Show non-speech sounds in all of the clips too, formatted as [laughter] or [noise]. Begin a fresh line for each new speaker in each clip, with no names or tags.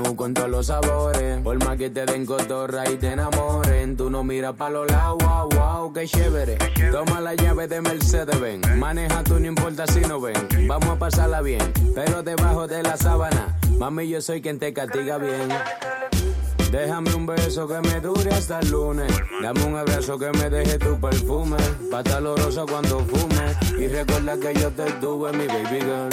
menú con todos los sabores. Por más que te den cotorra y te enamoren, tú no miras pa' los lados, wow, wow, qué chévere. Toma la llave de Mercedes-Benz, maneja tú, no importa si no ven. Vamos a pasarla bien, pero debajo de la sábana, mami, yo soy quien te castiga bien. Déjame un beso que me dure hasta el lunes. Dame un abrazo que me deje tu perfume. Pataloroso cuando fume. Y recuerda que yo te tuve, mi baby girl.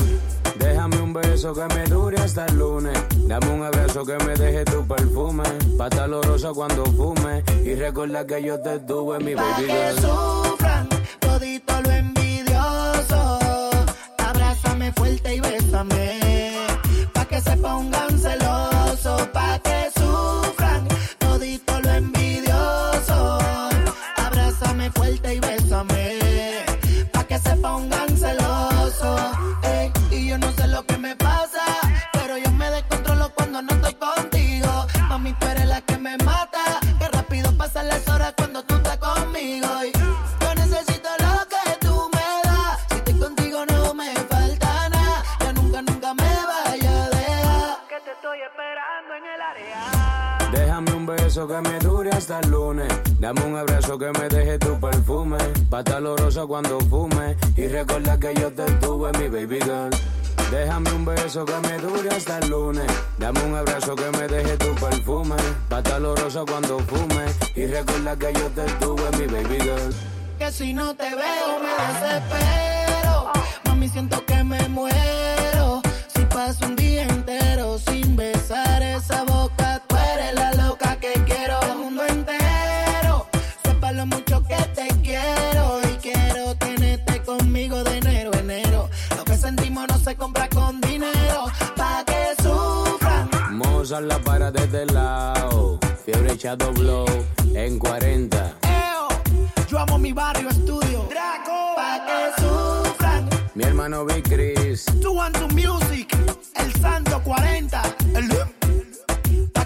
Déjame un beso que me dure hasta el lunes. Dame un abrazo que me deje tu perfume. Pataloroso cuando fume. Y recuerda que yo te tuve, mi
Pa'
baby
que
girl.
sufran todito lo envidioso. Abrázame fuerte y bésame. Pa' que se pongan celosos. Pa' que sufran todito lo envidioso. Abrázame fuerte y bésame. Pa' que se pongan celosos. Ey, y yo no sé lo que me pasa. Pero yo me descontrolo cuando no estoy contigo. Mami, tú eres la que me mata. Que rápido pasan las horas cuando tú estás conmigo. Y yo necesito lo que tú me das. Si estoy contigo no me falta nada. Ya nunca, nunca me vaya a dejar.
Déjame un beso que me dure hasta el lunes. Dame un abrazo que me deje tu perfume. Pataloroso cuando fume. Y recuerda que yo te tuve, mi baby girl. Déjame un beso que me dure hasta el lunes. Dame un abrazo que me deje tu perfume. Pataloroso cuando fume. Y recuerda que yo te tuve, mi baby girl.
que si no te veo me desespero. Mami, siento que me muero. Si paso un día entero sin besar esa boca, tú eres la loca que quiero. El mundo entero sepa lo mucho que te quiero. Y quiero tenerte conmigo de enero a enero. Lo que sentimos no se compra con dinero. Pa' que sufran.
Mozart la para desde el lado. Fiebre echado blow en 40.
Eo, yo amo mi barrio, estudio. Draco. Pa' que sufran.
Mi hermano Big Chris.
Two One Two Music, el Santo 40, el pa'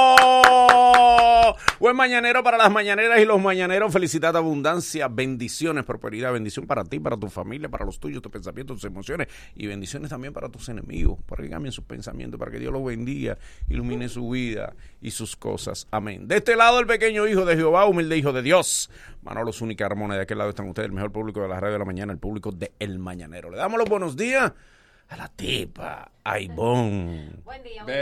mañanero! Buen mañanero para las mañaneras y los mañaneros. Felicidad, abundancia, bendiciones, prosperidad, bendición para ti, para tu familia, para los tuyos, tus pensamientos, tus emociones y bendiciones también para tus enemigos, para que cambien sus pensamientos, para que Dios los bendiga, ilumine su vida y sus cosas. Amén. De este lado, el pequeño hijo de Jehová, humilde hijo de Dios. Manolo Zúñiga Carmona, de aquel lado están ustedes, el mejor público de la radio de la mañana, el público de El Mañanero. Le damos los buenos días a la tipa, a Ivonne.
Buen día, buen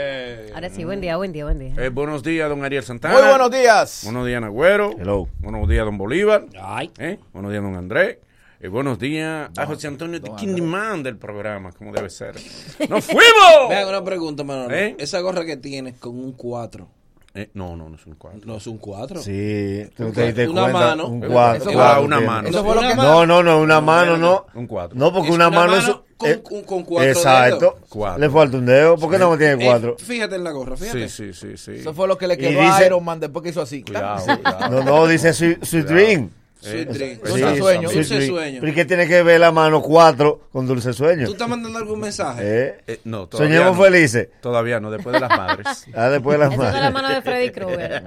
día. Ahora sí, buen día, buen día, buen día.
Eh, buenos días, don Ariel Santana.
Muy buenos días.
Buenos días, Nagüero.
Hello.
Buenos días, don Bolívar.
Ay.
Eh, Buenos días, don Andrés. Eh, buenos días a José Antonio de Kindimán del programa, como debe ser. [laughs] ¡Nos
[laughs] Me hago
fuimos!
una pregunta, Manolo.
¿Eh?
Esa gorra que tienes con un 4,
Eh, no, no, no es un cuadro.
¿no es un 4?
Sí,
Eh,
tú te diste
Una
cuenta,
mano.
Un
Eso
cuatro,
fue-
Ah,
cuatro
una
tiene.
mano.
Eso fue lo que-
No, no, no, una mano no.
Un cuatro.
No, porque
Es
una,
una
mano,
mano
es-
con-
eh,
con- con cuatro
Exacto.
dedos.
Cuatro.
Le falta un dedo. ¿Por qué no tiene
Eh,
cuatro?
fíjate en la gorra, fíjate.
Sí, sí, sí, sí.
Eso fue lo que le
Y
quedó
dice-
a Iron Man después que hizo así.
Cuidado, cuidado.
No, no, dice su, su dream.
Sweet dream.
pues
Dulce
sí,
sueño.
también.
Dulce sueño.
¿Y qué tiene que ver la mano cuatro con dulce sueño?
¿Tú estás [laughs] mandando algún mensaje?
Eh,
Eh, no, todavía
Soñemos
no.
felices.
Todavía no, después de las madres.
Ah, después de las
Eso es de la
manos.
mano de Freddy
[laughs]
Krueger.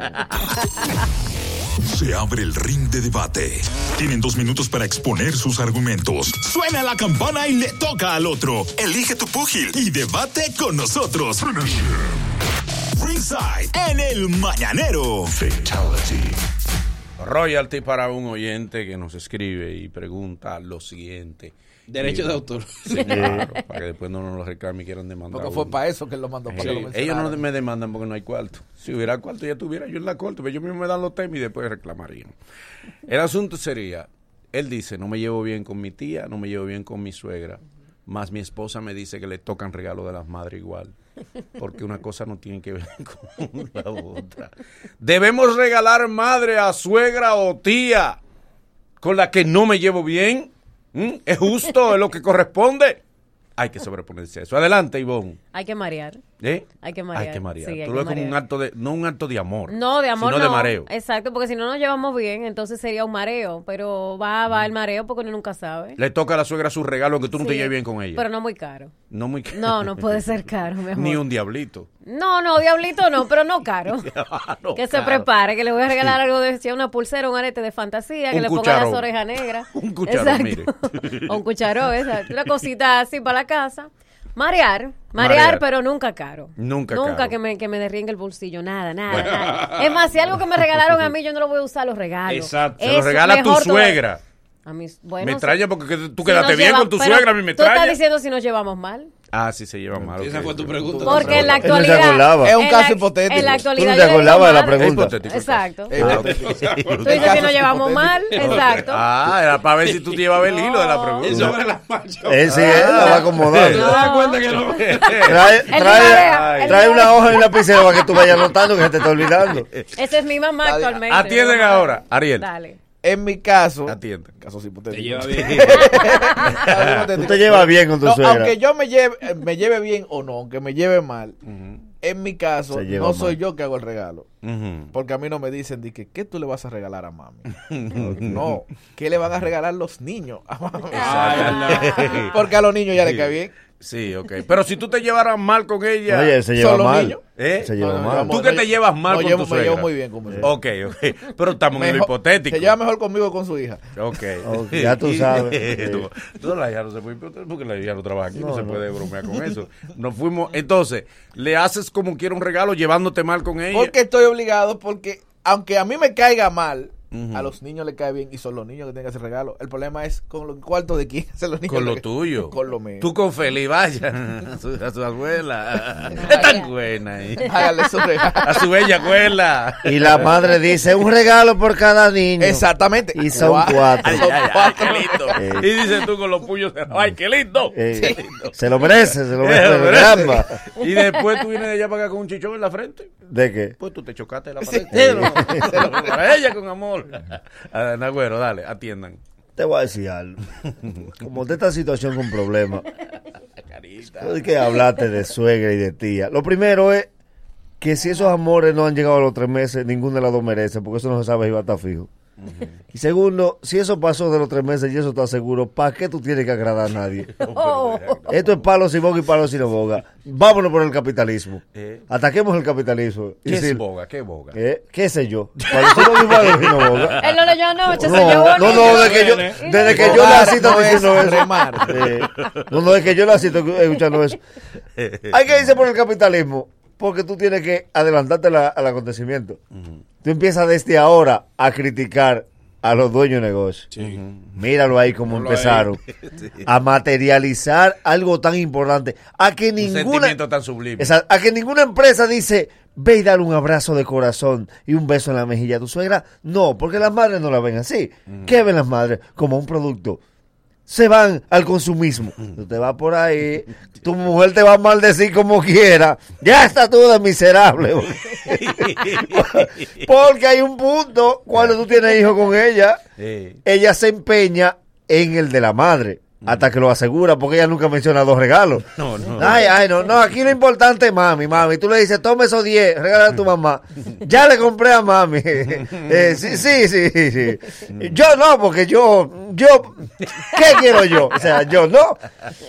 Se abre el ring de debate. Tienen dos minutos para exponer sus argumentos. Suena la campana y le toca al otro. Elige tu púgil y debate con nosotros. Ringside en el mañanero.
Royalty para un oyente que nos escribe y pregunta lo siguiente.
Derecho
Y-
de autor.
Sí, claro, para que después no nos lo reclamen y quieran demandar.
Porque
a
fue
uno.
para eso que él lo mandó. Para
Sí,
que lo
Ellos no
mencionaran.
me demandan porque no hay cuarto. Si hubiera cuarto, ya tuviera yo en la corte, pero ellos mismos me dan los temas y después reclamarían. El asunto sería, él dice, no me llevo bien con mi tía, no me llevo bien con mi suegra, más mi esposa me dice que le tocan regalo de las madres igual, porque una cosa no tiene que ver [laughs] con la otra. ¿Debemos regalar madre a suegra o tía con la que no me llevo bien? ¿Mm? ¿Es justo? ¿Es lo que corresponde? Hay que sobreponerse a eso. Adelante, Ivonne.
Hay que marear.
¿Eh?
Hay que marear.
Hay que marear.
Sí, hay
Tú
que
lo ves como un
marear.
acto de, no un acto de amor.
No, de amor
Sino
no.
de mareo.
Exacto, porque si no nos llevamos bien, entonces sería un mareo. Pero va,
Mm.
va el mareo porque uno nunca sabe.
Le toca a la suegra su regalo que tú no te
Sí,
lleves bien con ella.
Pero no muy caro.
no muy caro.
No,
[laughs]
no puede ser caro, mi amor.
Ni
[laughs]
un diablito. [laughs]
No, no, diablito no, pero no caro.
No,
que se
claro.
prepare, que le voy a regalar algo de si es una pulsera, un arete de fantasía, que
Un
le ponga las
cucharón.
orejas negras.
[laughs] Un cucharón, mire. [laughs]
o [laughs] un cucharón, esa, una cosita así para la casa. Marear, marear,
Marear.
pero nunca caro.
Nunca
Nunca
caro.
que me, que me derriengue el bolsillo, nada, nada, nada. [laughs] Es más, si algo que me regalaron a mí, yo no lo voy a usar, los regalos.
Exacto. Se
Eso
lo
es
regala tu
mejor todavía.
suegra.
A mis, bueno,
me
sí.
extraña porque que-
Si
tú quedaste
nos
bien
lleva-
con tu
pero
suegra, a mí me
Tú estás
extraña.
diciendo si nos llevamos mal.
Ah, sí, se lleva mal.
Esa
ok.
fue tu pregunta.
Porque en la
Él no se
actualidad.
acordaba.
Es un
en
caso
la-
hipotético.
En la
Tú no
actualidad.
te
yo digo
acordabas de la
mal.
Es
pregunta.
hipotético.
Exacto.
Eh,
Ah,
ok.
[laughs] Tú dices
Caso
si nos llevamos
hipotético.
mal. Exacto.
Ah, era para ver si tú te llevabas
[laughs]
el hilo de la
Él
pregunta.
sobre las marchas.
Él sí, él la va a acomodar.
¿Te das cuenta que no?
Trae,
Él marea,
trae,
él
trae
marea.
una hoja y un lapicero para que tú vayas anotando que se te está olvidando.
Esa es mi mamá
Está bien.
actualmente.
Atienden
Vamos a ver.
ahora, Ariel.
Dale.
En mi caso,
Atiende.
casos
Te lleva
hipotéticos. [laughs]
bien.
Casos hipotéticos.
Tú te llevas bien con tu
No,
suegra.
aunque yo me lleve, me lleve bien o no, aunque me lleve mal, en mi caso,
Se lleva
no soy
mal.
yo que hago el regalo. Porque a mí no me dicen, de que, ¿qué tú le vas a regalar a mami? no, ¿qué le van a regalar los niños a
[laughs]
mami? [laughs] Porque a los niños ya les cae bien.
Sí, ok. Pero si tú te llevaras mal con ella.
Oye, se lleva
Son los
mal.
niños.
¿Eh?
Se lleva
No, no,
mal.
llevamos-
Tú que
no,
te
yo-
llevas mal
no,
con
yo
tu
me llevo
suegra.
muy bien con mi suegra.
Ok, ok. Pero estamos en lo
Mejor-
hipotético.
Se lleva mejor conmigo que con su hija. [laughs]
Ok.
Ok, ya tú sabes.
tú, tú, la hija [laughs] no se puede hipotecar porque la hija no trabaja aquí, no,
No,
se
no.
puede bromear con eso. Nos fuimos. Entonces, le haces como quiera un regalo llevándote mal con ella.
Porque estoy obligado, porque aunque a mí me caiga mal, a los niños les cae bien y son los niños que tienen que hacer regalo. El problema es con los cuartos de quién hacen los niños.
Con lo
que-
tuyo.
[laughs] Con lo mío.
Tú con Feli,
[laughs]
vaya. A su, a su abuela.
Vaya.
Es tan buena ahí.
Hágale su regalo.
A su bella abuela.
Y la madre dice, un regalo por cada niño.
Exactamente.
Y son
Cua-
cuatro.
Son cuatro.
Qué lindo.
Eh.
Y dices tú con los puños cerrados. ¡Ay, qué lindo!
Eh, se lo merece, se lo merece. caramba.
Y después tú vienes de allá para acá con un chichón en la frente.
¿De qué?
Pues tú te chocaste la pared. Se lo- se lo- Para ella con amor. Ah, Nagüero, dale, atiendan.
Te voy a decir algo. Como de esta situación con problemas. Es que hablaste de suegra y de tía. Lo primero es que si esos amores no han llegado a los tres meses, ninguna de las dos merece, porque eso no se sabe si va a estar fijo. Y segundo, si eso pasó de los tres meses y eso está seguro, ¿para qué tú tienes que agradar a nadie?
Oh,
Esto es palo sin boga y palo sin boga. Vámonos por el capitalismo. Ataquemos el capitalismo. Y
Eh. ¿Qué
si-
es boga? ¿Qué es boga?
¿Qué? ¿Qué sé yo? Palo sin boga y palo sin boga.
él Eh, no leyó anoche,
No,
se llevó
no,
niño.
no, desde que yo, desde que yo la
Robar
cita
no es
diciendo eso. [laughs]
remar.
Eh, no, no, desde que yo la cito escuchando
[laughs]
eso. Hay que irse por el capitalismo, porque tú tienes que adelantarte la- al acontecimiento. Tú empiezas desde ahora a criticar a los dueños de negocios. Míralo ahí como empezaron
[laughs]
[laughs] a materializar algo tan importante. A que
Un
ninguna,
sentimiento tan sublime.
Esa- a que ninguna empresa dice, ve y dale un abrazo de corazón y un beso en la mejilla a tu suegra. No, porque las madres no la ven así.
Mm.
¿Qué ven las madres? Como un producto. Se van al consumismo.
Mm.
Tú te vas por ahí, tu mujer te va a maldecir como quiera. Ya está tú de miserable.
[laughs]
porque hay un punto cuando tú tienes hijos con ella
Eh,
ella se empeña en el de la madre. Hasta que lo asegura, porque ella nunca menciona dos regalos.
No, no.
Ay, ay, no, no. Aquí lo importante es mami, mami. Tú le dices, toma esos 10, regala a tu
[laughs]
mamá. Ya le compré a mami. [laughs] Eh, sí, sí, sí, sí.
Mm.
Yo no, porque yo, yo, ¿qué quiero yo? O sea, yo no.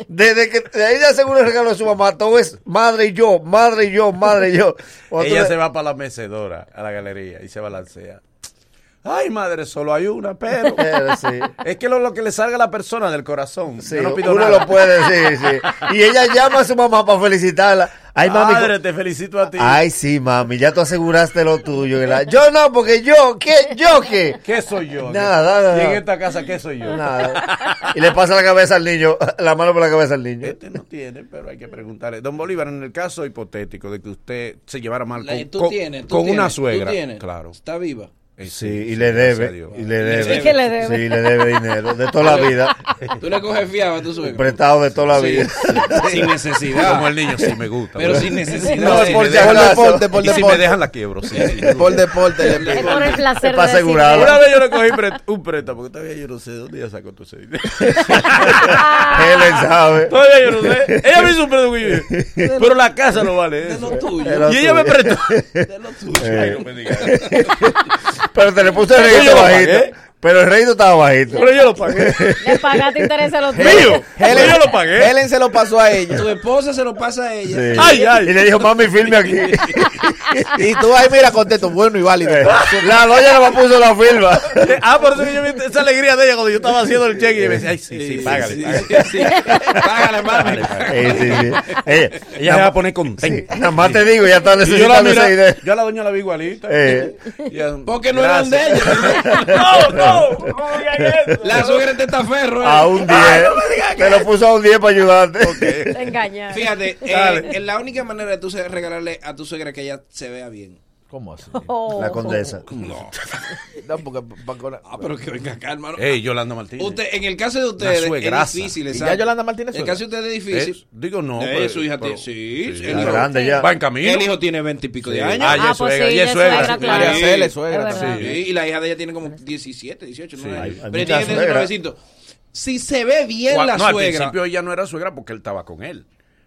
Desde que ella asegura el regalo de su mamá, todo es madre y yo, madre y yo, madre y yo. Cuando tú
ella
le-
se va para la mecedora, a la galería, y se balancea. Ay, madre, solo hay una, pero...
[laughs] Pero sí.
Es que lo, lo que le salga a la persona del corazón.
Sí,
Yo no pido
uno
nada.
lo puede, sí, sí. Y ella llama a su mamá para felicitarla. Ay, mami.
Madre,
co-
te felicito a ti.
Ay, sí, mami, ya tú aseguraste lo tuyo. que la- Yo no, porque yo, ¿qué? ¿Yo qué?
¿Qué soy yo?
Nada, nada,
¿Y en
nada.
esta casa qué soy yo?
Nada. Y le pasa la cabeza al niño, [laughs] la mano por la cabeza al niño.
Este [laughs] no tiene, pero hay que preguntarle. Don Bolívar, en el caso hipotético de que usted se llevara mal
La-
con,
tú
con-
tienes, tú
con
tienes,
una
tú
suegra.
tienes.
Claro.
Está viva.
Eh,
Sí, y le
gracias a
debe.
Dios.
Y le debe.
¿Y qué le debe?
Sí, le debe dinero. De toda la vida.
Tú le coges fiado a tu suegro.
Prestado de toda la
Sí,
vida.
sí, sin necesidad.
Como el niño, sí me gusta.
Pero sin necesidad.
No,
por
si
por
me dejan-
deporte, por
y si me
deporte.
dejan la quiebro,
[laughs]
sí. sí.
Por deporte, le
Es
explico.
por el placer
Es para
de decirlo.
asegurarlo.
Una vez yo
[laughs]
le cogí pre- un préstamo, porque todavía yo no sé de dónde ella sacó todo ese dinero.
[laughs] Helen sabe.
Todavía yo no sé. Ella me hizo un préstamo y yo dije, pero la casa no vale
De
eso.
lo
De
tuyo.
lo
Y ella me
tuyo.
prestó.
De lo tuyo.
Eh.
Ay, no me digas eso.
Pero te le puse el
Pero yo
reguito
lo
bajito.
pagué.
Pero el reguito estaba bajito.
Pero yo lo pagué.
Le pagaste interés a
[laughs]
los
[laughs] Mío.
tuyos.
Pero yo lo pagué.
Helen se lo pasó a ella.
Tu esposa se lo pasa a ella.
Sí.
¿Eh? Ay, ay.
Y le dijo, mami, firme
[laughs]
aquí.
Y tú ahí, mira, contesto,
[laughs]
bueno y válido.
la doña no me puso la firma.
Ah, por eso que yo vi esa alegría de ella cuando yo estaba haciendo el cheque y me decía, ay, sí, sí, págale.
sí,
págale. [laughs]
sí, sí. Págale, mami.
Sí, sí, sí. Ella,
Ella se va a poner contenta.
Nada más te digo, ya está
Y yo la
necesitando
mira-
esa
[laughs]
idea.
yo a la doña la vi igualita.
Eh.
Y ella-
Porque no eran de
Gracias.
ella.
[laughs]
[laughs] No, no, no digas eso.
La suegra te está ferro. eh.
A un 10. te lo puso a un 10 para ayudarte. [laughs]
Te engañaron. [laughs]
Fíjate, eh,
Dale.
es la única manera de tú se- regalarle a tu suegra que ella se vea bien.
¿Cómo así?
[laughs] Oh.
La condesa.
No.
No, porque pa- con la-
Ah, pero que venga acá, hermano.
Ey, Yolanda Martínez.
Usted, en el caso de ustedes es
suegrasa.
difícil,
Y
¿Y
exacto.
ya Yolanda Martínez
En el
suena?
caso de ustedes es
Es-
difícil.
digo no.
Eh,
pues.
pero-
su hija
pero-
tiene- sí, sí,
la
claro.
grande ya.
Va en camino.
El hijo tiene veintipico de años.
Ah, ya
Ah,
es
pues
suegra,
sí,
ya es
ya es
suegra.
suegra,
sí.
María
claro.
Cele,
Es
suegra.
verdad.
también.
Sí.
Sí, y la hija de ella tiene como 17, 18, no
hay- hay
Pero
muchas
ella tiene
suegras.
19. Si se ve bien
Cua-
la
no, al
suegra.
principio ella no era suegra porque él estaba con él.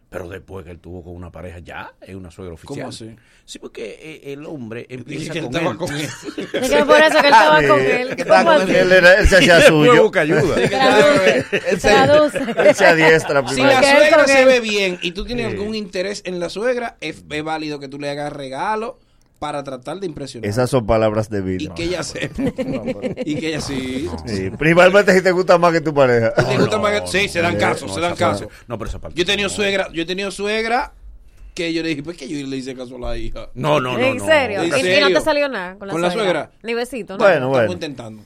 Pero después que él tuvo con una pareja ya es una suegra oficial.
¿Cómo así?
Sí, porque eh, el hombre
Dice
empieza
que
con
estaba
él. [laughs]
con él.
Es que por eso que él estaba con él.
que estaba
¿Cómo
con
así?
Ah, Él, era, él se
Y [laughs]
hacía
después
suyo.
busca ayuda. [laughs]
[laughs]
Él
Traduce.
se-
[laughs] Él se
Traduce.
adiestra
Si
primero.
la
Porque él
suegra
con
se
él.
ve bien y tú tienes algún interés en la suegra, es, es válido que tú le hagas regalo para tratar de impresionar.
Esas son palabras de
y
vida.
que ella sepa.
[laughs]
y que ella sí.
Sí, principalmente si te gusta más que tu pareja.
¿Te gusta más que- sí, se dan
Ah, no,
caso,
no,
se
esa
dan
parte-
caso.
No, pero esa parte.
Yo he tenido
no.
suegra, yo he tenido suegra que yo le dije, pues que yo le hice caso a la hija.
No, no, no.
¿En
no.
serio?
¿En
¿Y- ¿Y no
serio?
te salió nada con la,
¿Con la suegra?
Ni besito, ¿no?
Bueno,
Estamos
bueno.
intentando.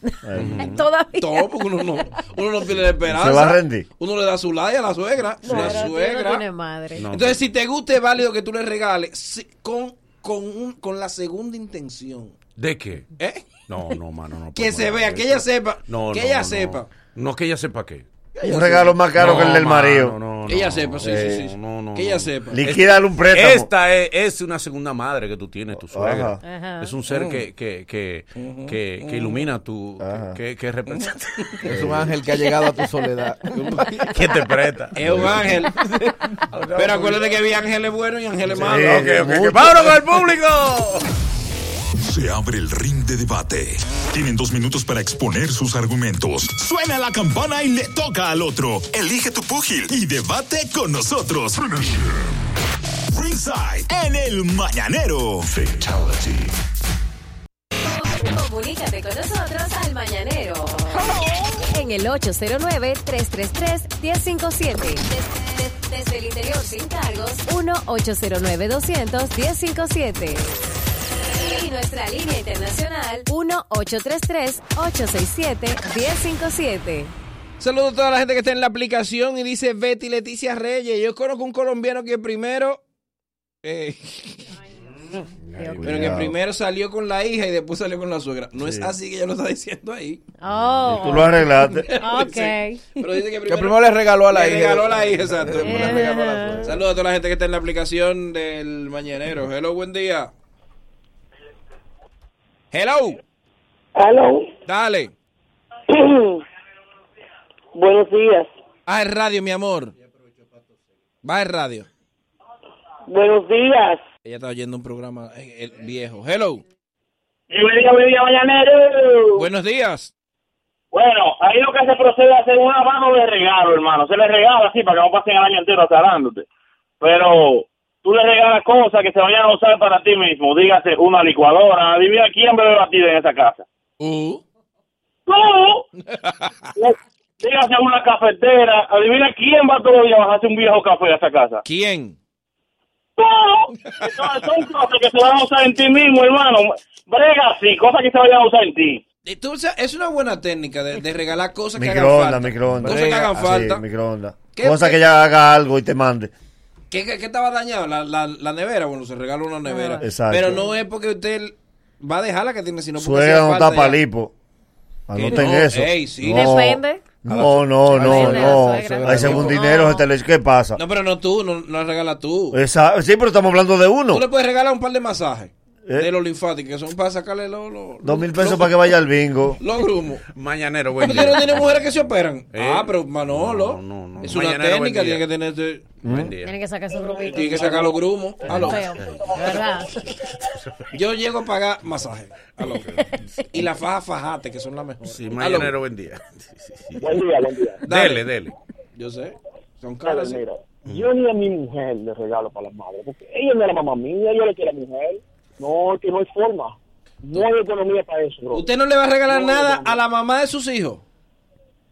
Todavía.
Todo, porque uno no, uno no pierde la esperanza.
Se va a rendir.
Uno le da su like a la suegra.
No,
la
pero tú
suegra.
No tiene madre.
No.
Entonces, si te gusta, es válido que tú le regales si- con, con, un- con la segunda intención.
¿De qué?
¿Eh?
No, no, mano, no.
Que
por
se
mano,
vea,
eso.
que ella sepa.
No,
que
no,
ella
no.
sepa.
No, que ella sepa qué.
Un regalo más caro
No,
que el del
mano,
marido.
no, no,
que ella
no,
sepa, sí, sí, sí.
no, no,
que ella
no.
sepa.
Liquídale un préstamo.
Esta es, es una segunda madre que tú tienes, tu suegra.
Ajá.
Ajá.
Es un ser que, que, que, que, que ilumina tu.
Ajá.
que, que
[laughs]
representa.
Es un ángel que ha llegado a tu soledad.
que te presta.
Es
[laughs]
un ángel. Pero acuérdate que había ángeles buenos y ángeles malos.
Ok, ok, ok. ¡Vámonos con el público!
Se abre el ring de debate. Tienen dos minutos para exponer sus argumentos. Suena la campana y le toca al otro. Elige tu púgil y debate con nosotros. Ringside en el mañanero. Fatality.
Comunícate con nosotros al Mañanero. En el 809-333-1057. Desde, desde el interior sin cargos, 1-809-200-1057. Y nuestra línea internacional, 1-833-867-1057.
Saludos a toda la gente que está en la aplicación y dice Betty Leticia Reyes. Yo conozco un colombiano que primero. eh, pero que
Cuidado.
primero salió con la hija y después salió con la suegra. No es así que ella lo está diciendo ahí.
Tú lo
Oh.
[laughs]
arreglaste.
Ok.
Pero dice que
Que
primero,
primero le regaló a
le
la hija.
regaló a la hija, exacto.
Primero
Eh.
le regaló a la suegra.
Saludos a toda la gente que está en la aplicación del Mañanero. Hello, buen día. Hello,
Aló,
dale.
[clears throat] buenos días,
Haz el radio, mi amor. Va el radio.
buenos días.
Ella está oyendo un programa eh, el viejo. Hello,
Buen día, buen día, mañanero.
buenos días.
Bueno, ahí lo que se procede a hacer un abajo de regalo, hermano. Se le regala así para que no pasen el año entero atarándote. Pero tú le regalas cosas que se vayan a usar para ti mismo. Dígase una licuadora. Adivina quién bebe batido en esa casa.
Uh.
No. Dígase una cafetera. Adivina quién va todos los días a bajarse un viejo café a esa casa.
¿Quién?
No. Entonces, son cosas que se van a usar en ti mismo, hermano. Brega sí, cosas que se vayan a usar en ti.
Eh, tú, o sea, es una buena técnica de, de regalar cosas que hagan falta.
Microondas, microondas.
Cosas que hagan
Sí,
falta.
microondas.
¿Qué-
Cosa
qué-
que ella haga algo y te mande. Ah.
¿Qué, qué, qué estaba dañado? La, la, la nevera, bueno, se regala una nevera.
Exacto.
Pero no es porque usted Va a dejarla que tiene, si no porque
Suegra
hacía
no
falta
está para
ya.
lipo. Anoten
no,
eso.
ey, sí.
No,
Depende.
No, no, no,
Depende de la
no.
suegra.
Hay según dinero, se te le- ¿qué pasa?
No, pero no tú, no, no la regala tú.
Esa- sí, pero estamos hablando de uno.
Tú le puedes regalar un par de masajes
Eh.
de los linfáticos, que son para sacarle los los-
Dos mil pesos para que vaya al bingo.
los grumos.
[laughs] Mañanero, buen
Pero
día.
tú no tienes mujeres que se operan.
Eh.
Ah, pero Manolo. Es una
Mañanero, buen
técnica,
día.
tiene que tener.
Mm.
Buen día.
Tienen que sacar esos grumitos.
Tiene que sacar los grumos. Aló.
Feo. ¿Verdad?
Yo llego a pagar masaje. Aló. Y las fajas fajate, que son las mejores.
Sí,
Aló.
mañanero, buen día. [laughs] Sí, sí, sí.
Buen día, buen día.
Dele, dele.
Yo sé. Son caras. sí.
Mira, yo ni a mi mujer le regalo para las madres, porque ella no es la mamá mía, yo le quiero a mi mujer. No, es que no hay forma. No hay economía para eso, bro.
Usted no le va a regalar
No,
nada
no, no.
a la mamá de sus hijos.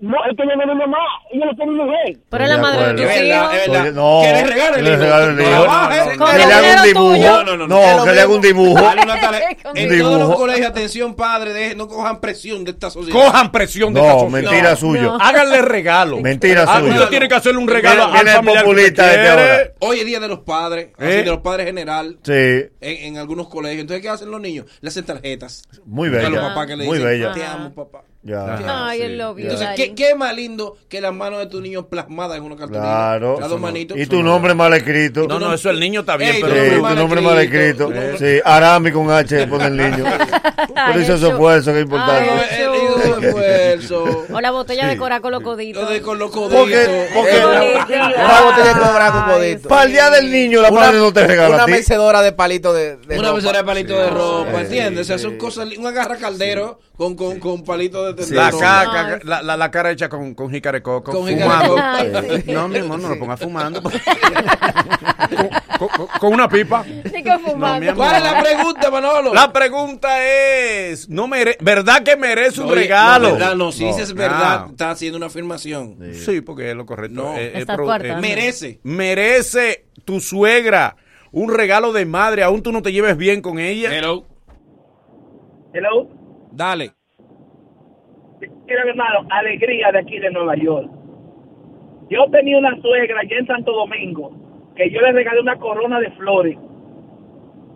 No, es que ella no es mi mamá, ella le pone mi mujer.
Pero es
Estoy
la
de
madre de
acuerdo.
tus
Es verdad,
hijos.
es verdad.
Oye, No,
Que le regale el
que le
hijo.
regale el
No,
hijo.
no, no,
Que
no.
le haga un
Con el dinero
dibujo.
tuyo. No, no, no,
No,
no.
que le haga un dibujo.
Dale una tarea.
[laughs] Con
En
dibujo.
todos los colegios, atención, padre, de- no cojan presión de esta sociedad.
Cojan presión de esta
No,
sociedad.
mentira suyo.
Háganle
[laughs]
regalo.
Mentira
Ah,
suya.
Usted tiene que hacerle un regalo
Viene- viene el
al familiar que
populista
usted
desde
quiere.
ahora.
Hoy es día de los padres, así,
¿Eh?
de los padres general,
Sí,
en, en algunos colegios. Entonces, ¿qué hacen los niños? Le hacen tarjetas.
muy
A los
bella.
papás que le
Muy
dicen,
bella.
te amo, papá.
Ya.
Ajá,
Ay,
sí.
el lobby.
Entonces, ¿qué, qué más lindo que las manos de tu niño plasmadas en una cartulina?
Claro.
Las dos manitos.
Y tu nombre mal escrito.
No, no, eso el niño está bien,
Ey,
Sí,
pero.
tu nombre mal escrito.
Eh.
Sí, Arami con H pone el niño. Por eso
Jesús.
su esfuerzo, que es
Pero
importante.
Ay,
el hijo de esfuerzo.
O la botella de Cora con los
Lo
coditos.
de con los coditos.
Porque,
eh,
Qué
porque
bonito.
Una botella de cobra con
Ay,
codito.
para el día del niño la madre no te regala
Una
a ti.
mecedora de palito de, de
una
ropa.
besera de palito de ropa,
sí,
¿entiendes? o sea, son cosas, li- un agarra caldero con, con, con palito de
La,
de ropa.
caca, la, la, la cara hecha con, con jícara de coco,
Con jícara de
fumando.
coco.
Ay, sí.
No, mi amor, no lo pongas
[laughs]
fumando. con, con- con una pipa.
Sí, que
No, mi
fumando.
amor.
¿Cuál es la pregunta, Manolo?
La pregunta es, no mere- ¿verdad que merece un
Oye,
regalo?
No, verdad, no, si dices verdad,
Ah.
está haciendo una afirmación.
Sí, porque es lo correcto.
Eh,
Eh,
No.
Estás
pro-
cuarta.
Merece.
merece tu suegra un regalo de madre, aún tú no te lleves bien con ella.
Hello.
Hello.
Dale.
Mira, mi hermano, alegría de aquí de Nueva York. Yo tenía una suegra allá en Santo Domingo que yo le regalé una corona de flores.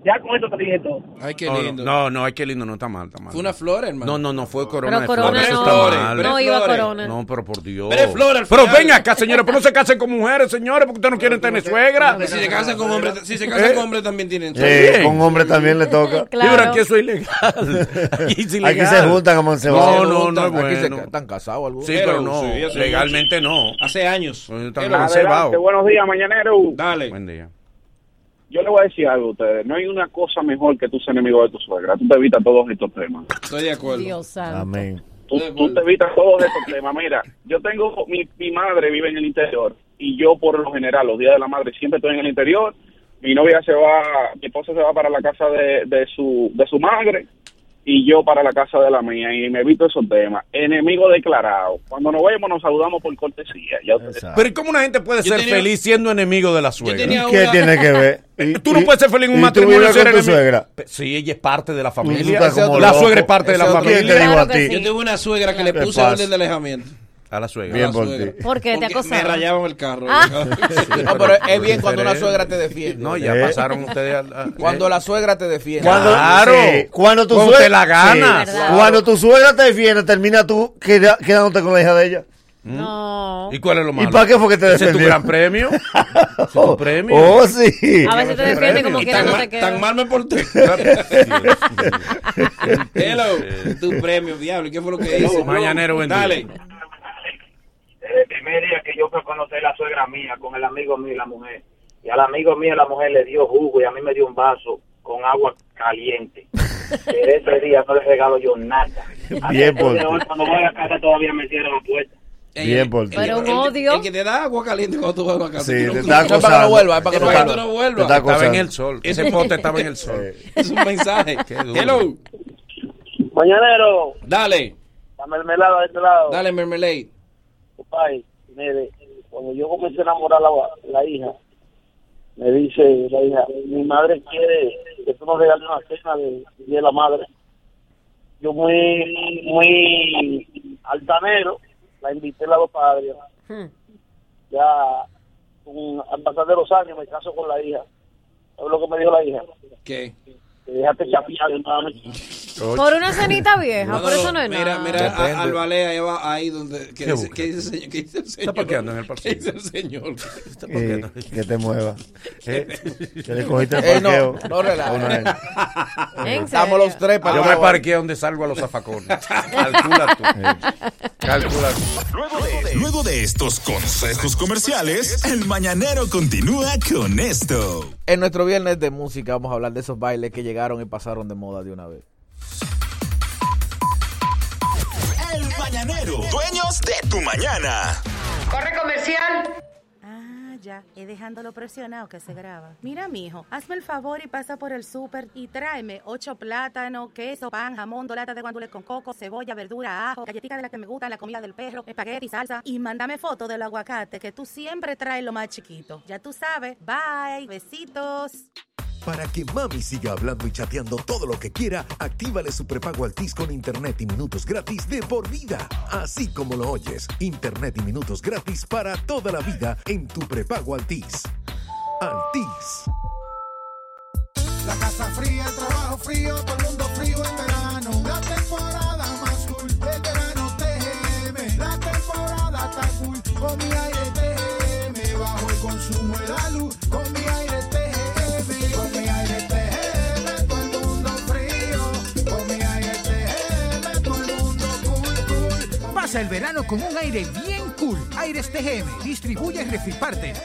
Ya con eso te dije todo.
Ay, qué
No, no,
lindo.
no, no, ay, qué lindo, no está mal, está mal.
Fue una flor, hermano.
No, no, no, fue corona
Pero
de
Corona
flores, eso
flores,
está
no.
mal.
pero
No iba
flores.
Corona.
No, pero por Dios.
Pero es flor al
Pero
final.
ven acá, señores, pero no se casen con mujeres, señores, porque ustedes no quieren tener suegra. Eh,
Si se casan con hombres, si se casan con hombres también tienen.
Sí,
bien.
con hombre también le toca.
Sí, pero
Claro.
aquí eso es
[laughs]
ilegal. Aquí, es
Aquí
ilegal.
se juntan a
No,
Monsebastián.
no, no es
Aquí se
bueno.
ca- están casados algunos.
Sí, pero
Pero
no,
sí, hace
legalmente no.
Hace
Pues
años.
yo
Pero-
también. Adelante, Cebao.
buenos días, mañanero.
Dale.
Buen día.
Yo le voy a decir algo a ustedes. No hay una cosa mejor que tú ser enemigo de tu suegra. Tú te evitas todos estos temas.
Estoy de acuerdo.
Dios santo.
Amén.
Tú, tú te evitas todos estos temas. Mira, yo tengo, mi, mi madre vive en el interior y yo por lo general, los días de la madre siempre estoy en el interior. Mi novia se va, mi esposa se va para la casa de, de su, de su madre y yo para la casa de la mía y me evito esos temas. Enemigo declarado. Cuando nos vemos nos saludamos por cortesía. Ya ustedes
Exacto.
Pero ¿y cómo una gente puede
Yo
ser
tenía-
feliz siendo enemigo de la
Yo
suegra?
tenía
¿Qué
una-
tiene que
[laughs]
ver?
Tú no
Y-
puedes ser feliz en un
y tú
matrimonio
vives
y ser
con tu
enemigo.
suegra.
Pe- Sí, ella es parte de la
Tú
familia.
estás como
La
loco.
suegra es parte de la
Ese otro-
¿Quién
familia.
te dijo a
Claro que
ti?
Yo
sí.
tuve una suegra que le
¿Qué
puse
pasa?
orden de alejamiento.
A la suegra.
Bien
La
por
suegra.
ti.
¿Por qué? ¿Te
Porque
acosaba?
Me rayaban el carro.
Ah.
No, pero es bien cuando una suegra te defiende.
No, ya
Eh.
pasaron ustedes al- a-
Cuando
eh.
la suegra te defiende.
Cuando,
Claro.
sí, cuando tu
Cuando
suegra
te la gana.
sí.
Claro.
Cuando tu suegra te defiende, termina tú queda- quedándote con la hija de ella.
No.
¿Y cuál es lo malo?
¿Y para qué fue que te
Ese es tu
defendió? [laughs]
gran premio. Ese es tu premio.
Oh, sí.
A veces te defiende como
Y
quiera,
tan,
no
mal-
te
tan
queda.
mal
[laughs]
me porté. Hello. Tu premio, diablo. ¿y ¿Qué fue lo que hice?
Mañanero, buen día.
Dale.
el primer día que yo fui a conocer la suegra mía con el amigo mío y la mujer. Y al amigo mío la mujer le dio jugo y a mí me dio un vaso con agua
[laughs]
caliente. Desde ese día no le regalo yo nada. A
Bien
veces
por
de hoy,
ti.
Cuando voy a casa todavía me cierran la puerta.
Ey,
Bien
el-
por ti.
Pero
el-
un odio.
El que te da agua caliente cuando tú vas a la casa.
Sí,
Tú no-
te está
no, para que
acosando.
no vuelva, es para que
Te
no
está-
vuelva. no
te
vuelva.
está acosando.
Estaba en el sol.
[laughs]
Ese pote estaba en el sol.
Es un mensaje.
duro.
Hello.
Mañanero,
Dale.
la mermelada de este lado.
Dale, mermelade.
Compadre, mire, cuando yo comencé a enamorar a la, la hija, me dice la hija, mi madre quiere que tú nos regales una cena de, de la madre. Yo muy, muy altanero, la invité a la dos padres.
Hmm.
Ya un- al pasar de los años me caso con la hija. ¿Sabes lo que me dijo la hija?
¿Qué?
Déjate chapear de una noche.
Por una cenita vieja, por
Manolo,
eso no es
mira,
nada.
Mira, a- al ballet ahí, va, ahí donde. ¿Qué dice,
busca?
qué dice el señor? ¿Qué dice el señor?
parqueando en el parqueo.
¿Qué dice el
[laughs]
señor?
Eh, que te
[laughs]
[laughs]
mueva.
¿Eh?
Que le cogiste el
Eh, no,
parqueo.
no relaja.
a una
[laughs]
vez.
¿En
Estamos
serio?
los tres para
Yo me parqué donde salgo a los
[laughs]
zafacones. Calcula tú. [laughs] Calcula tú.
Luego de estos consejos comerciales, el mañanero continúa con este. esto.
En nuestro viernes de música vamos a hablar de esos bailes que llegaron y pasaron de moda de una vez.
El mañanero, dueños de tu mañana.
Ah, ya, es dejándolo presionado que se graba. Mira, mijo, hazme el favor y pasa por el súper y tráeme ocho plátanos, queso, pan, jamón, dos latas de guandules con coco, cebolla, verdura, ajo, galletita de la que me gusta, la comida del perro, espagueti, salsa y mándame foto del aguacate que tú siempre traes lo más chiquito. Ya tú sabes. Bye, besitos.
Para que mami siga hablando y chateando todo lo que quiera, actívale su prepago Altis con internet y minutos gratis de por vida. Así como lo oyes, internet y minutos gratis para toda la vida en tu prepago Altis. Altis.
La casa fría, el trabajo frío, todo el mundo frío en verano. La temporada más cool, veterano TGM. La temporada está cool, con mi aire TGM. Bajo el consumo de la luz, con mi aire TGM. Con mi aire TGM, todo el mundo frío. Con mi aire TGM, todo el mundo cool, cool. Pasa el verano con un aire bien cool. Aires TGM, distribuye Refripartner,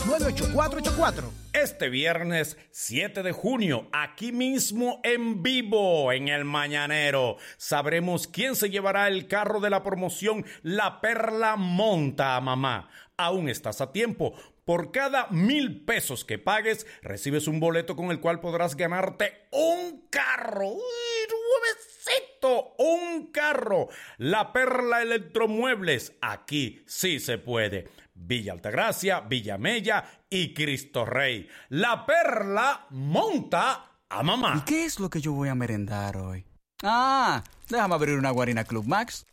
809-539-8484.
Este viernes 7 de junio, aquí mismo en vivo en el Mañanero, sabremos quién se llevará el carro de la promoción La Perla Monta a Mamá. Aún estás a tiempo. Por cada mil pesos que pagues, recibes un boleto con el cual podrás ganarte un carro. ¡Uy, nuevecito! Un carro. La Perla Electromuebles. Aquí sí se puede. Villa Altagracia, Villa Mella y Cristo Rey. La Perla monta a mamá.
¿Y qué es lo que yo voy a merendar hoy? Ah, déjame abrir una guarina Club Max.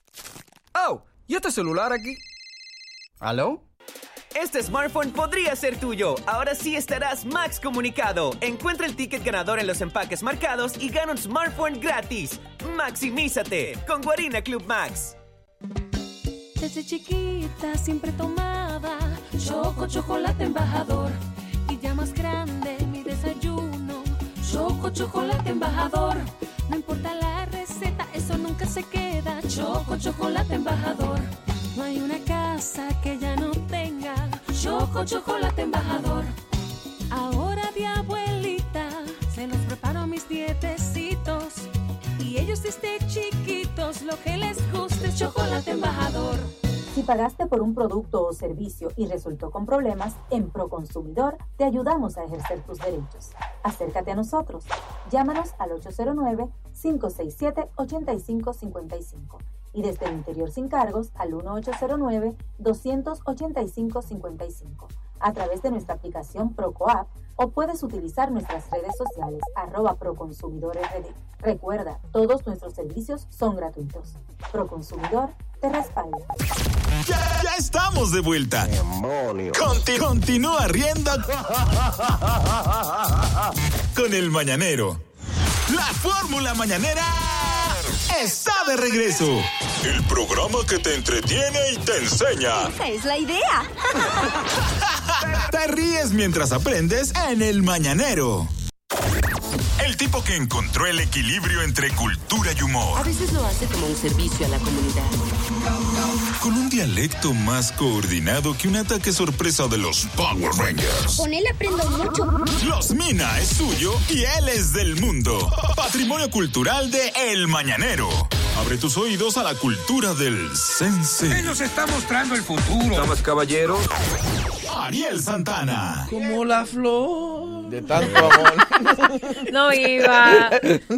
Oh, ¿y este celular aquí? ¿Aló?
Este smartphone podría ser tuyo. Ahora sí estarás Max comunicado. Encuentra el ticket ganador en los empaques marcados y gana un smartphone gratis. Maximízate con Guarina Club Max.
Desde chiquita siempre tomaba Choco Chocolate Embajador. Y ya más grande mi desayuno, Choco Chocolate Embajador. No importa la receta, eso nunca se queda, Choco Chocolate Embajador. No hay una casa que ya no tenga Choco Chocolate Embajador. Ahora de abuelita se los preparo a mis dietecitos. Y ellos desde chiquitos lo que les gusta es Chocolate Embajador.
Si pagaste por un producto o servicio y resultó con problemas, en Proconsumidor te ayudamos a ejercer tus derechos. Acércate a nosotros. Llámanos al 809-567-8555 y desde el interior sin cargos al 1809-285-55 a través de nuestra aplicación ProCoap o puedes utilizar nuestras redes sociales arroba ProConsumidorRD. Recuerda, todos nuestros servicios son gratuitos. Proconsumidor te respalda.
Ya, ya estamos de vuelta. Conti- continúa
[laughs]
riendo con el mañanero. La fórmula mañanera está de regreso. El programa que te entretiene y te enseña.
Esa es la idea.
Te ríes mientras aprendes en el mañanero. El tipo que encontró el equilibrio entre cultura y humor.
A veces lo hace como un servicio a la comunidad.
Con un dialecto más coordinado que un ataque sorpresa de los Power Rangers.
Con él aprendo mucho.
Los Mina es suyo y él es del mundo. Patrimonio cultural de El Mañanero. Abre tus oídos a la cultura del sense.
nos está mostrando el futuro. Damas, caballeros.
Ariel Santana.
Como la flor.
De tanto amor.
No iba.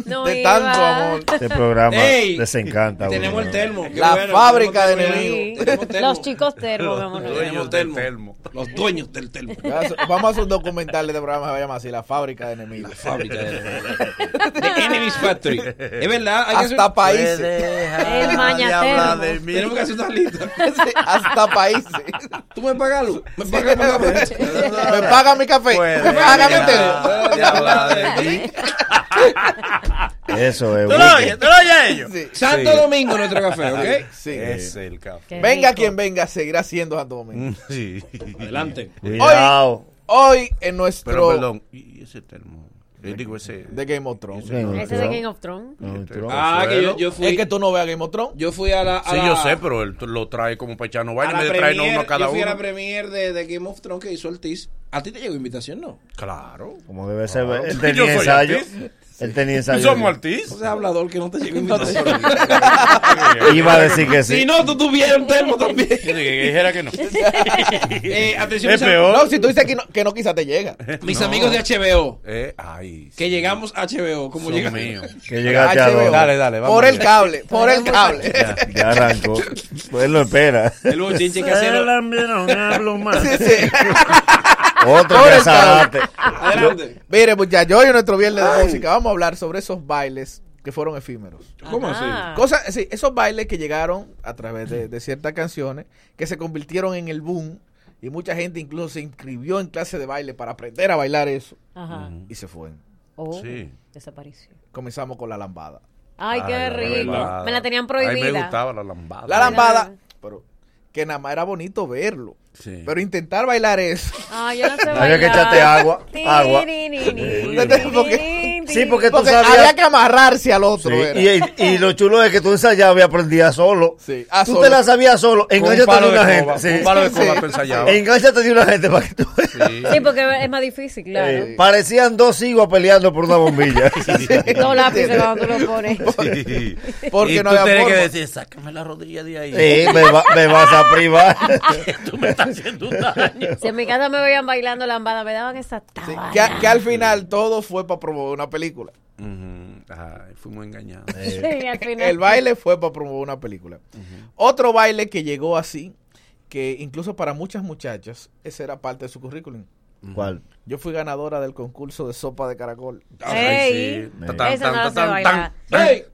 No
de
iba.
tanto amor.
Este programa
Ey,
les encanta.
tenemos
Bruno.
el termo. Qué
La
bueno,
fábrica
[laughs]
de
tenemos termo.
enemigos.
Los chicos termo, mi amor.
Tenemos termo. Los dueños del termo.
Ya, so- Vamos a hacer un documental de este programa que se va a llamar así, La Fábrica de Enemigos. La
Fábrica de Enemigos. The Enemies Factory. Es verdad. Hay que
Hasta
hacer-
países.
Puede hablar de mí. Tenemos que hacer una
[laughs]
lista.
Hasta países. [laughs]
Tú me pagas luz. Me pagas, me pagas.
Me paga mi café. Me paga mi tele.
Ya, ya, fuera de ti.
[laughs] Eso es.
¿Tú lo oyes? ¿Tú lo oyes ellos?
Santo Domingo nuestro café, ¿ok?
Sí.
Eh,
Es el café.
Venga quien venga, seguirá siendo Santo Domingo.
Mm, Sí.
Adelante.
Hoy, hoy en nuestro...
Pero perdón, ¿y ese termo? Yo digo ese...
De Game of Este, Thrones.
Ese no.
Ese de Game of Thrones.
Ah, que yo, yo fui.
Es que tú no veas Game of Thrones.
Yo fui a la. A
Sí,
la- [laughs]
yo sé, pero él lo trae como para echarnos
a
vaina.
la
Me traen
premier-
uno a cada
yo fui a
uno.
la premier de, de Game of Thrones que hizo Ortiz. ¿A ti te llegó invitación, no?
Claro.
Como debe ser.
Ah,
Claro.
Él
Yo
tenía
soy
ensayo.
artista.
Él tenía ensayo.
Somos artistas.
O sea, hablador que no
[laughs]
te llegó invitación.
Iba a decir que sí.
Si [laughs] no, tú tuvieras un termo también.
Yo dije que dijera que no.
[laughs] Eh, atención, mis, am-
No, si tú dices que no, que no quizá te llega.
[laughs]
mis
No.
amigos de HBO.
Eh, ay,
Que llegamos a HBO. ¿Cómo
Dios
llegamos? [laughs]
mío.
Que llegaste a
HBO.
dos.
Dale, dale, vamos
Por el
allá.
cable, por el cable.
Ya, ya arrancó. Pues él lo espera.
El bochinche que hace.
[laughs]
Sí, sí.
Otro
Por
que
el
desagate.
Adelante.
Mire, muchachos, hoy en nuestro viernes de música vamos a hablar sobre esos bailes que fueron efímeros.
¿Cómo
Ajá.
Cosas, sí, esos bailes que llegaron a través de, de ciertas canciones que se convirtieron en el boom y mucha gente incluso se inscribió en clase de baile para aprender a bailar eso Mm.
Ajá.
y se fueron.
Oh,
Sí.
desapareció.
Comenzamos con la lambada.
Ay, qué
Ay, la
rico.
lambada.
Me la tenían
A mí me
prohibida.
gustaba la lambada.
La lambada, pero que nada más era bonito verlo,
Sí.
pero intentar bailar eso.
Ay, Ah, yo no sé
Había que
bailar.
echarte agua,
Tin,
agua. Eh,
tin, tin, tin,
[laughs] Porque-
tin, tin.
Sí, porque tú
Porque
sabías.
había que amarrarse al otro.
Sí,
era.
Y, y lo chulo es que tú ensayabas y aprendías solo.
Sí, ah,
tú
solo.
te la sabías solo.
Con un
Enganchate
palo
de
de
una
coba.
gente.
con Un
Sí.
palo de coba
Sí.
tú ensayabas.
Enganchate de una gente para que tú veas.
Sí.
Sí, porque es más difícil, claro.
Eh,
Parecían dos higos peleando por una
[laughs]
bombilla.
Dos lápices cuando tú lo
[laughs]
pones.
[laughs]
Sí.
Porque
Y
no
tú
había
tienes que
forma.
decir, sácame la rodilla de ahí.
Sí, me, va- me vas a privar.
[laughs] Tú me estás haciendo un daño.
Si en mi casa me veían bailando lambada, me daban esa
Sí,
tabana.
que, a- que al final todo fue para promover una película.
Ujú. [laughs] Ay, fuimos engañados.
Sí, al final.
[laughs] El baile fue para promover una película. Otro baile que llegó así, que incluso para muchas muchachas, ese era parte de su currículum.
¿Cuál?
Yo fui ganadora del concurso de sopa de caracol.
Ey,
sí. Ta- tan,
eso no
tan,
se
tan,
baila.
tan, tan.
Ey,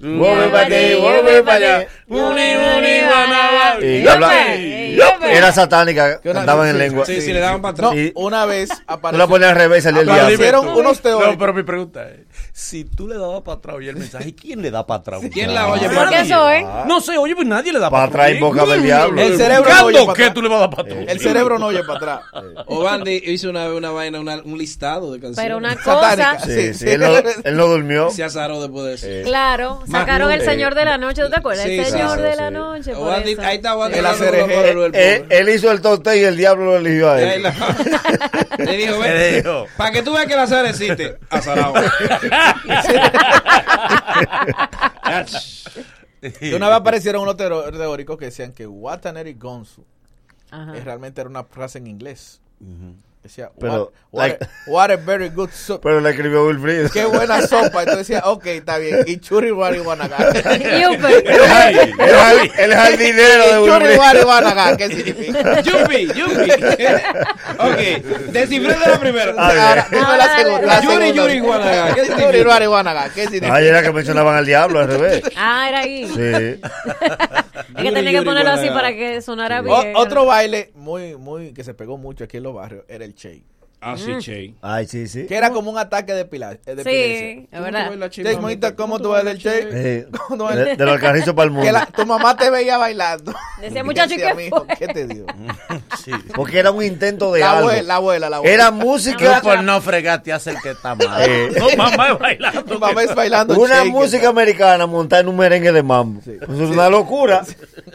Vuelve pa' aquí, vuelve pa' allá. Y
Yope,
habla-
ey, yope.
Era satánica,
Que una-
cantaban en
sí,
lengua.
Sí, sí, le daban para
No,
atrás.
Sí.
una vez
Tú la
apareció,
ponías al revés y salía el
Lo
diablo.
hicieron unos teóricos.
No, pero mi pregunta es, si tú le dabas para atrás y el mensaje, ¿quién le da para atrás?
¿Quién la oye?
¿Por qué eso, eh?
No sé, oye, pues nadie le da
Para atrás en boca del diablo.
El cerebro no oye
¿Cuándo
para
qué
atrás.
tú le vas a dar para atrás?
el cerebro no oye para atrás.
Obandi hizo una vez una vaina, una- un listado de canciones.
Pero
[laughs]
una
Satánica.
cosa,
Sí, sí, él no, él no durmió.
Se azaró después de eso.
Eh.
claro, sacaron el
nunca.
señor de la noche, ¿tú te acuerdas?
Sí,
el
sí,
señor
sí,
de
sí.
la noche, por
Obandi-
eso.
ahí está Obandi.
El
dando
ACRG.
uno para lo del
Él,
pobre.
Eh, él hizo el torte y el diablo lo eligió a
Y ahí
él.
la- Le dijo,
Le
ven,
dijo.
para que tú veas que el azar existe.
[laughs]
Azarado. [laughs]
Y [laughs] una vez aparecieron unos teor- teóricos que decían que Wataneri Gonzu
Ajá.
eh, realmente era una frase en inglés. Decía,
Pero,
what,
like-
what a very good soup.
Pero le escribió Wilfrido. [laughs]
Qué buena sopa. Entonces decía, ok, está bien. Y churri wari [laughs] wanaga.
Yupe.
[laughs]
El, jard- el jardinero de
Y churri
Wilfrido.
wari wanaga. ¿Qué significa? [laughs]
Yupi, yupi. ok, descifrando la primera.
Ah,
Ahora, dime la segunda. la
Yuri,
segunda.
Yuri Wanaga, ¿qué significa?
Yuri wari wanaga. ¿Qué significa?
Ay, era que mencionaban al diablo al
[laughs]
revés.
Ah, era ahí.
Sí.
Es que tenía que ponerlo así para que sonara
O-
bien.
otro baile muy, muy, que se pegó mucho aquí en los barrios era el Che.
Así, Che.
Ay, sí, sí.
Que era como un ataque de pila- eh, de epilepsia.
Mm. Sí, es verdad.
Che, monita, ¿cómo tú bailas el Che?
Eh,
¿Cómo tú
de, de los alcarrizos para el mundo.
[laughs] que la- tu mamá te veía bailando. [laughs]
Decía, muchacho, ¿y
Decía,
qué
"Mijo,
fue?"
¿Qué
[laughs]
te dio?
Porque era un intento de
La
algo.
abuela, la abuela, la abuela.
Era
Tú
música.
por no fregar te hace el que está mal.
Eh.
No, mamá, bailando.
Tu mamá es bailando
Una
shake,
música
¿no?
americana montada en un merengue de mambo. Pues es una locura.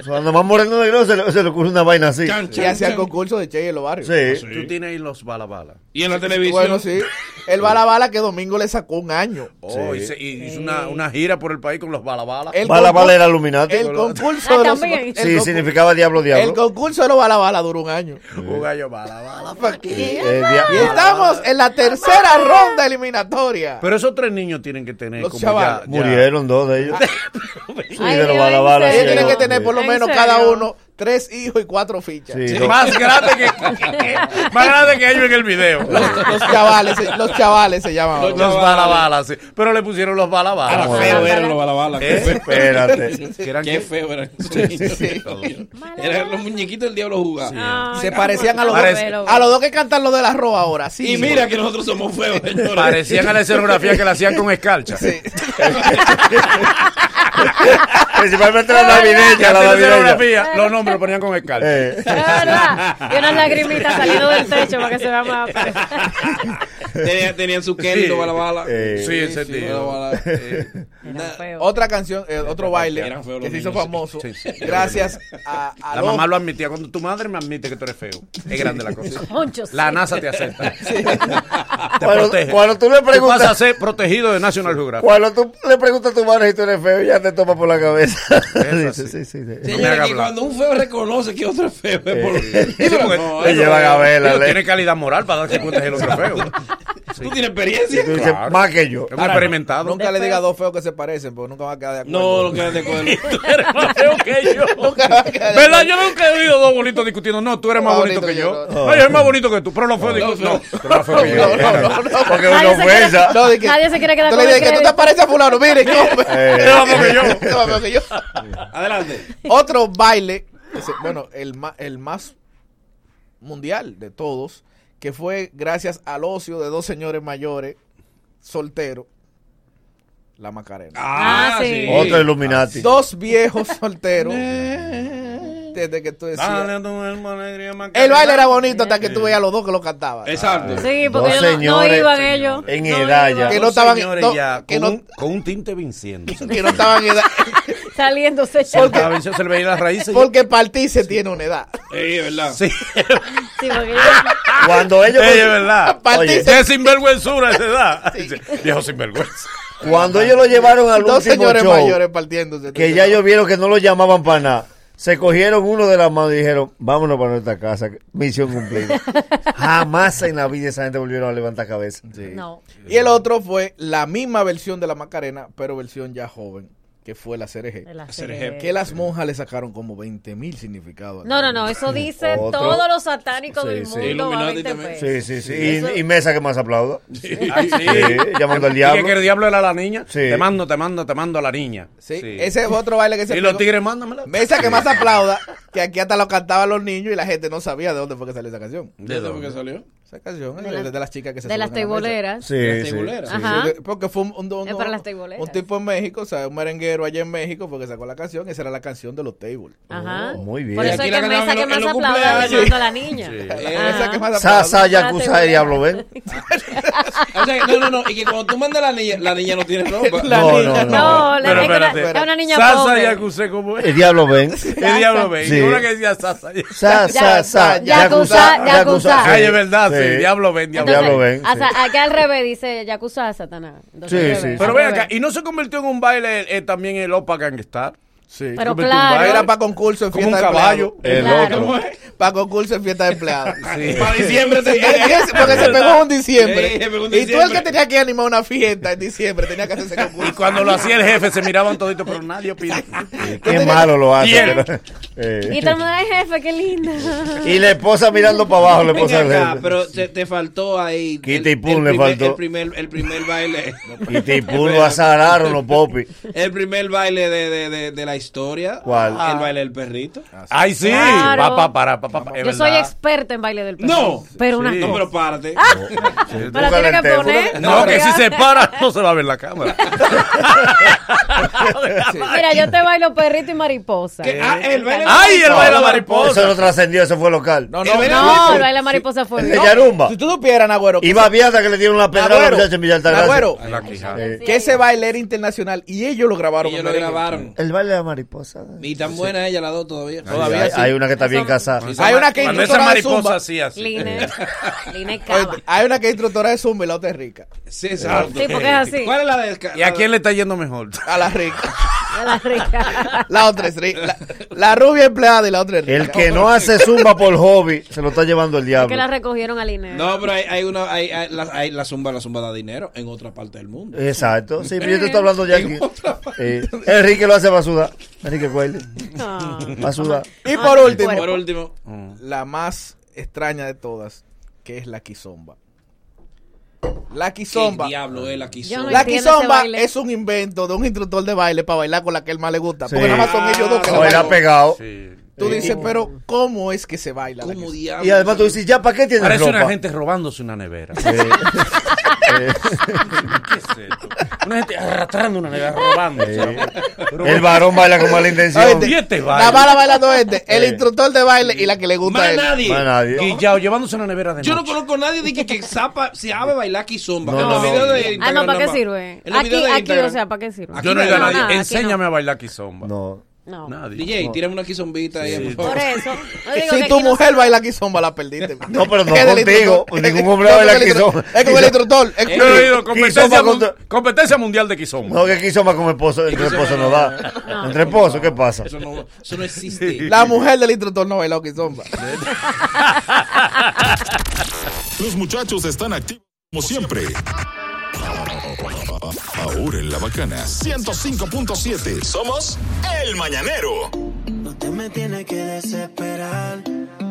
Cuando más moreno de negro se le, se le ocurre una vaina así.
Y hacía el concurso de Che en los barrios.
Sí.
Tú tienes ahí los balabalas.
Y en la televisión.
Bueno, sí. El bala bala que Domingo le sacó un año.
Oh, y se- y hizo una, una gira por el país con los balabalas.
El
Bala
concurso-
Bala era Illuminati.
El concurso
Ah,
de los
también.
el
Sí,
concur-
significaba diablo,
El
diablo.
concurso de los bala bala duró un año.
Un gallo balabala. pa' aquí.
Eh, eh, dia-
Y estamos en la tercera ronda eliminatoria.
Pero esos tres niños tienen que tener
Los
como ya-
chavales.
ya-
Murieron dos de ellos. Sí,
Ay,
de los
Dios,
bala bala,
¿en
sí,
serio?
Ellos tienen que
no,
tener por lo
¿En
menos
serio?
cada uno tres hijos y cuatro fichas.
Sí, lo- Más grande que- Más grande que ellos en el video.
[laughs] Los, los chavales, se- los chavales Ah, se llaman.
Los, balabalas, sí. Pero le pusieron los balabalas.
Ahora feo eran los balabalas.
Eh, espérate.
Qué,
Que eran qué-
feo eran.
Sí, sí, sí.
Eran los muñequitos del diablo jugado.
Ah,
Ay,
Se parecían a los, dos, a los dos que cantan lo del arroz ahora. Sí,
Y mira que nosotros somos feos, ¿eh?
[laughs]
señores.
Parecían a la escenografía que la hacían con escarcha.
[laughs]
Principalmente
la navideña, la navideña.
Los nombres lo ponían con escarcha.
Eh.
Y unas lagrimitas saliendo del techo para que se vea
[laughs]
más.
Tenían, tenían su Kendall,
Sí.
balabala.
Eh, Sí, ese tío.
balabala, eh.
[laughs] Otra canción, eh, otro baile
Eran feos
que
los
se hizo
niños.
famoso.
Sí, sí.
Gracias a, a
La
los-
mamá lo admitía. Cuando tu madre me admite que tú eres feo. Es grande la cosa.
Concho,
La
sí.
NASA te acepta.
Sí.
Te
Cuando-
protege.
cuando tú le preguntas-
vas a ser protegido de National Geographic.
Cuando tú le preguntas a tu madre si tú eres feo, ya te toma por la
[laughs]
cabeza. Sí, sí, sí, sí.
Señores, que cuando un feo reconoce que otro es feo, es por...
Sí, porque
No,
le
eso-
llevan a ver la
Digo,
ley.
tiene-
Tiene calidad moral para darse cuenta de los feo.
Tú tienes experiencia.
Tú dices, más que yo.
Es muy experimentado.
Nunca le diga a dos feos que se parecen, porque nunca va a quedar de acuerdo.
No, no quedan de
[laughs]
acuerdo.
Tú eres más feo que [laughs] yo. ¿Verdad? Yo nunca he oído dos bonitos discutiendo. No, tú eres más bonito, que yo. No, yo soy más bonito que tú. Pero los feos discuten. No, tú eres más feo que yo.
Porque
Nadie
una
se quiere-
ofensa.
No,
de que-
Nadie se quiere quedar
Tú
con
le
el
dices que tú te
crédito.
pareces a fulano, mire, no, hombre.
[laughs] Eh.
Te va [laughs] peor que yo.
Eh.
Te va peor que yo.
Adelante.
Otro baile, que se- bueno, el más, el más mundial de todos, que fue gracias al ocio de dos señores mayores solteros, la Macarena.
Ah, sí. Otro Illuminati.
Ah,
Ah.
Dos viejos solteros. desde que tú decías.
Dale a tu alma alegría, Macarena.
El baile era bonito hasta que tú veías a los dos que lo cantaban.
Exacto.
Sí, porque ellos no- no, iban ellos.
En
No
edad
iban.
ya.
Que no
Dos
estaban-
señores
no,
ya,
que
con,
no-
un, con un tinte vinciendo. [laughs]
Que no estaban en edad.
Saliéndose.
A veces se le veía las raíces.
Porque partirse tiene una edad.
Sí, ¿verdad?
[laughs] Sí.
Sí, porque
[laughs]
ellos-
Cuando ellos.
Sí, es verdad.
Oye,
Qué sinvergüenzura esa edad. [laughs] Dice, Viejo sinvergüenza.
cuando ellos lo llevaron al
Dos
último
señores
show,
mayores partiéndose.
que ya ellos vieron que no lo llamaban para nada. Se cogieron uno de las manos y dijeron, vámonos para nuestra casa, misión
[laughs]
cumplida. Jamás en la vida esa gente volvieron a levantar cabeza.
No.
Y el otro fue la misma versión de la Macarena, pero versión ya joven, que fue la CRG.
La CRG.
Que las monjas le sacaron como 20 mil significados.
No, no, no,
[laughs]
eso dice
Otro.
todos los satánicos
Sí,
del
sí.
mundo. va pues. a 20 pesos.
Sí, sí, sí.
Eso-
Y, y mesa que más aplaudo. Sí, llamando al
Y que-
diablo.
Que el diablo era la niña.
Sí.
Te mando, te mando, te mando a la niña.
Sí, Ese es otro baile que se
Y los
pegó.
tigres, mándamela.
Mesa que más aplauda, que aquí hasta lo cantaban los niños y la gente no sabía de dónde fue que salió esa canción.
¿De
¿Por
dónde?
qué salió?
Esa canción
De
es
la-
de, de las chicas que se
de las
suben a la mesa.
teiboleras.
Sí,
Las
sí.
teiboleras.
Sí. Ajá.
Porque- Porque fue un, un- un-
Es para las teiboleras.
un tipo en México, o sea, un merenguero allá en México, porque sacó la canción, esa era la canción de los tables.
Ajá.
Muy bien.
Por eso
Aquí
es
la
que mesa
ganaban
que
en los-
más
en los
aplauda le
cumpleaños.
manda a la niña. Ah.
Eh, esa que más
Sasa,
aplauda.
Yakuza y
[laughs]
Diablo, ven.
O sea, no, no, no. Y que cuando tú mandas a la niña, la niña no tiene ropa.
La
No,
niña-
no,
No, la
Pero
es que la-
espérate.
es una niña
Sasa
pobre.
y acusé como es.
El diablo, ven.
El diablo ve.
Sí.
Y una que decía Sasa. y-
Sa, sa, sa,
Yakuza, Yakuza.
Ay, es verdad, sí. Diablo ven, diablo
Entonces,
Diablo ven,
hasta- Aquí al revés dice Yakuza a Satanás. Entonces,
Sí,
al
sí,
revés.
Pero ven acá, y no se convirtió en un baile eh, también el Opa Gangstar.
Sí.
Pero
Convirtió en
claro.
baile.
Era para concurso en
Como
fiesta
un
de empleados.
caballo.
El
Claro.
otro.
[laughs]
Para concurso en fiesta de empleados.
Sí.
Para diciembre te
Es- Porque se pegó en diciembre.
Sí, se pegó en
Y tú el
diciembre.
que tenía que animar una fiesta en diciembre, tenía que hacer ese concurso.
Y cuando lo hacía el jefe se miraban toditos, pero nadie opinó.
Qué malo lo hace.
Bien.
pero- eh.
Y todo el mundo, ay, jefe, qué
[laughs]
linda.
Y la esposa mirando para abajo, la
Ven
esposa del
acá,
jefe.
pero te, te faltó ahí.
Quita y
el-
pum,
el
le
primer-
faltó.
El primer, el primer baile. [laughs]
Y Tipul lo azararon los popis.
El primer baile de, de, de, de la historia.
¿Cuál?
El baile del perrito.
Ay, sí.
Claro.
Pa, pa, para, pa, pa, pa, es
Yo soy
verdad.
experta en baile del perro.
No.
Pero una Ah,
Sí.
No,
cosa.
pero párate.
[laughs] Me la tiene que poner.
No, que si
obligado.
se para, no se va a ver la cámara.
Mira, yo te bailo perrito y mariposa.
Que- ah, el baile
¡Ay, el baile de la
Eso
mariposa!
no trascendió, eso fue local.
No,
El
no,
verano-
No, el baile de mariposa fue.
De Yarumba.
Si tú supieras, Nagüero. que
Y Babiata que le dieron la pedrada a la
Nagüero,
muchacha en Villa Altagracia.
Nagüero,
La quijada.
que ese baile era internacional y ellos lo grabaron.
Ellos
en
lo
merengue.
grabaron.
El baile de la mariposa.
Y tan buena ella, la dos todavía.
Todavía
hay,
sí.
hay una que está bien casada.
Hay una que es
Cuando esa
instructora de
mariposa
zumba.
así, así.
[laughs]
Line. Line
Oye,
Cava.
Hay una que es instructora de zumba y la otra es rica.
Sí, exacto.
Sí, porque es así.
¿Cuál es la de
¿Y a quién le está yendo mejor?
A la rica.
A la rica.
La otra es rica. La, la rubia empleada y la otra es rica.
El que no hace zumba por hobby, se lo está llevando el
Que
diablo.
la recogieron a Line.
No, pero hay, hay una. Hay, hay- la, hay- la zumba, la zumba da dinero en otra parte del mundo. [laughs]
Exacto. Sí, pero yo te estoy hablando ya aquí. Eh, Enrique lo hace basura. Enrique Cuello.
No.
Pa' sudar.
Y
Ah,
por
mi
último,
cuerpo.
por último,
Mm.
la más extraña de todas, que es la quizomba. La quizomba.
¿Qué diablo es la quizomba? Yo no
la
entiendo ese
quizomba
baile.
es un invento de un instructor de baile para bailar con la que él más le gusta.
Sí.
Porque nada más son ellos dos que la
O él ha
bailan.
pegado.
Tú
Sí.
dices, pero ¿cómo es que se baila? la quizomba?
Y además tú dices, ¿ya para qué tienes
Parece
ropa? Eh,
una gente robándose una nevera. [laughs] ¿Qué es esto? Una gente arrastrando una nevera, robando.
El varón baila con mala intención.
¿Y este
La
baile?
bala bailando este, el
Sí.
instructor de baile y la que le gusta a él.
Guillao, llevándose una nevera de
Yo
noche.
no conozco a nadie de que, que zapa, se sabe bailar quizomba.
No,
En
no,
los videos
no.
de
Ah,
Instagram
no, ¿para qué
nada más.
sirve?
En los
Aquí,
videos de
aquí,
Instagram.
o sea, ¿para qué sirve?
Yo no he
Aquí no,
ganado.
nada, aquí
nadie.
no.
Enséñame a bailar quizomba.
No.
No.
Nadie.
DJ, tírame una quizombita ahí, por favor.
Por eso. no digo
Si
que
tu
aquí no
mujer baila quizomba, la perdiste.
No, [laughs] pero no
Es del
contigo.
instructor.
Ningún hombre
[laughs] No,
baila
con el
quizomba.
instru-
[laughs]
Es con el instructor. es
Yo he oído
Quizomba
competencia, mun-
contra-
competencia mundial de quizomba.
No, que quiso más con mi esposo. Entre esposo no da. Entre esposo, ¿qué pasa?
no, eso
[laughs]
no existe.
La mujer del instructor no bailó quizomba.
Los muchachos están activos como siempre. Ahora en la bacana 105.7 somos El Mañanero.
Te me tienes que desesperar.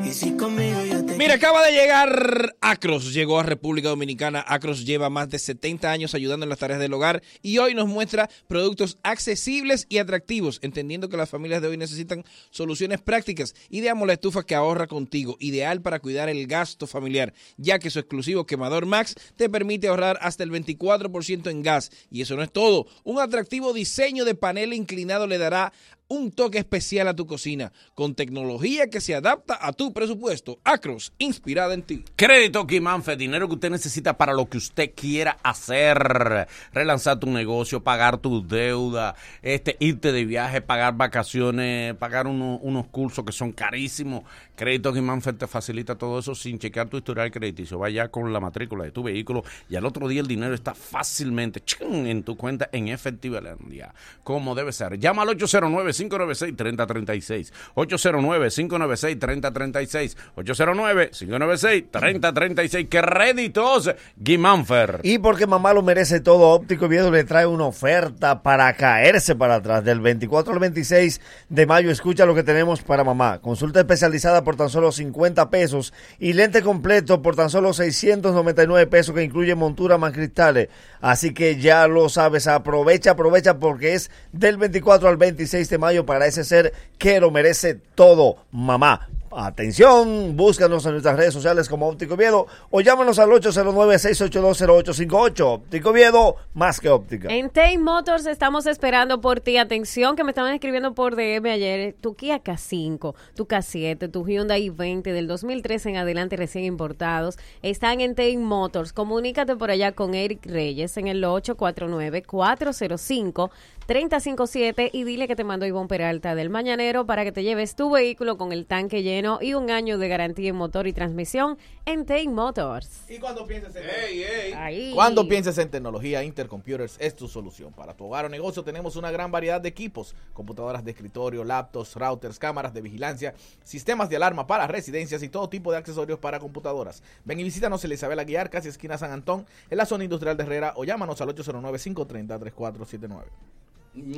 Y si conmigo yo te.
Mira, acaba de llegar Acros, llegó a República Dominicana. Acros lleva más de 70 años ayudando en las tareas del hogar y hoy nos muestra productos accesibles y atractivos, entendiendo que las familias de hoy necesitan soluciones prácticas. Ideamos la estufa que ahorra contigo, ideal para cuidar el gasto familiar, ya que su exclusivo quemador Max te permite ahorrar hasta el 24% en gas. Y eso no es todo, un atractivo diseño de panel inclinado le dará un toque especial a tu cocina, con tecnología que se adapta a tu presupuesto. Acros, inspirada en ti.
Crédito Quimanfe, dinero que usted necesita para lo que usted quiera hacer. Relanzar tu negocio, pagar tus deudas, este, irte de viaje, pagar vacaciones, pagar uno- unos cursos que son carísimos. Crédito Quimanfe te facilita todo eso sin chequear tu historial crediticio. Vaya con la matrícula de tu vehículo y al otro día el dinero está fácilmente chin, en tu cuenta en Efectivalandia. Como debe ser. Llama al 809-596-3036. 809-596-3036. 809-596-3036. Créditos, Guimánfer.
Y porque mamá lo merece todo, Óptico Viedo le trae una oferta para caerse para atrás. Del 24 al 26 de mayo, escucha lo que tenemos para mamá. Consulta especializada por tan solo 50 pesos y lente completo por tan solo 699 pesos que incluye montura más cristales. Así que ya lo sabes, aprovecha, aprovecha porque es del 24 al 26 de mayo para ese ser que lo merece todo, mamá. Atención, búscanos en nuestras redes sociales como Óptico Viedo o llámanos al 809-682-0858. Óptico Viedo, más que óptica.
En Tay Motors estamos esperando por ti. Atención, que me estaban escribiendo por DM ayer. Tu Kia K5, tu K7, tu Hyundai i20 del 2013 en adelante recién importados están en Tay Motors. Comunícate por allá con Eric Reyes en el 849-405-357 y dile que te mandó Ivonne Peralta del Mañanero para que te lleves tu vehículo con el tanque lleno y un año de garantía en motor y transmisión en Tay Motors.
¿Y cuando piensas en
Ahí.
Cuando pienses en tecnología, Intercomputers es tu solución. Para tu hogar o negocio tenemos una gran variedad de equipos, computadoras de escritorio, laptops, routers, cámaras de vigilancia, sistemas de alarma para residencias y todo tipo de accesorios para computadoras. Ven y visítanos en la Isabela Guiar, casi esquina San Antón, en la zona industrial de Herrera o llámanos al 809-530-3479.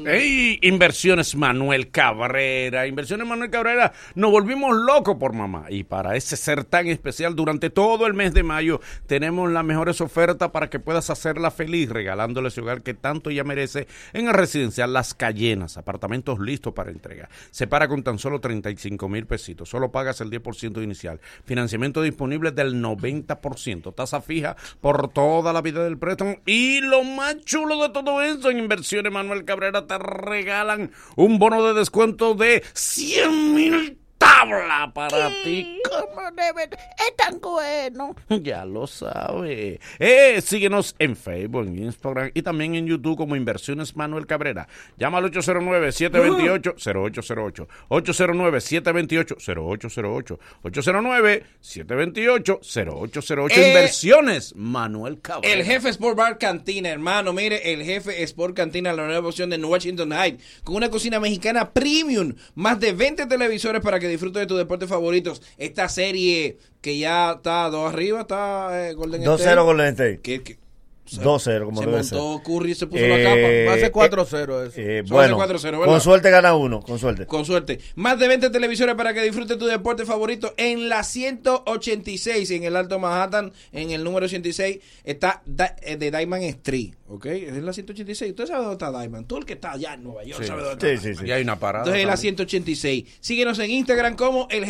Ey, Inversiones Manuel Cabrera. Inversiones Manuel Cabrera. Nos volvimos locos por mamá. Y para ese ser tan especial, durante todo el mes de mayo, tenemos las mejores ofertas para que puedas hacerla feliz, regalándole ese hogar que tanto ya merece en el residencial Las Cayenas. Apartamentos listos para entrega. Se para con tan solo 35 mil pesitos. Solo pagas el 10% inicial. Financiamiento disponible del 90%. Tasa fija por toda la vida del préstamo. Y lo más chulo de todo eso, en Inversiones Manuel Cabrera te regalan un bono de descuento de 100 mil tablas para ti.
¿Cómo debe? Es tan bueno.
[laughs] Ya lo sabe. Eh, síguenos en Facebook, en Instagram y también en YouTube como Inversiones Manuel Cabrera. Llama al 809-728-0808. 809-728-0808. 809-728-0808.
Eh,
Inversiones Manuel Cabrera.
El jefe Sport Bar Cantina, hermano. Mire, el jefe Sport Cantina, la nueva opción de Washington Heights, con una cocina mexicana premium, más de 20 televisores para que disfrutes de tus deportes favoritos. Esta serie que ya está dos arriba, está eh, Golden State.
2-0 Golden State.
Que- que- Se-
2-0, como
se
debe
montó
ser.
Curry y se puso la capa. Va a ser 4-0
eh,
eso.
eh,
Eso va a ser
bueno,
4-0, ¿verdad?
con suerte gana uno, con suerte.
Con suerte. Más de 20 televisoras para que disfrutes tu deporte favorito en la 186 en el Alto Manhattan, en el número 86 está Da- eh, de Diamond Street, ¿ok? Es la 186. Usted sabe dónde está Diamond. Tú el que está allá en Nueva York
Sí,
sabe dónde
sí,
está.
sí,
Diamond.
sí. Y hay una parada
Entonces es la
también.
186. Síguenos en Instagram como el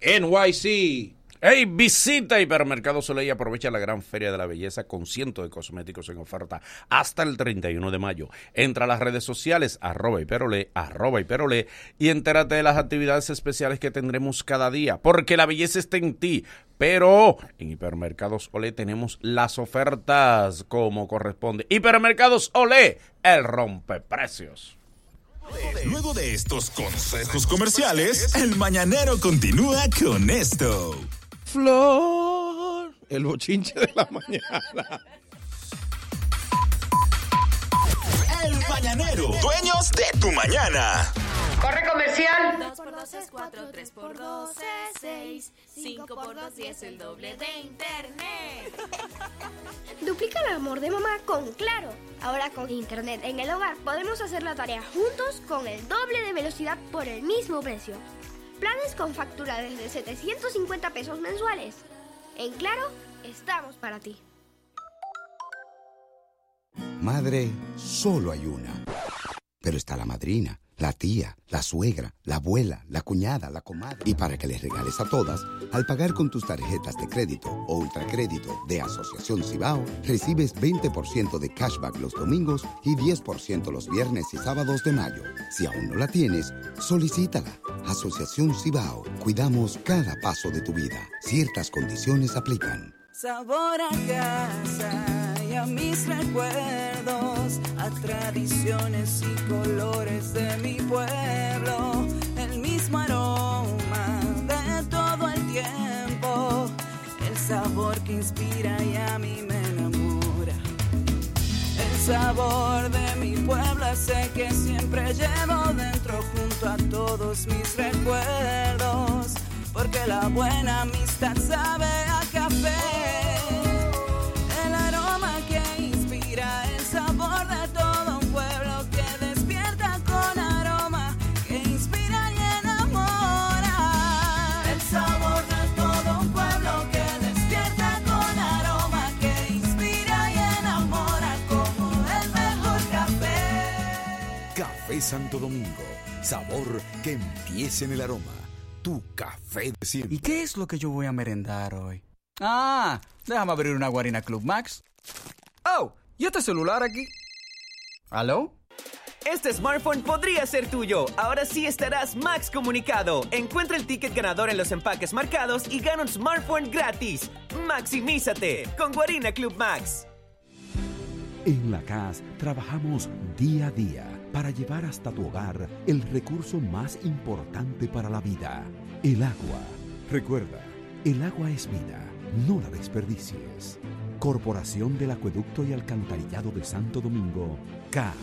NYC.
Hey, visita Hipermercado Soleil y aprovecha la gran feria de la belleza con cientos de cosméticos en oferta hasta el 31 de mayo. Entra a las redes sociales arroba hiperole, arroba hiperole y entérate de las actividades especiales que tendremos cada día, porque la belleza está en ti. Pero en Hipermercados Olé tenemos las ofertas como corresponde. Hipermercados Olé, el rompeprecios.
Luego de estos consejos comerciales, el mañanero continúa con esto.
Flor. El bochinche de la [laughs] mañana.
El mañanero, dueños de tu mañana.
Corre comercial.
2 por 2 es 4, 3 por 2 es 6, 5 por 2 y es el doble de internet.
Duplica el amor de mamá con Claro. Ahora con internet en el hogar podemos hacer la tarea juntos con el doble de velocidad por el mismo precio. Planes con factura desde 750 pesos mensuales. En Claro, estamos para ti.
Madre solo hay una. Pero está la madrina, la tía, la suegra, la abuela, la cuñada, la comadre. Y para que les regales a todas, al pagar con tus tarjetas de crédito o ultracrédito de Asociación Cibao, recibes 20% de cashback los domingos y 10% los viernes y sábados de mayo. Si aún no la tienes, solicítala. Asociación Cibao, cuidamos cada paso de tu vida. Ciertas condiciones aplican.
Sabor a casa y a mis recuerdos, a tradiciones y colores de mi pueblo, el mismo aroma de todo el tiempo, el sabor que inspira y a mí me enamora. El sabor de mi pueblo sé que siempre llevo dentro junto a todos mis recuerdos, porque la buena amistad sabe a café. El aroma que inspira, el sabor de todo un pueblo que despierta con aroma, que inspira y enamora. El sabor de todo un pueblo que despierta con aroma, que inspira y enamora como el mejor café.
Café Santo Domingo. Sabor que empiece en el aroma. Tu café de siempre.
¿Y qué es lo que yo voy a merendar hoy? Ah, déjame abrir una guarina Club Max. Oh, ¿y este celular aquí? ¿Aló?
Este smartphone podría ser tuyo. Ahora sí estarás Max comunicado. Encuentra el ticket ganador en los empaques marcados y gana un smartphone gratis. Maximízate con Guarina Club Max.
En la CAS trabajamos día a día para llevar hasta tu hogar el recurso más importante para la vida, el agua. Recuerda, el agua es vida, no la desperdicies. Corporación del Acueducto y Alcantarillado de Santo Domingo, CAS.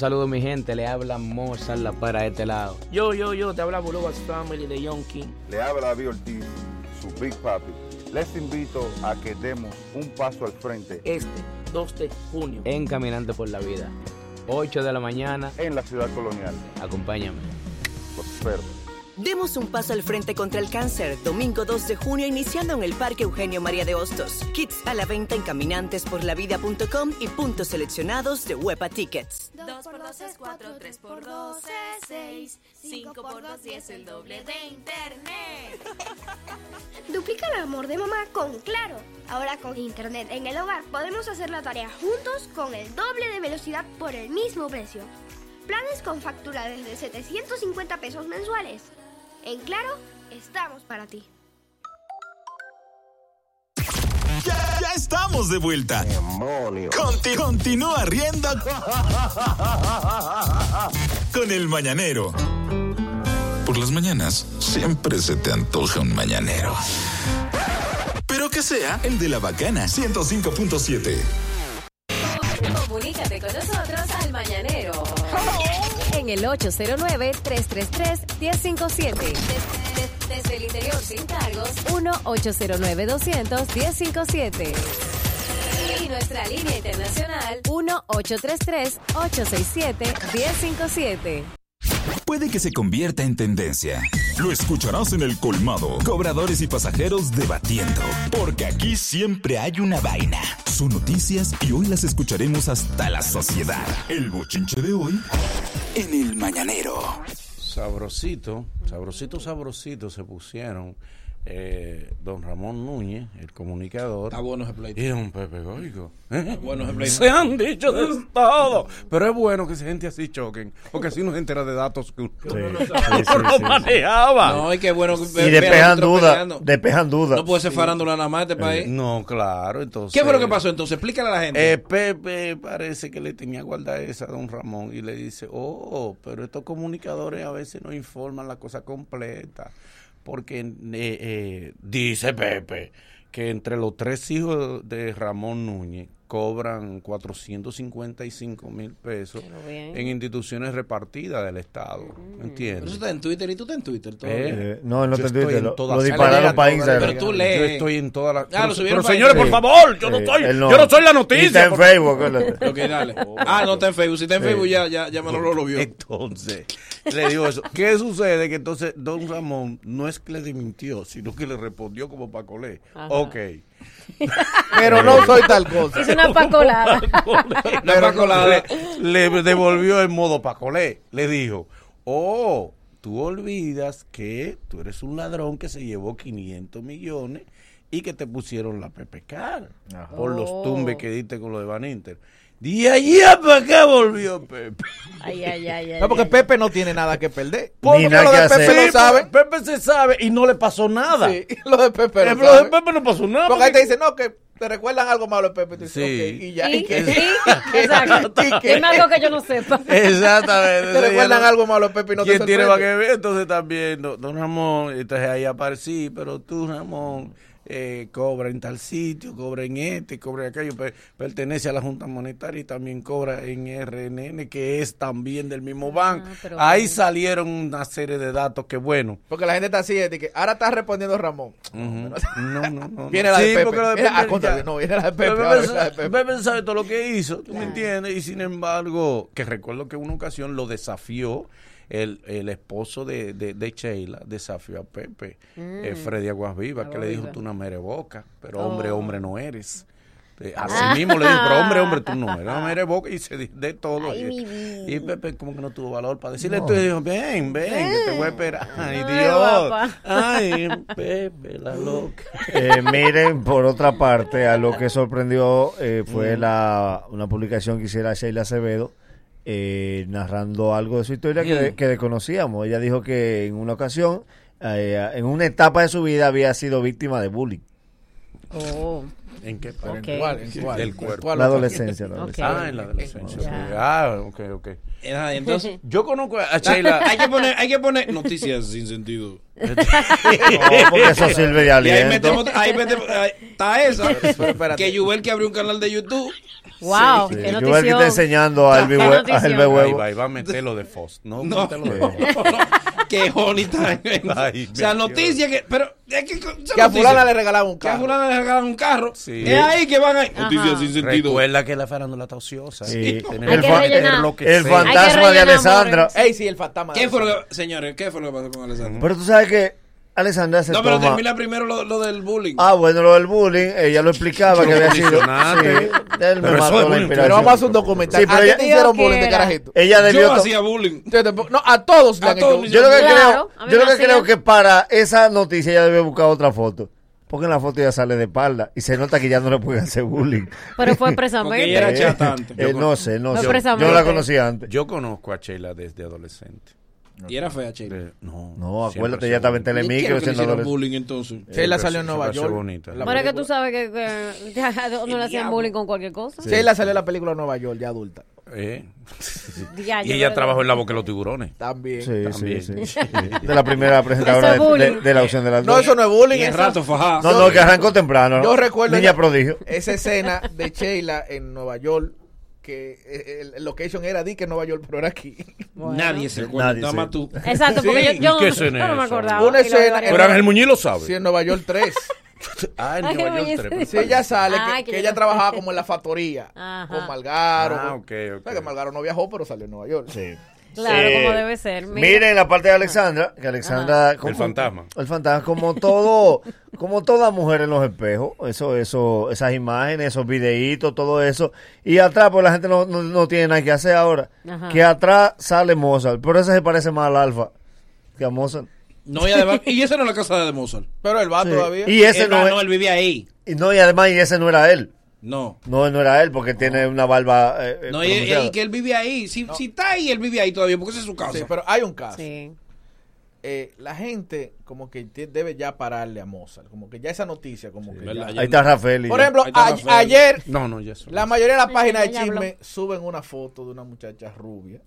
Saludos mi gente, le habla Mozart la para este lado.
Yo, yo, yo, te habla Bulogas Family de Yonkin.
Le habla David Ortiz, su Big Papi. Les invito a que demos un paso al frente.
Este 2 de junio.
En Caminante por la Vida, 8 de la mañana. En la ciudad colonial. Acompáñame.
Demos un paso al frente contra el cáncer, domingo 2 de junio, iniciando en el Parque Eugenio María de Hostos. Kits a la venta en caminantesporlavida.com y puntos seleccionados de Huepa Tickets.
2 por 2 es 4, 3 por 2 es 6, 5 por 2 y es el doble de internet.
Duplica el amor de mamá con Claro. Ahora con internet en el hogar podemos hacer la tarea juntos con el doble de velocidad por el mismo precio. Planes con factura desde 750 pesos mensuales. En Claro, estamos para ti.
Ya, ya estamos de vuelta. Conti- continúa riendo con el mañanero.
Por las mañanas siempre se te antoja un mañanero.
Pero que sea el de la bacana 105.7.
Comunícate con nosotros al mañanero.
En el 809-333-1057. Desde el interior sin cargos.
1-809-200-1057.
Y nuestra línea internacional.
1-833-867-1057.
Puede que se convierta en tendencia. Lo escucharás en el colmado. Cobradores y pasajeros debatiendo. Porque aquí siempre hay una vaina. Son noticias y hoy las escucharemos hasta la sociedad. El bochinche de hoy en el mañanero.
Sabrosito, sabrosito, sabrosito se pusieron eh, don Ramón Núñez, el comunicador.
Está bueno ese pleito.
Y don Pepe Goico.
bueno ese pleito.
Se han dicho de todo. Pero es bueno que esa gente así choquen, porque así nos entera de datos que
[laughs]
uno
no sabe.
no
Sí, sí, sí.
manejaba.
No, y qué bueno que ve-
Y
ve a
despejan
otro
dudas.
peleando.
Despejan dudas. Eh,
No puede ser farándula nada más este país.
No, claro, entonces.
¿Qué fue lo que pasó entonces? Explícale a la gente.
Eh, Pepe parece que le tenía guardada esa a don Ramón y le dice, oh, pero estos comunicadores a veces no informan la cosa completa, porque eh, eh, dice Pepe que entre los tres hijos de Ramón Núñez cobran 455 mil pesos
Pero bien.
en instituciones repartidas del Estado, ¿me
Pero eso
¿entiendes?
está en Twitter y tú estás en Twitter. todo bien.
Eh,
No, él no está
yo
en
estoy
Twitter,
en
lo-
todas
lo
las-
dispararon
Dale,
para
dale,
Instagram.
dale,
Pero tú
dale.
lees.
Yo estoy en todas las...
Ah, lo
pero-
subieron
pero
para
señores, por
Instagram.
favor, yo no
Sí,
estoy...
él no.
Yo no soy la noticia.
Y está en
por-
Facebook. él-
[laughs]
[laughs]
Ok, dale. Ah, no está en Facebook. Si está en Facebook ya, ya, ya Manolo lo vio.
Entonces, le digo eso. ¿Qué sucede? Que entonces Don Ramón no es que le desmintió, sino que le respondió como Pacolé.
Ajá.
[laughs]
Ok. [laughs]
Pero no soy tal cosa.
Es una pacolada.
La
Pero
pacolada.
Le, le devolvió en modo Pacolé. Le dijo, oh, tú olvidas que tú eres un ladrón que se llevó 500 millones y que te pusieron la PPK por
Oh.
los tumbes que diste con lo de Van Inter. De allá para acá volvió Pepe.
Ay, ay, ay, ay.
No, porque
ay.
Pepe no tiene nada que perder.
Porque
nada
lo
que
de Pepe
hacer.
lo sabe. Pepe se sabe y no le pasó nada.
Sí, [laughs] lo de Pepe.
Eh,
no
pero lo de
sabe.
Pepe no pasó nada.
Porque ahí te
porque-
dicen, no, que te recuerdan algo malo de Pepe. Y tú dices,
Sí.
"Oh,
ok, y ya.
Sí,
¿Y qué?
[laughs]
sí, exacto.
¿Y qué?
Dime algo que yo no sepa.
Exactamente.
Te recuerdan algo malo de Pepe y no te
¿Quién tiene para
sorprende.
que ver? Entonces también, do- don Ramón, entonces ahí aparecí, pero tú, Ramón, eh, cobra en tal sitio, cobra en este, cobra en aquello, pe- pertenece a la Junta Monetaria y también cobra en RNN, que es también del mismo banco.
Ah, pero
ahí
bueno.
salieron una serie de datos que, bueno,
Porque la gente está así, es de que ahora está respondiendo Ramón.
Ujú. [laughs] No, no, no.
Viene
no.
la de
Sí,
Pepe.
porque la de
Mira,
Pepe
ah, contra,
ya-
no, viene la de Pepe,
Pero Pepe
ahora viene
sabe-
la de Pepe.
Pepe sabe todo lo que hizo, ¿tú me entiendes? Y sin embargo, que recuerdo que una ocasión lo desafió. El, el esposo de, de, de Sheila desafió a Pepe,
Mm.
eh, Freddy Aguasviva, que le dijo,
Aguasviva.
tú una mere boca, pero
Oh.
hombre, hombre no eres. Eh,
Ah.
Así mismo le dijo, pero hombre, hombre, tú no eres una mere boca y se di- de todo.
Ay,
Y-
mi vida.
y, Pepe como que no tuvo valor para decirle esto y dijo, ven, ven, que te voy a esperar. Ay,
Ay,
Dios.
guapa.
Ay, Pepe, la loca.
Eh, miren, por otra parte, a lo que sorprendió eh, fue
Mm.
la, una publicación que hiciera Sheila Acevedo eh, narrando algo de su historia que,
Mm.
de- que desconocíamos. Ella dijo que en una ocasión, eh, en una etapa de su vida, había sido víctima de bullying.
[laughs] Oh,
¿En qué parte?
ok.
¿En cuál?
Del
¿En
cuerpo.
cuál
La
otra?
adolescencia. la
Ok.
adolescencia.
Ah, en la adolescencia.
Ya.
ok. Ah, ok, ok.
Eh, ah, Entonces,
[laughs] Yo conozco a
[laughs] hay
Sheila.
que poner, hay que poner noticias
[laughs]
sin sentido.
No, porque eso sirve de
[laughs] Y ahí
aliento.
metemos,
[laughs]
ahí metemos, ahí está esa.
espérate.
Que Yubel que abrió un canal de YouTube.
Wow,
Sí,
qué
yo voy a que
notición.
está enseñando a Elvi
Qué
Hue- a
notición.
Elvi
Ahí
Huevo.
va, ahí va a meter lo de Fox. No,
No,
mételo
no,
de
no, que Honey está en-
Ay,
O
mi
sea,
Dios.
noticias que. Pero. Es que, son
Que a
noticias.
fulana le regalaban un
Que a
carro.
fulana le regalaron un carro.
Sí.
Es ahí que van a. Noticias
Ajá.
sin sentido.
Recuerda que la farándula está ociosa.
Sí.
Tenemos
El
que
fa-
meter
el
lo que
El
sea.
fantasma de
rellenar,
Alessandra.
amores.
Ey, sí, el fantasma.
¿Qué fue lo que. Señores, ¿qué fue lo que pasó con Alessandra?
Pero tú sabes que Alessandra se
Mm. No, pero
toma...
termina primero lo, lo del bullying.
Ah, bueno, lo del bullying, ella lo explicaba que había sido. Sí,
condicionante.
él me
Pero eso
mató
es
la
bullying.
inspiración.
Pero vamos a hacer un documental.
Sí, pero
¿A qué
ella-
te hicieron
Dios
bullying de
quiera.
carajito?
Ella debió.
Yo
to-
hacía bullying.
Yo tampoco- No, a todos le
A
han
todos,
hecho-
Yo lo que
Claro, a
creo,
mí
yo
me
lo que
hacían.
creo que para esa noticia ella debe buscar otra foto. Porque en la foto ella sale de espalda y se nota que ya no le pueden hacer bullying.
Pero
[laughs]
fue
Porque ella era
precisamente.
Eh,
chata antes.
eh, no sé, no
Fue
sé.
precisamente.
Yo la
[laughs]
conocí antes.
Yo conozco a Sheila desde adolescente.
Y era fea, Sheila.
De- no,
No,
siempre
acuérdate,
se
ella estaba en
bonita.
¿Y qué es
Telemicro
lo que le
siendo
hicieron
adolescente.
bullying entonces?
Sheila
Siempre
salió en
se-
Nueva
se hace
York.
bonita.
La
Bueno, es que
película.
tú sabes que, que ya [laughs] no le hacían bullying con cualquier cosa.
Sheila salió en la película Nueva York, ya adulta.
Eh.
Ya,
y
yo
ella
creo-
trabajó en la boca de los tiburones.
También.
Sí, sí, sí,
También.
sí. De la primera
Eso
presentadora
es
de, de-
bullying.
de la opción de las
No,
dos.
eso no es bullying.
Y el
eso-
rato fajá.
No,
Ah,
no, que arrancó temprano.
Yo recuerdo
Niña
esa-
prodigio.
Esa escena de Sheila en Nueva York
que eh, el, el location era di que Nueva York, pero era aquí.
Nadie se acuerda.
Nadie
Nada
se-
más tú.
Exacto, porque yo- yo no-
¿Qué escena
yo no me
es esa?
acordaba. Una Y lo escena- llevaría.
Pero Ángel Muñiz lo sabe.
Sí, en Nueva York [laughs] 3.
Ah, en
Ay,
Nueva
oye,
York 3.
Si ella sale, que-
Ah,
que,
que yo-
ella trabajaba como en la factoría,
Ajá.
con Malgaro.
Ah,
con-
ok, ok.
O sea, que Malgaro no viajó, pero salió en Nueva York. Eh,
Sí.
Claro,
Sí.
como debe ser. mira.
Eh, Miren la parte de Alexandra, que Alexandra... como-
El fantasma.
El fantasma, como todo, [laughs] como toda mujer en los espejos, eso, eso, esas imágenes, esos videitos, todo eso. Y atrás, pues la gente no, no, no tiene nada que hacer ahora.
Ajá.
Que atrás sale Mozart, pero ese se parece más al Alfa que a Mozart.
No, y, además- y esa no es la casa de Mozart.
Pero él
[laughs]
va
Sí.
todavía.
Y ese
Él-
no
ah,
es-
no, él vivía ahí.
Y no, y además, y ese no era él.
No.
No, no era él, porque tiene una barba. eh, eh,
No, y, y
pronunciada.
que él vive ahí. Si, si está ahí, él vive ahí todavía, porque esa es su casa.
Sí,
[laughs]
pero hay un caso.
Sí.
Eh, la gente como que te- debe ya pararle a Mozart, como que ya esa noticia, como que ya-
Ahí está Rafael. y
Por
yo.
ejemplo,
Ahí está
a-
Rafael.
ayer
No, no, ya eso.
la mayoría de las
Ay,
páginas de
ya habló.
chisme suben una foto de una muchacha rubia,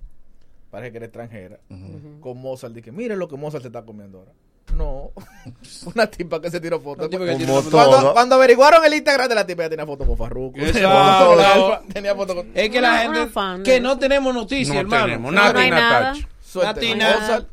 parece que era extranjera, con Mozart. Dije, miren lo que Mozart se está comiendo ahora. No, [laughs] una tipa que se tiró foto.
Una tipa que se
Como
tiró foto.
cuando,
todo.
cuando averiguaron el Instagram de la tipa, ya tenía foto con Farruko.
Exacto. [laughs]
[laughs] Tenía foto con Alfa, tenía foto con...
Es que la
Una-
gente.
una fan,
que
¿no?
no tenemos noticias,
No
hermano.
tenemos.
No, no
Nati
hay nada.
Natacha.
Suerte con
Nati,
Mozart.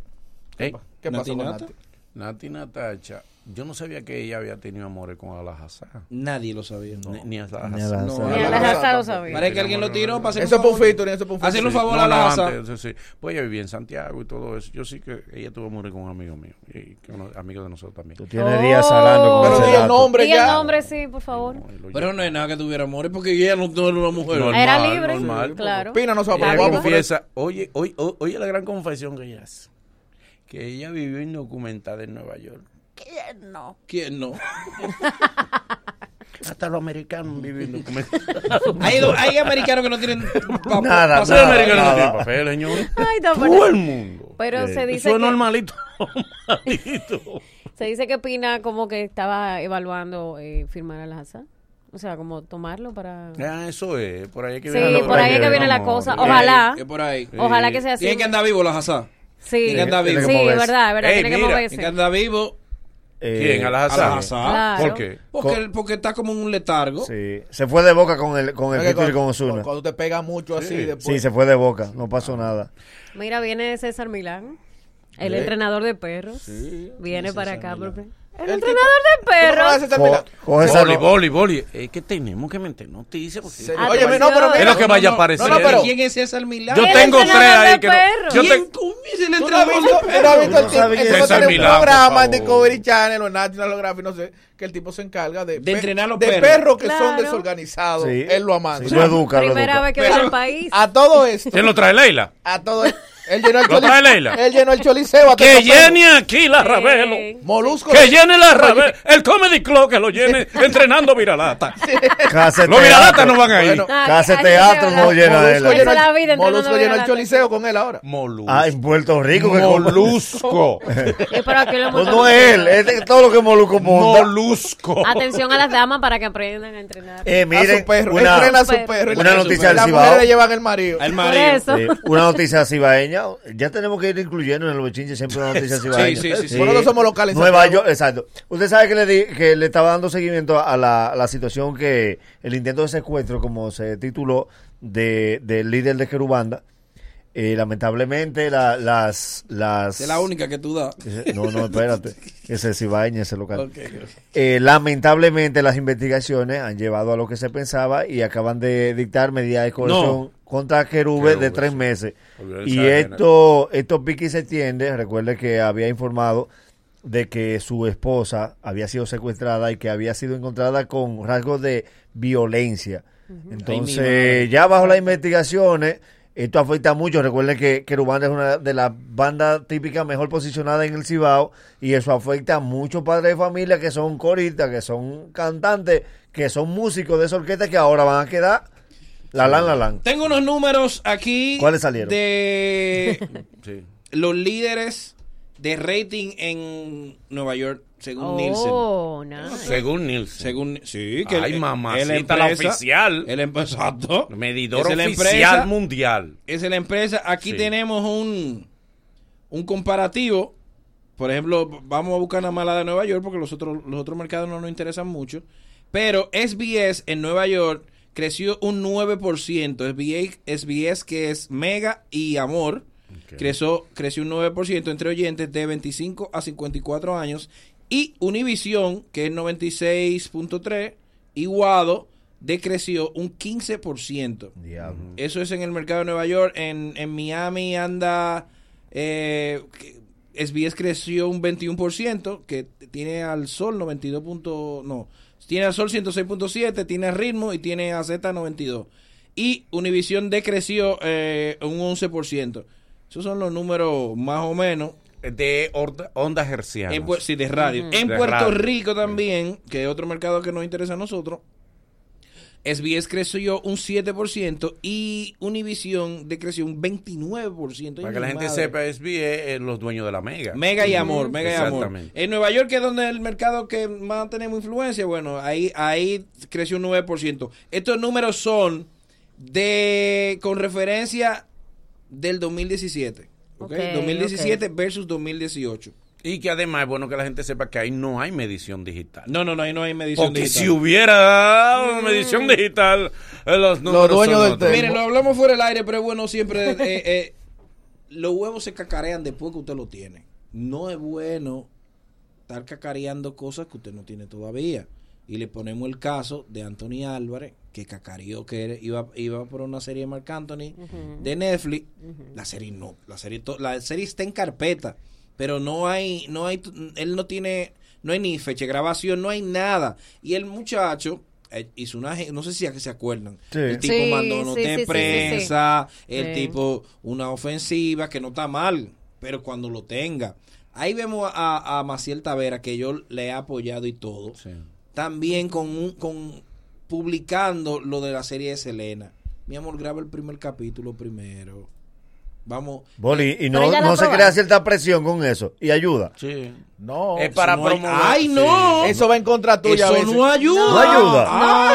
¿Eh?
¿Qué pasó
Nati,
con
Nata?
Nati?
Nati Natacha, yo no sabía que ella había tenido amores con Alajazá.
Nadie lo sabía. No.
Ni, ni Alhazá.
Ni a la-
No.
Mira, la
no, no,
Jaza lo
tampoco.
sabía.
Parece que alguien lo tiró para hacer
Eso fue un featuring, eso fue un
Hacerle
featuring.
un favor
No, no,
a la Jaza.
antes, sí, sí. Pues ella vivía en Santiago y todo eso. Yo sí que ella tuvo amores con un amigo mío, y que uno- amigo de nosotros
Tú
también.
tienes
Oh.
días hablando con
Pero
ese
di el
dato.
nombre.
Y el
ya.
nombre, sí, por favor.
Y lo-
Pero no es nada que tuviera amores porque ella no, no era una mujer.
Normal,
Era libre.
normal.
Claro.
Pina no se va a
Ella
poner guapo por eso.
confiesa, oye, oye, o- oye la gran confesión que ella hace. Que ella vivió indocumentada en Nueva York.
[laughs]
¿Quién no?
Hasta los americanos
[laughs]
viven indocumentados.
Hay, hay americanos que no tienen pa-
Nada,
paseo
Los
nada.
americano.
americanos no tienen papel, señor.
Ay, no,
Todo el
pero,
mundo.
pero se dice
Eso es
que-
normalito. normalito.
se dice que Pina como que estaba evaluando eh, firmar a la Jaza. O sea, como tomarlo para...
Ah, eso es. Por ahí es que
Sí,
viene la
por ahí es que
loca,
viene la
amor.
cosa.
Eh,
Ojalá.
Es por ahí.
Ojalá que sea así.
Tiene que andar vivo la Jaza.
Sí, sí,
tiene que andar vivo.
es
Tiene que moverse.
verdad, es verdad.
Ey,
tiene que
mira,
moverse.
Tiene que andar vivo
Eh,
¿Quién? ¿A la
a la
Hazá?
Jaza.
Claro.
¿Por qué?
Porque, él- porque está como en un letargo.
Sí. Se fue de boca con el, con el
Porque
título y
cuando-
con Osuna.
Cuando te pega mucho así, después...
Sí, se fue de boca. No pasó
[laughs]
nada.
Mira, viene César Milán, el entrenador de perros. Viene para acá. por- El
El
entrenador de perros.
César
Co-
Milán.
coge esa
Boli,
no-
boli, boli. Es que tenemos que meter noticias. Porque
Se-
Ah,
Oye,
pues,
no, pero
no,
mira,
es lo que
no,
vaya
no,
a aparecer.
No, no, pero-
¿Quién es César Milán?
yo
¿Quién
tengo
es el
tres
entrenador
ahí
de
que no.
perros?
Yo
¿Quién
tengo.
comienza el
¿Tú no has
entrenador?
visto,
de
tú no has
perros?
visto el tipo?
sabía
El
eso.
tipo tiene
César
un
Milán, por
programa en
favor.
Discovery Channel o en National Geographic, no sé, que el tipo se encarga de,
De entrenar los
de
perros.
que
Claro.
son desorganizados.
Sí.
Él lo amante.
Sí, lo educa, lo
Primera
educa.
vez que
Pero-
viene al país.
A todo esto,
¿Quién lo trae, Leila?
a todo esto, él llenó el
[laughs] Lo trae
choliseo.
Leila.
Él llenó el choliseo. a todo
Que
esto, pero-
llene aquí la Ravelo.
Sí.
Molusco.
Que llene la Ravelo. El Comedy Club que lo llene entrenando
[laughs]
Viralata.
Casa de
Los Viralata
teatro.
no van a ir.
Ah,
Casa de
ahí
teatro
se va
no
la-
llena de
[laughs]
Esa
Molusco llenó
es
la.
la
el-
vida, entrando
Molusco
en
llenó el
adelante.
choliseo con él ahora.
Molusco.
Ah, en Puerto Rico. Que como- [laughs]
Molusco.
Eh, pero aquí lo hemos
Pues No, no es él. es de- todo lo que Moluco monta.
Molusco.
Atención a las damas para que aprendan a entrenar.
Eh,
a
miren,
su perro.
una,
Entrena a su
Una
perro.
noticia del
Las
Cibao.
mujeres le llevan el marido.
Al
Por
marido.
eso.
eh, una noticia cibaeña. Ya tenemos que ir incluyendo en el bochinche siempre una noticia cibaeña.
sí, sí, sí.
Por eso somos locales en
Nueva
Santiago.
York, exacto. Usted sabe que le, di- que le estaba dando seguimiento a la, a la situación que el intento de secuestro, como se tituló, de, del líder de Querubanda. Eh, lamentablemente, la- las, las.
Es la única que tú das.
Eh, [laughs] No, no, espérate. Ese es Cibaeña, ese local.
Ok, ok.
Eh, lamentablemente las investigaciones han llevado a lo que se pensaba y acaban de dictar medidas de coerción contra Querube de
Querube,
tres
sí.
meses.
Olvidar
Y
esa
esto, esto pique y se extiende. Recuerde que había informado de que su esposa había sido secuestrada y que había sido encontrada con rasgos de violencia.
madre.
Entonces, ya bajo las investigaciones, esto afecta mucho. Recuerden que Querubanda es una de las bandas típicas mejor posicionadas en el Cibao y eso afecta a muchos padres de familia que son coristas, que son cantantes, que son músicos de esa orquesta que ahora van a quedar la lan, la lan.
Tengo unos números aquí.
¿Cuáles salieron? [laughs]
De
Sí.
los líderes de rating en Nueva York, según Nielsen.
Oh, nice.
Según Nielsen.
Según, sí, que
Ay,
el-
mamacita,
el
la oficial.
El, em- [laughs] exacto.
Medidor
Esa es la
oficial
empresa.
mundial.
Esa es la empresa. Aquí
Sí.
tenemos un, un comparativo. Por ejemplo, vamos a buscar una mala de Nueva York porque los otros, los otros mercados no nos interesan mucho. Pero SBS en Nueva York, creció un 9%. SBA, SBS, que es Mega y Amor, creció, creció un 9% entre oyentes de 25 a 54 años. Y Univision, que es 96.3, y Wado decreció un 15%.
Diablo.
Eso es en el mercado de Nueva York. En, en Miami anda. Eh, que- SBS creció un 21%, que tiene al Sol 92. punto- no, tiene al Sol 106.7, tiene a Ritmo y tiene a Z 92. Y Univision decreció eh, un 11%. Esos son los números más o menos.
De ondas hercianas.
En, Pue- sí, de radio.
Mm.
En
De
Puerto
radio.
Rico también, que es otro mercado que nos interesa a nosotros, SBS creció un 7% y Univision decreció un 29%. Ay,
Para que la
mi
gente
madre.
sepa, es eh, los dueños de la Mega.
Mega y amor, mega y amor.
Exactamente.
En Nueva York, que es donde es el mercado que más tenemos influencia, bueno, ahí, ahí creció un 9%. Estos números son de con referencia del 2017. ¿ok?
Ok,
2017 versus 2018.
Y que además es bueno que la gente sepa que ahí no hay medición digital.
No, no, no, ahí no hay medición
Porque
digital.
si hubiera medición digital, eh, los números son otros.
Miren, lo hablamos fuera del aire, pero es bueno siempre. eh, eh, los huevos se cacarean después que usted lo tiene. No es bueno estar cacareando cosas que usted no tiene todavía. Y le ponemos el caso de Anthony Álvarez, que cacareó que era- iba, iba por una serie de Marc Anthony de Netflix. La serie no, la serie to- la serie está en carpeta, pero no hay no hay él no tiene no hay ni fecha de grabación, no hay nada. Y el muchacho eh, hizo una ge- no sé si a que se acuerdan.
Sí.
El tipo
Sí,
mandó nota
sí, sí, sí,
de
sí,
prensa,
sí.
el
Sí.
tipo una ofensiva que no está mal, pero cuando lo tenga. Ahí vemos a, a Maciel Tavera que yo le he apoyado y todo. También con un- con publicando lo de la serie de Selena. Mi amor, graba el primer capítulo primero. Vamos.
Boli, y no,
Pero ya la
no se
probaron.
crea cierta presión con eso. Y ayuda.
Sí.
No.
Es para
Eso no hay-
promover.
¡Ay, no! Eso va en contra tuya.
Eso
a veces.
no ayuda.
No ayuda.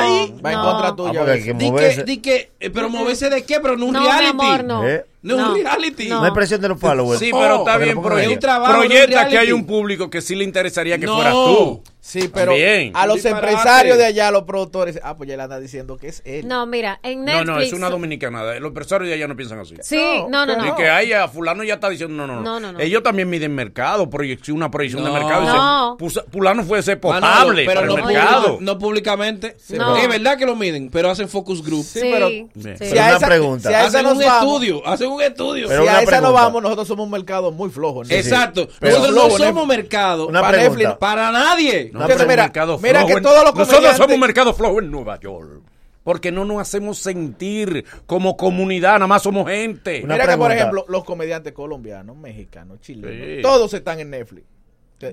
Ay.
Va en contra tuya.
Ah, porque hay que
Di que,
moverse.
di que, eh, pero moverse de qué, pero no un
No, mi
reality.
amor, no.
¿Eh?
No,
No,
un reality.
No hay presión de los followers.
Sí,
Oh,
Oh, pero está
Para que
bien,
lo pongan ahí.
proye- proyecta que hay un público que sí le interesaría que
No.
fueras tú.
Sí, pero
También.
a los
Disparate.
empresarios de allá, a los productores, ah, pues ya le anda diciendo que es él.
[laughs] No, mira, en
No,
Netflix.
no, es una dominicanada. Los empresarios de allá no piensan así.
Sí, no, no, no.
Y que ahí a fulano ya está diciendo, no, no,
No,
no.
no, no.
Ellos también miden mercado, proyección, una proyección de
No.
mercado.
No.
Dicen, "Pusa- fulano puede ser
Manolo,
potable
pero
para
no
el mercado.
público- no públicamente.
No.
Es verdad que lo miden, pero hacen focus group.
Sí, pero- Sí.
Pero
Si a
una
esa-
pregunta.
si a esa
hacen
nos
un
vamos-
estudio, hacen un estudio.
si a esa no vamos, nosotros somos un mercado muy flojo. ¿no?
Exacto.
Pero-
nosotros no
flojo, ¿no?
somos mercado
Una
para,
pregunta.
Netflix, para nadie.
No, pero
mira,
mercado
mira
flojo
que
en-
todos los
Nosotros somos
comediantes-
un mercado flojo en Nueva York. Porque no nos hacemos sentir como comunidad, nada más somos gente.
Mira que, por ejemplo, los comediantes colombianos, mexicanos, chilenos,
Sí.
todos están en Netflix.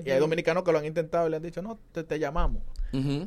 Y hay dominicanos que lo han intentado y le han dicho, no, te, te llamamos.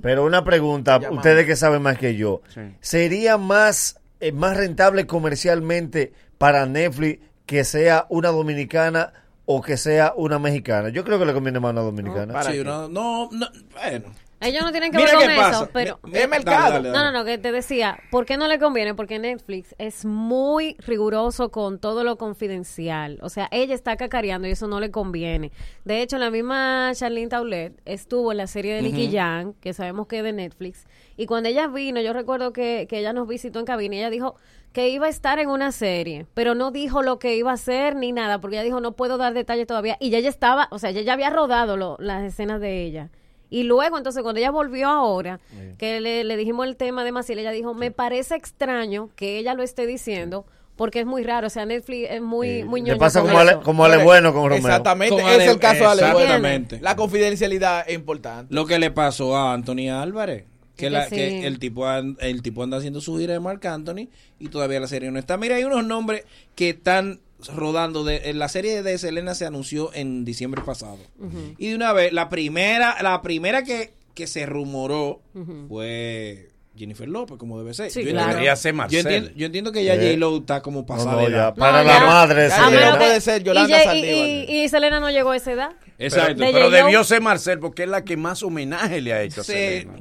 Pero una pregunta,
Llamamos.
ustedes que saben más que yo. ¿Sería más, eh, más rentable comercialmente para Netflix que sea una dominicana o que sea una mexicana? Yo creo que le conviene más a una dominicana.
Sí, no, no, no, bueno.
Ellos no tienen que
Mira
ver con
qué
eso,
pasa.
pero...
Mi- mi- Es mercado. dale, dale, dale.
No, no, no, que te decía, ¿por qué no le conviene? Porque Netflix es muy riguroso con todo lo confidencial. O sea, ella está cacareando y eso no le conviene. De hecho, la misma Charlene Taulet estuvo en la serie de Nicky
Ujú.
Jam, que sabemos que es de Netflix, y cuando ella vino, yo recuerdo que, que ella nos visitó en cabina y ella dijo que iba a estar en una serie, pero no dijo lo que iba a hacer ni nada, porque ella dijo, no puedo dar detalles todavía. Y ya ella estaba, o sea, ella ya había rodado lo- las escenas de ella. Y luego, entonces, cuando ella volvió ahora, que le, le dijimos el tema de Maciel, ella dijo, me parece extraño que ella lo esté diciendo, porque es muy raro. O sea, Netflix es muy, muy
le
ñoño
pasa
con
como Ale-
eso.
como Ale Bueno con Romeo.
Exactamente,
Con
ese es
Ale-
el caso de Ale Bueno.
Exactamente.
La confidencialidad es importante.
Lo que le pasó a Anthony Álvarez. Que,
Es
la-
que sí.
que el, tipo an- el tipo anda haciendo su gira de Marc Anthony y todavía la serie no está. Mira, hay unos nombres que están rodando. De, en la serie de Selena se anunció en diciembre pasado.
[laughs]
Y de una vez, la primera, la primera que, que se rumoró fue Jennifer López, como debe ser.
Sí, claro. Podría ser
yo
Marcel.
entiendo, yo entiendo que ya
Eh.
J-Lo está como pasada.
no,
de
ya,
edad.
para la madre.
Ya,
Selena.
no puede ser Yolanda
y, Ye-
Saldívar.
y- y- y Selena no llegó a esa edad.
Exacto.
De
Pero,
J-Lo.
debió ser Marcel porque es la que más homenaje le ha hecho. a
Sí.
Selena.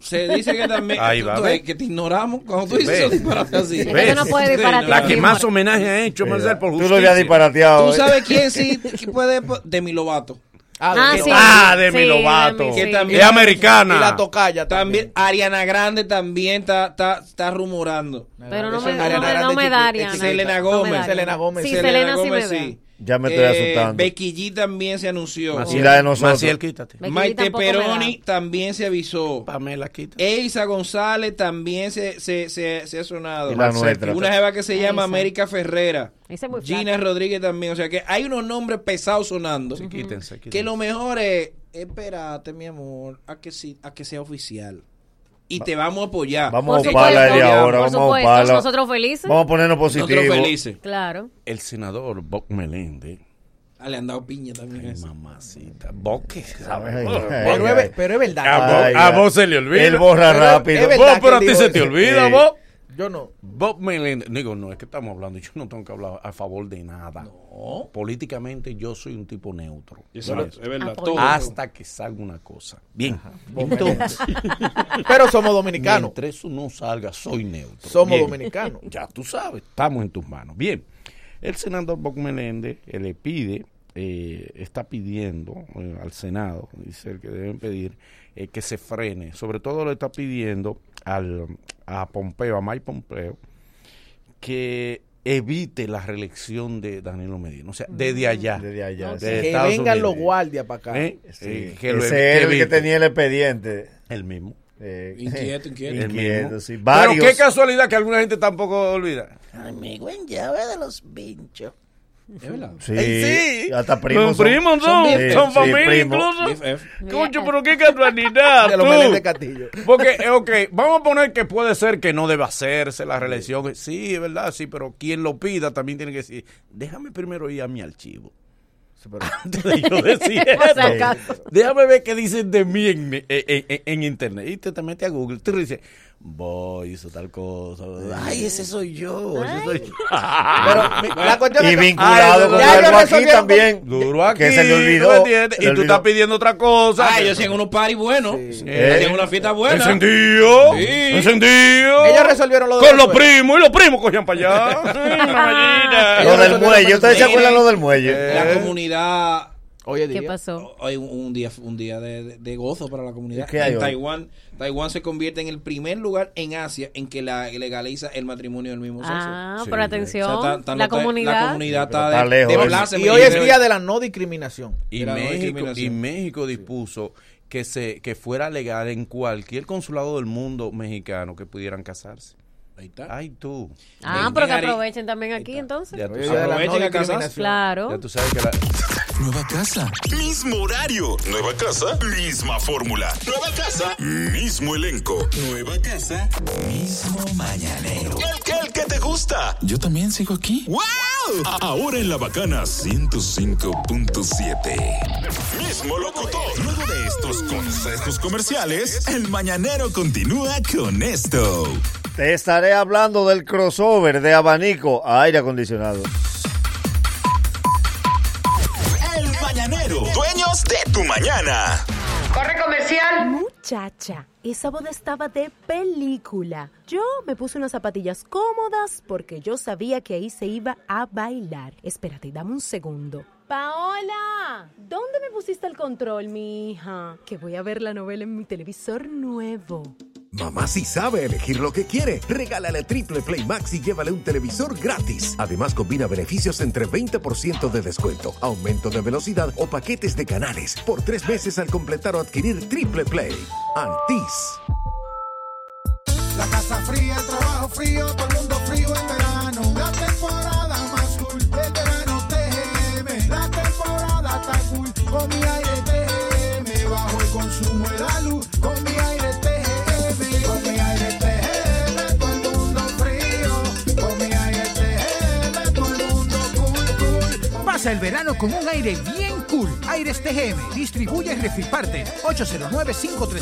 Se dice que también
Ahí
tú-
va,
tú
ve.
ves que te ignoramos cuando tú dices
¿Ves?
esos disparates así.
¿Ves? La que más homenaje ha hecho,
Mira,
Marcel, por
tú lo eh.
justicia. [laughs]
habías disparateado.
¿Tú sabes quién sí que puede? po- Demi Lovato.
Ah,
que
sí.
Ah, Demi
Sí,
Lovato.
Demi,
Que
sí.
también- Es americana.
Y la
tocaya
también. Ariana Grande también está, está, está rumorando.
Pero no
Eso
me-
es
no
Ariana
me- no
Grande
me da
chiquita.
Ariana.
Selena
No me da
Gómez.
Ariana. Selena Gómez, sí. Sí, Selena sí me da.
Ya me estoy asustando.
Eh, Becky G también se anunció.
Maciel, Y la de nosotros.
Maciel, quítate.
Becky G
Maite
tampoco me da.
Peroni también se avisó.
Pamela, quítate.
Elsa González también se, se, se, se ha sonado.
Y la nuestra.
Una jeva que se llama
Elsa.
América Ferrera.
Ese es muy flaco.
Gina Rodríguez también. O sea que hay unos nombres pesados sonando.
Quítense, quítense.
Que lo mejor es, espérate, mi amor, a que, sí- a que sea oficial. Y te vamos a apoyar.
Vamos
Te
a oparla
apoyamos.
de ahora,
Por
vamos a
supuesto,
oparla.
nosotros felices.
Vamos a ponernos
Nosotros
positivos.
felices.
Claro.
El senador Bob Meléndez.
Ah, le han dado piña también. a eso.
Mamacita. Bob, que sabe.
Ay,
Bob,
ay,
Bob.
ay.
Pero es, pero es verdad.
A vos,
Ay,
a
ya.
vos se le olvida.
Él borra
Pero-
rápido.
es verdad
Vos,
que
pero
él
a ti
dijo
se
eso.
te olvida,
Sí.
vos.
Yo no.
Bob Meléndez, digo, no, es que estamos hablando, yo no tengo que hablar a favor de nada. Políticamente yo soy un tipo neutro.
Eso es- es verdad,
Hasta
todo.
Hasta que salga una cosa. Bien.
Bob
Entonces,
[laughs] Pero somos dominicanos.
Mientras eso no salga, soy neutro.
Somos
Bien.
dominicanos.
[laughs] Ya tú sabes, estamos en tus manos. Bien. El senador Bob Meléndez eh, le pide, eh, está pidiendo eh, al Senado, dice el que deben pedir, eh, que se frene. Sobre todo le está pidiendo al, a Pompeo, a Mike Pompeo, que evite la reelección de Danilo Medina. O sea, desde allá.
Mm, Desde allá, sí.
de
Que
Estados
vengan los
Unidos.
guardias para acá.
¿Eh? Eh, que lo
Ese
evi-
es el que
evite.
tenía el expediente.
El mismo.
Eh, [laughs]
Inquieto, inquieto.
El mismo.
Inquieto, sí.
Pero qué
Varios.
casualidad que alguna gente tampoco olvida.
Amigo en llave de los pinchos.
Es verdad.
Sí,
Ay, sí.
hasta
Los
primos.
primos son,
Sí,
son
sí,
familia
primo.
incluso. [laughs]
BFF.
Coño, pero qué casualidad.
De los
tú.
Meléndez Castillo.
[laughs] Porque, eh, ok, vamos a poner que puede ser que no deba hacerse la reelección. Sí, es verdad, sí, pero quien lo pida también tiene que decir, déjame primero ir a mi archivo. [laughs] Antes de yo decir
[laughs] Por si
esto.
acaso.
Déjame ver qué dicen de mí en, mi- en- en- en internet. Y te, te metes a Google, tú dices, voy, hizo tal cosa. Ay, ese soy yo, ese soy yo.
[laughs]
[laughs]
Pero mi- la cuestión
Y
es que-
vinculado
Ah,
Ay,
con
ya
algo
ellos
aquí
resolvieron con-
también.
Duro aquí,
Que se le olvidó,
¿tú me entiendes?
se
Y
le
tú estás
olvidó.
pidiendo otra cosa.
Ah, ellos hacían unos party buenos.
Eh.
Hacían una fiesta buena.
Encendido,
Sí.
encendido.
Ellos resolvieron lo de
Con los
Venezuela.
primos, y los primos cogían para allá. Ay, mamallita.
Lo del
Nosotros
muelle.
no
¿Ustedes se
pensamos.
acuerdan lo del muelle?
Ah. La comunidad.
Oye,
¿Qué
día.
pasó?
Hay un, un día, un día de, de- de gozo para la comunidad.
¿Qué hay
en
hoy?
Taiwán, Taiwán se convierte en el primer lugar en Asia en que la legaliza el matrimonio del mismo sexo.
Ah,
Sí.
por
O sea,
atención.
está- está-
la
está-
comunidad.
La comunidad está,
Pero está
de,
lejos,
de
oye.
plaza,
Y hoy es
mira,
día de la no discriminación.
[laughs] Y
Era no
México, y
discriminación.
México dispuso que se que fuera legal en cualquier consulado del mundo mexicano que pudieran casarse.
Ahí está.
Ay, tú.
Ah, pero que aprovechen también aquí entonces.
Ya tú,
Hoy es día de
sabes,
la
Aprovechen
no
a casarse.
discriminación.
ya
Claro.
tú sabes que la...
Nueva casa.
Mismo horario, nueva casa, misma fórmula. Nueva casa, mismo elenco. Nueva casa,
Mismo mañanero.
el, que- el que te gusta.
Yo también sigo aquí.
¡Wow! A- Ahora en La Bacana 105.7. Mismo locutor. Luego de estos consejos comerciales, el mañanero continúa con esto.
Te estaré hablando del crossover de abanico a aire acondicionado.
El mañanero, dueños de tu mañana.
Muchacha, esa boda estaba de película. Yo me puse unas zapatillas cómodas porque yo sabía que ahí [laughs] se iba a bailar. Espérate, dame un segundo. Paola, ¿dónde me pusiste el control, mi hija? Que voy a ver la novela en mi televisor nuevo.
Mamá sí sabe elegir lo que quiere. Regálale Triple Play Max y llévale un televisor gratis. Además, combina beneficios entre 20% de descuento, aumento de velocidad o paquetes de canales por tres meses al completar o adquirir Triple Play. Antis.
La casa fría, el trabajo frío, todo el mundo frío en verano. La temporada más cool, veterano TGM. La temporada está cool, con mi aire TGM. Bajo el consumo de la luz, con mi aire TGM. Con mi aire TGM, todo el mundo frío. Con mi aire TGM, todo el mundo cool, cool.
Pasa el verano con un aire bien cool. Aires TGM, distribuye Refripartner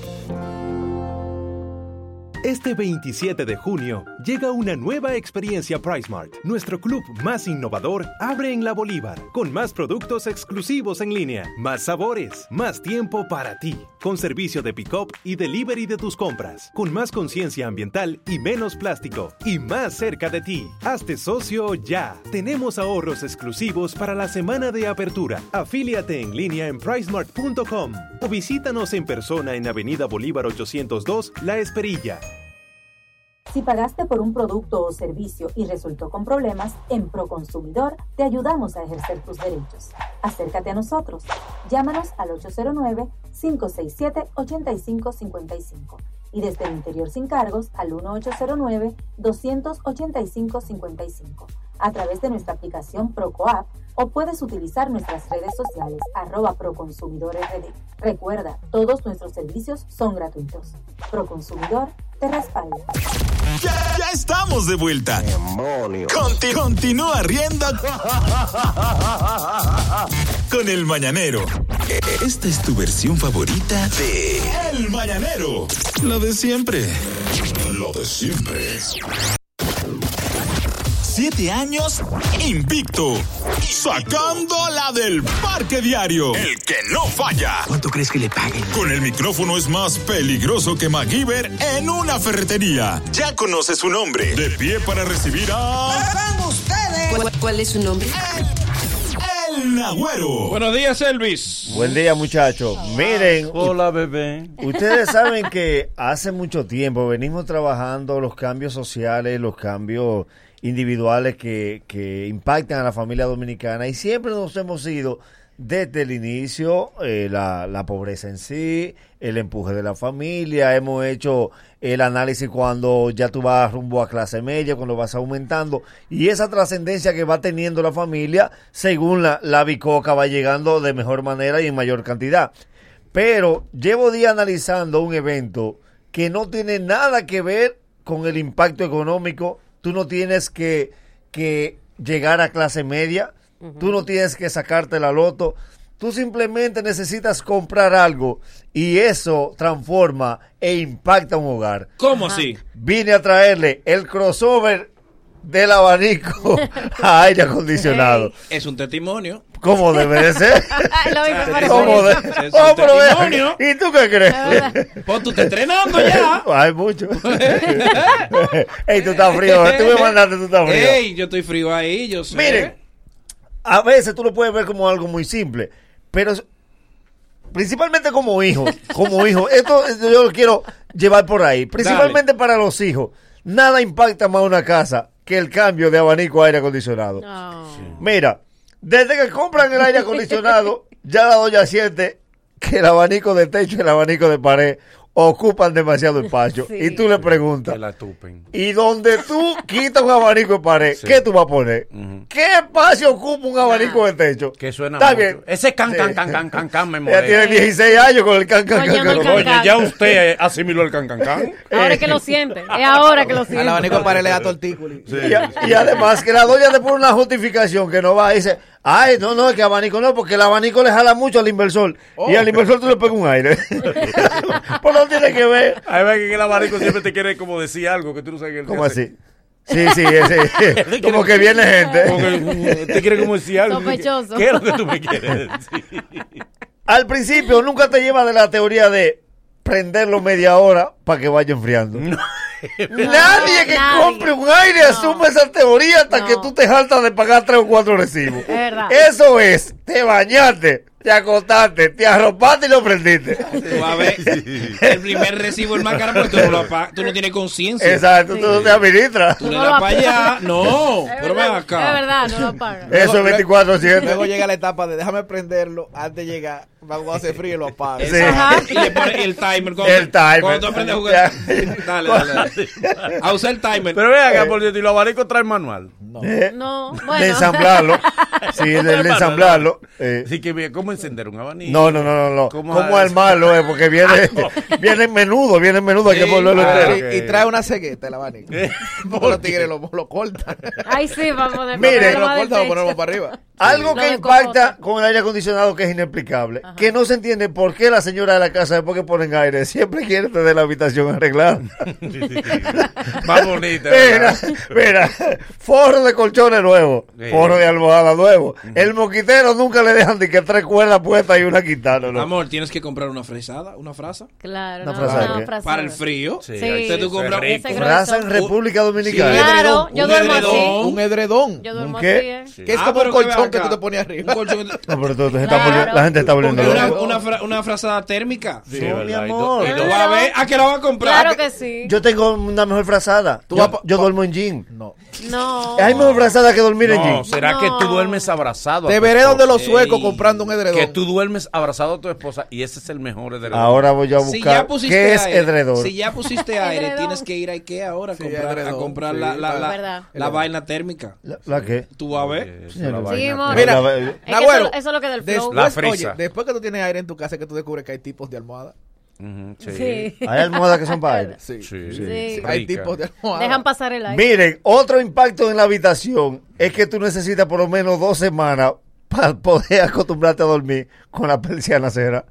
Este 27 de junio llega una nueva experiencia PriceMart. Nuestro club más innovador abre en la Bolívar, con más productos exclusivos en línea, más sabores, más tiempo para ti, con servicio de pick-up y delivery de tus compras, con más conciencia ambiental y menos plástico, y más cerca de ti. Hazte socio ya. Tenemos ahorros exclusivos para la semana de apertura. Afíliate en línea en pricemart.com o visítanos en persona en Avenida Bolívar 802, La Esperilla.
Si pagaste por un producto o servicio y resultó con problemas, en Proconsumidor te ayudamos a ejercer tus derechos. Acércate a nosotros. Llámanos al 809-567-8555 y desde el interior sin cargos al 1809-285-55 a través de nuestra aplicación ProCoap o puedes utilizar nuestras redes sociales arroba ProConsumidorRD. Recuerda, todos nuestros servicios son gratuitos. ProConsumidor te respalda.
Ya, ya estamos de vuelta. Conti- continúa riendo con el mañanero. Esta es tu versión favorita de El Mañanero. Lo de siempre. Lo de siempre. Siete años invicto. Sacando la del parque diario. El que no falla.
¿Cuánto crees que le paguen?
Con el micrófono es más peligroso que MacGyver en una ferretería. Ya conoce su nombre. De pie para recibir a.
¿Cuál, cuál es su nombre?
El Nagüero.
Buenos días, Elvis.
Buen día, muchachos. Miren.
Hola, bebé.
Ustedes saben que hace mucho tiempo venimos trabajando los cambios sociales, los cambios individuales que, que impactan a la familia dominicana y siempre nos hemos ido desde el inicio, eh, la, la pobreza en sí, el empuje de la familia, hemos hecho el análisis cuando ya tú vas rumbo a clase media, cuando vas aumentando, y esa trascendencia que va teniendo la familia según la, la bicoca va llegando de mejor manera y en mayor cantidad. Pero llevo días analizando un evento que no tiene nada que ver con el impacto económico tú no tienes que, que, llegar a clase media, uh-huh. tú no tienes que sacarte la loto, tú simplemente necesitas comprar algo y eso transforma e impacta un hogar.
¿Cómo así?
Vine a traerle el crossover del abanico a aire acondicionado. Hey.
Es un testimonio.
¿Cómo debe de ser?
[laughs] Lo mismo para
¿Cómo
eso.
de- Oh, pero ve- ¿Y tú qué crees?
Pues tú estás
[laughs]
estrenando ya.
Hay
[laughs]
mucho. Ey, tú estás frío. ¿eh? Tú me mandaste, tú estás frío.
Ey, yo estoy frío ahí, yo sé.
Miren, a veces tú lo puedes ver como algo muy simple, pero principalmente como hijo, como hijo, esto yo lo quiero llevar por ahí, principalmente para los hijos. Nada impacta más una casa que el cambio de abanico a aire acondicionado.
No.
Mira, desde que compran el
[laughs]
aire acondicionado, ya la doña siente que el abanico de techo y el abanico de pared ocupan demasiado espacio.
Sí.
Y tú le preguntas,
Que la tupen.
y donde tú quitas un abanico de pared,
Sí.
¿qué tú vas a poner?
Ujú.
¿Qué espacio ocupa un abanico de techo?
Que suena
Está
mucho.
bien.
Ese can, can, can, can, can, can, me molesta.
Ya tiene 16 años con el can, can, can,
Eh. Coño,
can. Eh.
no
Oye, ya usted asimiló el can,
[laughs]
can, can.
Ahora es que lo siente. Es ahora que lo siente.
Al abanico para el tortículi.
Y, a- y además que la doña te pone una justificación que no va y dice, ay, no, no, es que abanico no, porque el abanico le jala mucho al inversor. Y al inversor tú le pegas un aire. pues no tiene que ver.
Ahí ve que el abanico siempre te quiere como decir algo que tú no sabes que él te
¿Cómo
hace.
así? Sí, sí,
[laughs]
ese- como que viene
Como
gente.
que, eh, te quiere como decir algo.
Sospechoso.
¿Qué
[laughs]
es lo que tú me quieres decir?
Al principio nunca te lleva de la teoría de prenderlo media hora para que vaya enfriando.
[laughs]
nadie que
nadie.
compre un aire asume esa teoría hasta que tú te jaltas de pagar tres o cuatro recibos.
Es verdad.
Eso es, te bañaste, te acostaste, te arropaste y lo prendiste.
El primer recibo el más caro porque tú no, lo apa- tú no tienes conciencia.
Exacto, tú no te administras.
Tú le das para allá. No, pero ven acá.
Es verdad, no lo paga.
Eso es 24/7.
Luego llega la etapa de déjame prenderlo antes de llegar. Vamos a hacer frío y lo apago.
Sí. Ajá.
Y le pones el timer. Cuando,
El timer.
Cuando tú aprendes
[laughs]
a jugar. Dale, dale, dale. A usar el timer.
Pero vea acá, por cierto, ¿y los abanicos traen manual? No.
No,
De ensamblarlo.
[laughs]
Sí, de, de ensamblarlo. Eh,
Así que, mira, ¿cómo encender un abanico?
No, no, no, no. no. ¿Cómo,
al-
armarlo? eh? Porque
[laughs]
viene, [laughs] viene menudo, viene menudo. Hay que volverlo
Ah,
entero.
sí, Y trae una cegueta el abanico.
Eh,
[laughs] Porque los tigres lo, lo cortan.
Ay, sí, vamos a poner
Mire,
lo cortan o ponemos para arriba.
Algo que
No,
impacta con el aire acondicionado que es inexplicable, que no se entiende por qué la señora de la casa, después que ponen aire, siempre quiere tener la habitación
[laughs]
arreglada.
Más bonita.
Mira,
¿verdad?
mira, forro de colchones nuevo,
Sí.
forro de almohada nuevo. El moquitero nunca le dejan de que tres cuerdas puestas y una quitada. ¿no?
Amor, tienes que comprar una fresada, una frasa.
Claro,
Una
no,
frase,
no,
¿qué?
frase.
Para el frío.
Sí.
Entonces tú
Eso
compras
es
un-
rico.
Raza en
Un-
República Dominicana.
Claro,
edredón,
yo
un
duermo
edredón.
así.
Un edredón.
Yo duermo
¿Un qué?
así, ¿eh?
Que es
Ah,
como
pero
un
que ve
colchón que
acá.
tú te ponías arriba.
Un colchón.
[laughs] No, pero tú- tú se está
Claro.
volviendo- la gente está volviendo
Porque
loca.
Una, una, fra- una frazada térmica.
Sí, ¿verdad? Y do-
amor.
y
Lo
do-
vas a ver. ¿A qué la vas a comprar?
Claro que sí.
Yo tengo una mejor frazada.
Tú
yo,
vas pa-
yo duermo en jean.
No.
No.
Hay mejor frazada que dormir en
No,
jean.
¿será
No.
que tú duermes abrazado? a
Te
tu
veré donde
esposa?
los suecos
Ey.
comprando un edredón.
Que tú duermes abrazado a tu esposa y ese es el mejor edredón.
Ahora voy yo a buscar.
Si ya pusiste
¿Qué es
aire,
edredón?
Si ya
[laughs]
pusiste aire,
Edredón.
tienes que ir a Ikea ahora a
Sí,
comprar, a
edredón,
comprar
sí,
la, la, la,
verdad.
la vaina térmica.
¿La, la qué?
Tú vas a ver.
Esa es la
Sí,
vaina.
amor.
La-
Mira,
la-
Es que
Nagüero,
eso, eso es lo que del flow.
Después,
La frisa.
oye, después que tú tienes aire en tu casa, es que tú descubres que hay tipos de almohada.
Ujú, sí.
Sí.
Hay
[laughs]
almohadas que son para aire.
Sí.
Sí.
Sí.
Hay
Rica.
tipos de almohada.
Dejan pasar el aire.
Miren, otro impacto en la habitación es que tú necesitas por lo menos dos semanas para poder [laughs] acostumbrarte a dormir con la persiana cera.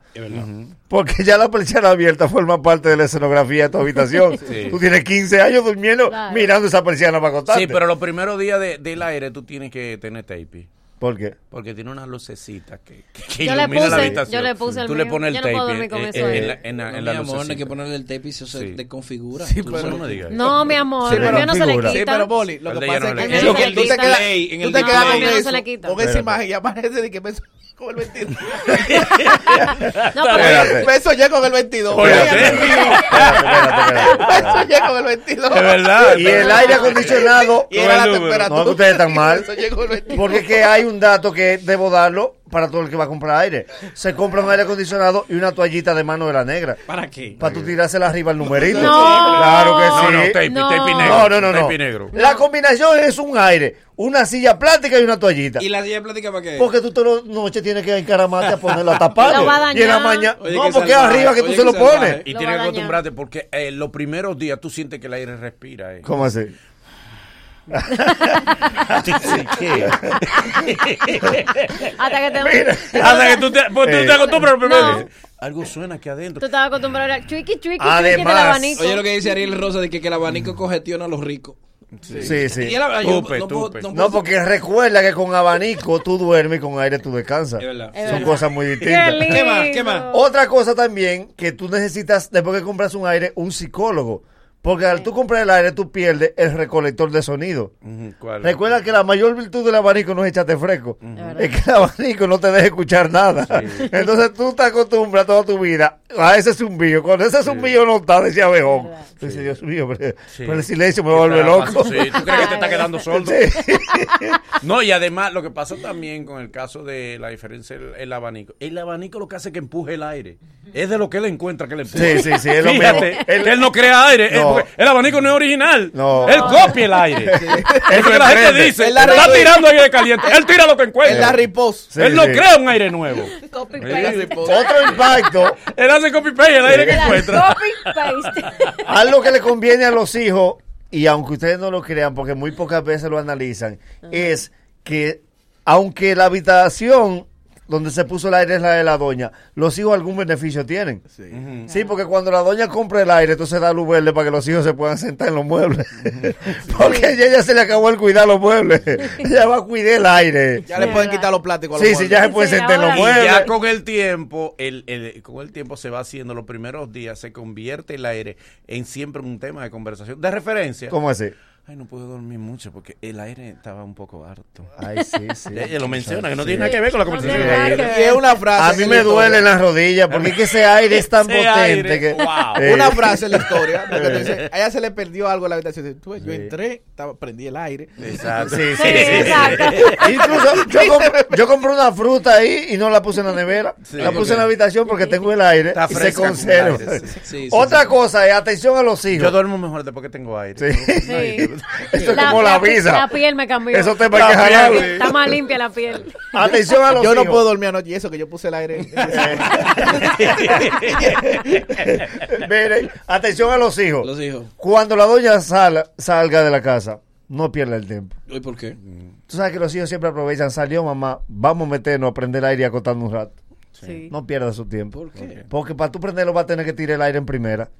Porque ya la persiana abierta forma parte de la escenografía de tu habitación.
Sí.
Tú tienes 15 años durmiendo,
Claro.
mirando esa persiana para acostarte.
Sí, pero los primeros días de- del aire tú tienes que tener tape.
¿Por qué?
Porque tiene unas lucecitas que, que
Yo le
ilumina la
puse-
habitación.
yo le puse el
Tú le
mío.
pones el
Yo no
tape
puedo dormir con
en,
eso,
en
eh.
la, en la-
No,
en
mi
la
amor, no hay que
lucecita.
ponerle el tape y eso se
Sí.
desconfigura.
Sí,
Tú
pero-
solo no digas eso.
No, mi amor,
Sí,
el
pero
mío no se le
figura.
quita.
Sí, pero Boli, lo
El
que
de ella
pasa
no le
es que
quita.
lo que
En el
tú te quedas,
display, en el
tú te quedas
display.
con
No,
no se
eso,
le quita.
con esa
Espérate.
imagen y aparece de que beso con el 22.
[laughs] No, pero
Espérate.
beso ya con el 22.
Espérate, espérate, espérate.
Beso ya con el 22.
Es verdad.
Y el aire acondicionado.
Y era la
número.
No,
temperatura.
que ustedes están mal.
Beso ya con el 22.
Porque es que hay un dato que debo darlo para todo el que va a comprar aire. Se compra un aire acondicionado y una toallita de mano de la negra.
¿Para qué?
Para tú tirársela arriba al numerito.
No.
Claro que
No,
sí.
no, tape,
No.
tape negro.
No, no, no, no.
Tape negro.
La combinación es un aire, una silla plástica y una toallita.
¿Y la silla de plática para qué?
Porque tú toda la noche tienes que encaramarte a
[laughs]
ponerla
Lo va a
tapada.
dañar.
Y en la mañana.
Oye,
No,
qué
porque es
salvaje,
arriba que tú
oye,
se
qué
lo pones.
salvaje.
Y
Lo
tienes
va
que
a
acostumbrarte porque eh, los primeros días tú sientes que el aire respira. eh.
¿Cómo así? [laughs]
hasta que te.
Hasta que tú te, pues, tú
Eh.
te acostumbras al primer
No.
día. Algo suena aquí adentro.
Tú estabas acostumbrado a chuiqui, [laughs] chuiqui, chuiqui del
Además- Mm.
abanico.
Oye, lo que dice Ariel Rosa de que, que el abanico cogestiona a los ricos.
Sí, sí.
Y el abanico-
Tupe,
no puedo-
tupe.
no puedo-
No, porque recuerda que con abanico tú duermes y con aire tú descansas.
Es verdad.
Es
Son
verdad.
cosas muy
Qué
distintas.
lindo.
¿Qué más? ¿Qué más?
Otra cosa también que tú necesitas, después que compras un aire, un psicólogo. Porque al tú comprar el aire, tú pierdes el recolector de sonido.
Ujú, ¿cuál?
Recuerda que la mayor virtud del abanico no es echarte fresco.
verdad.
Es que el abanico no te deja escuchar nada. Entonces tú te acostumbras toda tu vida a ese zumbido. Cuando ese zumbido no está, decía Abejón. Tú dices, Dios mío, pero,
Sí.
pero el silencio me
¿Qué
vuelve
está
loco.
pasando? Sí,
[laughs]
¿Tú crees que te está quedando sordo?
Sí.
[laughs] No, y además lo que pasa también con el caso de la diferencia del el abanico. El abanico lo que hace es que empuje el aire. Es de lo que él encuentra que le empuja.
Sí, sí, sí, es lo
Fíjate,
mismo.
que Él,
Él-
[laughs]
no crea aire.
No.
El, el abanico no es original.
No.
Él copia el aire. Es lo que la gente
prende.
dice.
Él la
está
recibe.
tirando aire caliente. Él tira lo que
Es la
encuentra.
riposte.
Sí,
él no
sí.
crea un aire nuevo.
Copy
Sí,
paste.
riposte.
Otro impacto
Él hace copy paste el aire que
Mira,
encuentra.
Copy paste.
Algo que le conviene a los hijos, y aunque ustedes no lo crean, porque muy pocas veces lo analizan, es que aunque la habitación donde se puso el aire es la de la doña, los hijos algún beneficio tienen. Sí, porque cuando la doña compra el aire, entonces da luz verde para que los hijos se puedan sentar en los muebles. [laughs] porque a ella se le acabó el cuidar los
[laughs]
muebles. ella va a cuidar el aire.
Ya le pueden quitar los plásticos a los
Sí, sí, ya se puede sentar en los
Y
muebles.
ya con el tiempo, el, el- con el tiempo se va haciendo, los primeros días se convierte el aire en siempre un tema de conversación, de referencia.
¿Cómo así?
Ay, no pude dormir mucho porque el aire estaba un poco harto.
Ay, sí, sí.
[laughs] Ya, ya lo menciona, que no tiene nada que ver con la conversación.
Y es una
A
frase.
mí me duelen las rodillas porque es que [laughs] ese aire es tan
[laughs] Ese
potente
aire,
que
wow.
Eh,
Una frase en la historia. porque te dice, a ella se le perdió algo en la habitación. Dice, tú ves, Yo entré, estaba, prendí el aire.
Exacto.
Sí, sí, sí. [laughs] Incluso yo, comp- yo compré una fruta ahí y no la puse en la nevera.
Sí,
la puse
ok.
en la habitación porque tengo el aire
Está
y se
fresca con
conserva.
aire, sí, sí. Sí, sí,
Otra
sí.
cosa es atención a los hijos.
Yo duermo mejor después que tengo aire.
Sí.
No hay-
[laughs] Esto es como la visa.
La piel me cambió.
Eso te
La
va a
piel,
jalar.
güey.
Está más limpia la piel.
Atención a los
Yo no
hijos.
puedo dormir anoche y eso que yo puse el aire.
[laughs] Miren, atención a los hijos.
Los hijos.
Cuando la doña sal- salga de la casa, no pierda el tiempo.
¿Y por qué?
Tú sabes que los hijos siempre aprovechan. Salió mamá, vamos a meternos a prender aire y acotarnos un rato.
Sí.
No pierdas su tiempo.
¿Por qué?
Porque para tú prenderlo va a tener que tirar el aire en primera.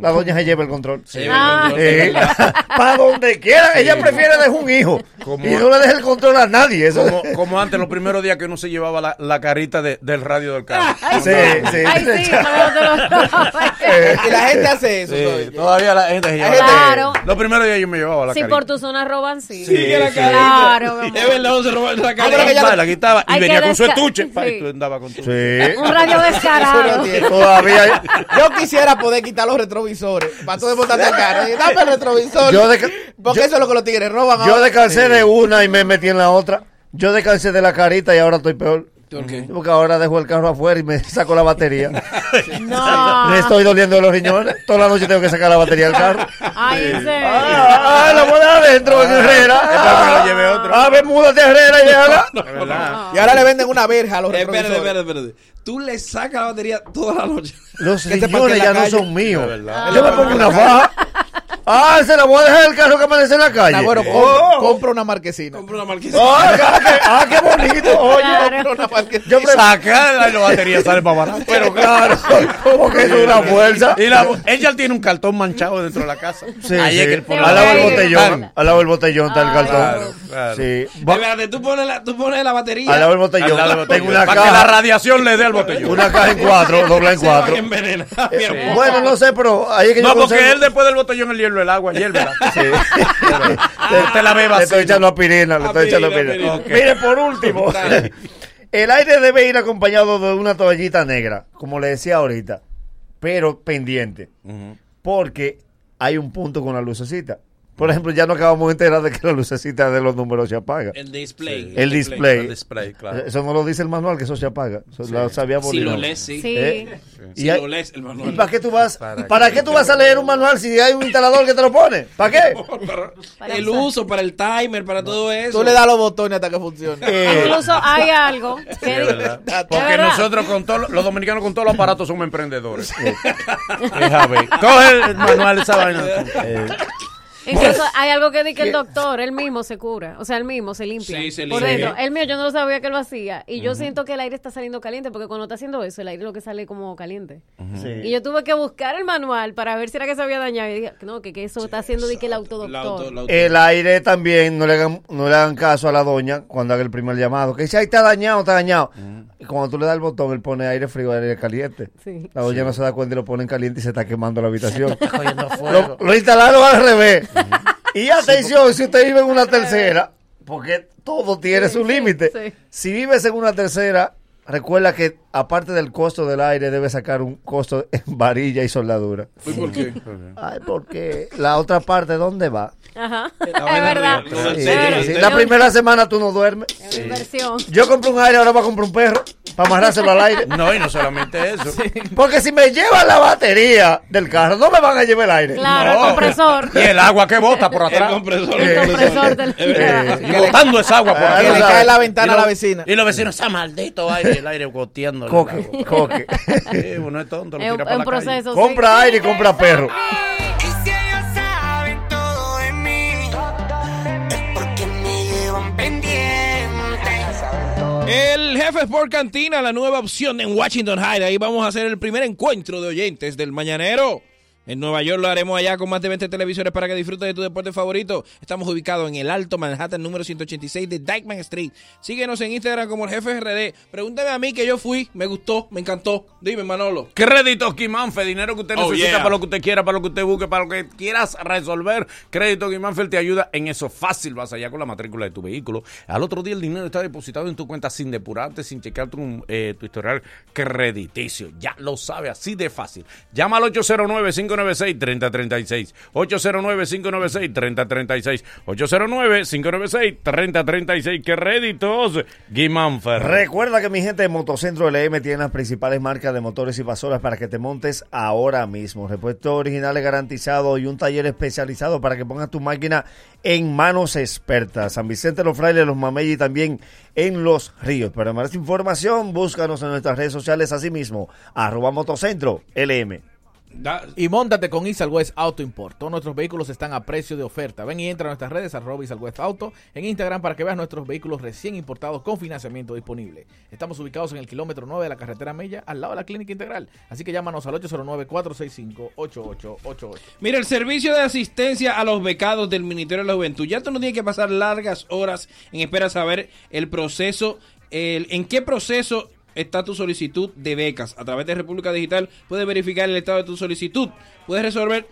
La doña se lleva el control.
Se lleva el control,
Eh, [laughs]
es verdad.
para donde quiera.
Sí.
Ella prefiere dejar un hijo.
Como-
Y no le deja el control a nadie. Eso
Como, como antes, los primeros días que uno se llevaba la, la carita de- del radio del [laughs] carro.
Sí, sí. [laughs] Eh.
y la gente hace eso.
Sí,
todavía.
todavía la gente se lleva.
Claro.
Los primeros días yo me llevaba la
Si
carita.
por tu zona roban, sí.
Sí, que la carita.
claro.
[laughs]
mi amor.
Es verdad, se robó la
Ah, pero que ya- la quitaba y
Hay que
venía con su
desca-
estuche.
sí.
Pa, y tú andabas con tu.
Un
Sí.
[laughs]
radio
Eso no
descarado.
tiene.
Todavía.
[laughs] Yo quisiera poder quitar los retrovisores para tú desmontar el carro. Y Dame el retrovisor.
Yo de-
porque eso es lo que los tigres roban.
Yo
ahora.
descansé de una y me metí en la otra. Yo descansé de la carita y ahora estoy peor.
¿Por qué?
Porque ahora dejo el carro afuera y me [laughs] saco la batería.
Ah.
No.
[laughs] Me estoy doliendo de los riñones. Toda la noche tengo que sacar la batería del carro.
Ay, en serio.
Ah, la bola adentro en Herrera.
Espera que lo lleve otro.
Ah, ver, múdate a Herrera
[laughs]
y déjala.
Y ahora le venden una verja a los retrovisores.
Espérate, espérate, espérate. Tú le sacas la batería toda la noche.
Los
te parque
riñones
en la
ya no
calle.
son míos.
De verdad.
Yo me pongo una faja. Ah, se la voy a dejar el carro que amanece en la calle.
Bueno,
Oh.
compra una marquesina.
Compra una marquesina.
Ah, qué- ah, qué
[laughs]
bonito. Oye,
Claro.
Una marquesina.
yo pre-
Sacarla y la batería sale más barata.
[laughs] Pero claro, como que es una fuerza.
Y la- ella tiene un cartón manchado dentro de la casa.
Sí,
Ahí es
sí.
que él pone
Al lado del
Ay,
botellón. Al lado del botellón está el
Ay.
cartón.
Claro, claro.
Sí. Va-
Espérate, tú pones la, tú pones la batería.
Al lado del
Al
botellón.
lado del botellón.
Tengo una
Para que la
caja.
radiación le dé al botellón.
Una caja en
[laughs]
cuatro, dobla en
Se van
cuatro.
a envenenar, mi hermano.
Bueno, no sé, pero ahí es que
no,
yo
porque
conservo-
él después del botellón el hielo, el agua, hiélvela.
te,
te la bebas,
Le estoy
sí,
echando aspirina, le estoy echando
Aspirina,
aspirina.
aspirina.
Mire, por último, [laughs] el aire debe ir acompañado de una toallita negra, como le decía ahorita, pero pendiente, porque hay un punto con la lucecita. Por ejemplo, ya no acabamos de enterar de que la lucecita de los números se apaga.
El display.
El display. Eh,
El display, claro.
Eso no lo dice el manual, que eso se apaga. Eso lo sabíamos.
Si lo
Lino.
lees, sí.
Sí.
¿Eh?
Si
Y hay-
lo lees, el manual.
¿Y para qué tú vas? ¿Para, qué tú vas a leer un manual si hay un instalador que te lo pone? ¿Para qué?
Para
el
usar.
uso, para el timer, para todo eso.
Tú le das los botones hasta que funcione.
Eh,
Incluso hay algo
Sí,
que
es verdad.
Es
Porque
verdad.
nosotros con todos los- los dominicanos con todos los aparatos somos emprendedores. [laughs] Deja ver. Coge el manual esa vaina.
incluso
Pues,
hay algo que dice que el doctor, él mismo se cura, o sea, él mismo se limpia.
Sí, se
Por
limpia.
eso, el mío yo no sabía que lo hacía y yo siento que el aire está saliendo caliente porque cuando está haciendo eso, el aire lo que sale como caliente. Y yo tuve que buscar el manual para ver si era que se había dañado y dije, no, que, que eso está haciendo de que el autodoctor. Eh,
La auto- la auto-
El aire también, no le, hagan, no le hagan caso a la doña cuando haga el primer llamado. Que dice, ahí está dañado, está dañado. Y cuando tú le das el botón, él pone aire frío, aire caliente.
Sí.
La doña no se da cuenta y lo pone en caliente y se está quemando la habitación. lo, lo instalaron al revés. y atención, si usted vive en una tercera, porque todo tiene
Sí,
su
sí,
límite.
sí.
Si vives en una tercera, recuerda que aparte del costo del aire, debe sacar un costo en varilla y soldadura.
¿Y por qué?
Ay, porque la otra parte, ¿dónde va?
Ajá,
vaina
es verdad.
real.
Sí,
Es
Sí,
verdad.
sí.
sí.
La primera semana tú no duermes.
Es una inversión.
Yo compro un aire, ahora voy a comprar un perro para amarrárselo al aire.
No, y no solamente eso.
Porque si me llevan la batería del carro, no me van a llevar el aire.
Claro,
No.
el compresor.
Y el agua que bota por
El
atrás.
compresor.
El
Eh,
[laughs] compresor del
Y botando esa agua por
Ah,
atrás.
Que le
sabe.
cae la ventana
Y
a la
lo-
vecina.
Y los vecinos, ¡ah, maldito aire! El aire goteando.
Coque,
[laughs]
coque.
Eh, uno es tonto, lo
Es un,
tira para
es un
la calle.
proceso. sí.
Compra aire y compra perro.
Y si ellos saben todo de mí, es porque me llevan pendiente.
El El Jefe Sport Cantina, la nueva opción en Washington Heights. Ahí vamos a hacer el primer encuentro de oyentes del Mañanero. En Nueva York lo haremos allá con más de 20 televisores para que disfrutes de tu deporte favorito. Estamos ubicados en el Alto Manhattan, número 186 de Dykeman Street. Síguenos en Instagram como el jefe RD. Pregúntame a mí que yo fui, me gustó, me encantó. Dime, Manolo.
Créditos Quimanfe, dinero que usted
Oh,
necesita
yeah.
para lo que usted quiera, para lo que usted busque, para lo que quieras resolver. Crédito Quimanfe te ayuda en eso fácil. Vas allá con la matrícula de tu vehículo. Al otro día el dinero está depositado en tu cuenta sin depurarte, sin chequear tu, eh, tu historial crediticio. Ya lo sabe, así de fácil. Llama al 809-596-3036. 809-596-3036. 809-596-3036. Créditos Quimanfe.
Recuerda que mi gente de Motocentro LM tiene las principales marcas de motores y pasoras para que te montes ahora mismo. Repuestos originales garantizados y un taller especializado para que pongas tu máquina en manos expertas. San Vicente, Los Frailes, Los Mamey y también en Los Ríos. Para más información, búscanos en nuestras redes sociales así mismo. Arroba Motocentro LM.
Y montate con Isal West Auto Import. Todos nuestros vehículos están a precio de oferta. Ven y entra a nuestras redes, arroba Isal West Auto, en Instagram para que veas nuestros vehículos recién importados con financiamiento disponible. Estamos ubicados en el kilómetro 9 de la carretera Mella, al lado de la Clínica Integral. Así que llámanos al 809-465-8888.
Mira, el servicio de asistencia a los becados del Ministerio de la Juventud. Ya tú no tienes que pasar largas horas en espera a saber el proceso, el- en qué proceso está tu solicitud de becas. A través de República Digital puedes verificar el estado de tu solicitud. Puedes resolver...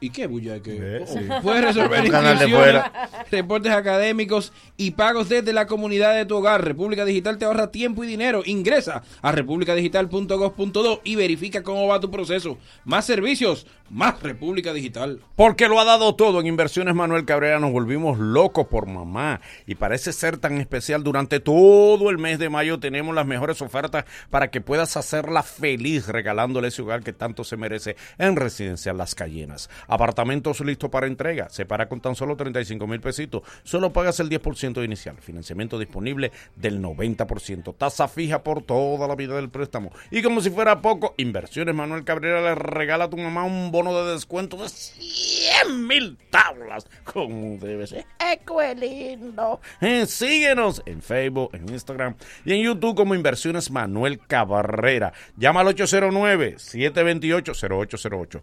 ¿Y qué bulla que? Oh. Puedes resolver
Un canal de
inscripciones,
fuera.
reportes académicos y pagos desde la comunidad de tu hogar. República Digital te ahorra tiempo y dinero. Ingresa a republicadigital.gov.do y verifica cómo va tu proceso. Más servicios, más República Digital.
Porque lo ha dado todo en Inversiones Manuel Cabrera, nos volvimos locos por mamá y parece ser tan especial. Durante todo el mes de mayo tenemos las mejores ofertas para que puedas hacerla feliz regalándole ese hogar que tanto se merece en Residencia Las Cayenas. Apartamentos listos para entrega, se para con tan solo 35 mil pesitos, solo pagas el 10% inicial, financiamiento disponible del 90%, tasa fija por toda la vida del préstamo. Y como si fuera poco, Inversiones Manuel Cabrera le regala a tu mamá un bono de descuento de 100 mil tablas, como debe ser.
¡Ay, qué lindo!
Eh, síguenos en Facebook, en Instagram y en YouTube como Inversiones Manuel Cabrera. Llama al 809-728-0808.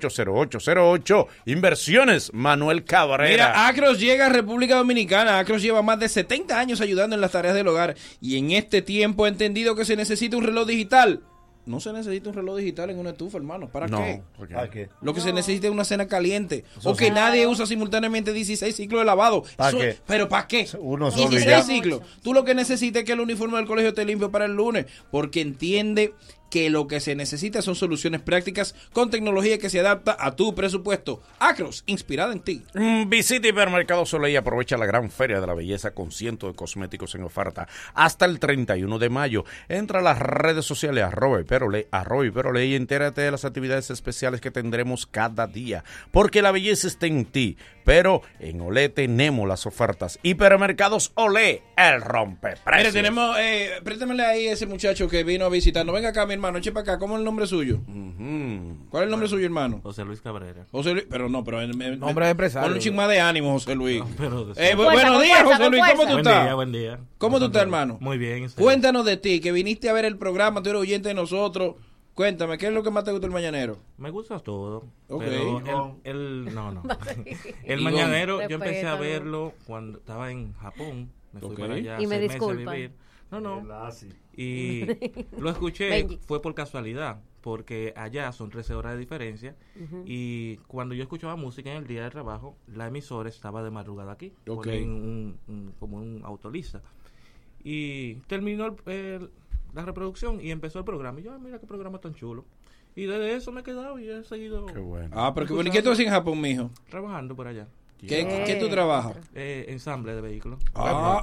809-728-0808. Inversiones Manuel Cabrera.
Mira, Acros llega a República Dominicana. Acros lleva más de 70 años ayudando en las tareas del hogar y en este tiempo ha entendido que se necesita un reloj digital. No se necesita un reloj digital en una estufa, hermano. ¿Para
No,
qué?
¿por qué? ¿Para qué?
Lo que se necesita es una cena caliente.
Eso
o que
sí.
nadie usa simultáneamente 16 ciclos de lavado.
¿Para
Eso-
qué?
¿Pero para qué?
Uno solo y
16
ya.
ciclos. Tú lo que necesitas es que el uniforme del colegio esté limpio para el lunes. Porque entiende que lo que se necesita son soluciones prácticas con tecnología que se adapta a tu presupuesto. Acros, inspirada en ti.
Mm, Visita Hipermercado Soleil y aprovecha la gran feria de la belleza con cientos de cosméticos en oferta hasta el 31 de mayo. Entra a las redes sociales arroba hiperole, arroba hiperole y entérate de las actividades especiales que tendremos cada día. Porque la belleza está en ti, pero en Olé tenemos las ofertas. Hipermercados Olé, el rompe
Mire, tenemos, eh, préstamele ahí a ese muchacho que vino a visitarnos. Venga acá, mi hermano, eche para acá. ¿Cómo es el nombre suyo? ¿Cuál es el nombre suyo, hermano?
Mm. José Luis Cabrera.
José Luis, pero no, pero...
Nombre de empresario.
Con un chisma de ánimo, José Luis.
Pero
Eh, bu- buenos días, José Luis, ¿cómo tú
Buen
estás?
día, buen día.
¿Cómo tú estás, hermano?
Muy bien. ¿y usted?
Cuéntanos de ti, que viniste a ver el programa, tú eres oyente de nosotros. Cuéntame, ¿qué es lo que más te gusta
[laughs]
del Mañanero?
Me gusta todo.
Ok.
Pero el, el- no,
[laughs]
no. el
Igón.
mañanero, yo empecé a
Respétalo.
verlo cuando estaba en Japón. Me fui
Ok.
para allá.
Y me
seis meses a
disculpan.
vivir. No, no. Y
[laughs]
lo escuché,
Benji.
fue por casualidad, porque allá son 13 horas de diferencia.
Ujú.
Y cuando yo escuchaba música en el día de trabajo, la emisora estaba de madrugada aquí.
Ok.
ponen un- un- como un autolista. Y terminó el- el- la reproducción y empezó el programa. Y yo, ah, mira qué programa tan chulo. Y desde eso me he quedado y he seguido.
Qué bueno.
Ah, pero qué bueno. ¿Y qué tú haces en Japón, mijo?
Trabajando por allá.
¿Qué- qué tú trabajas?
Eh, ensamble de vehículos.
Ah,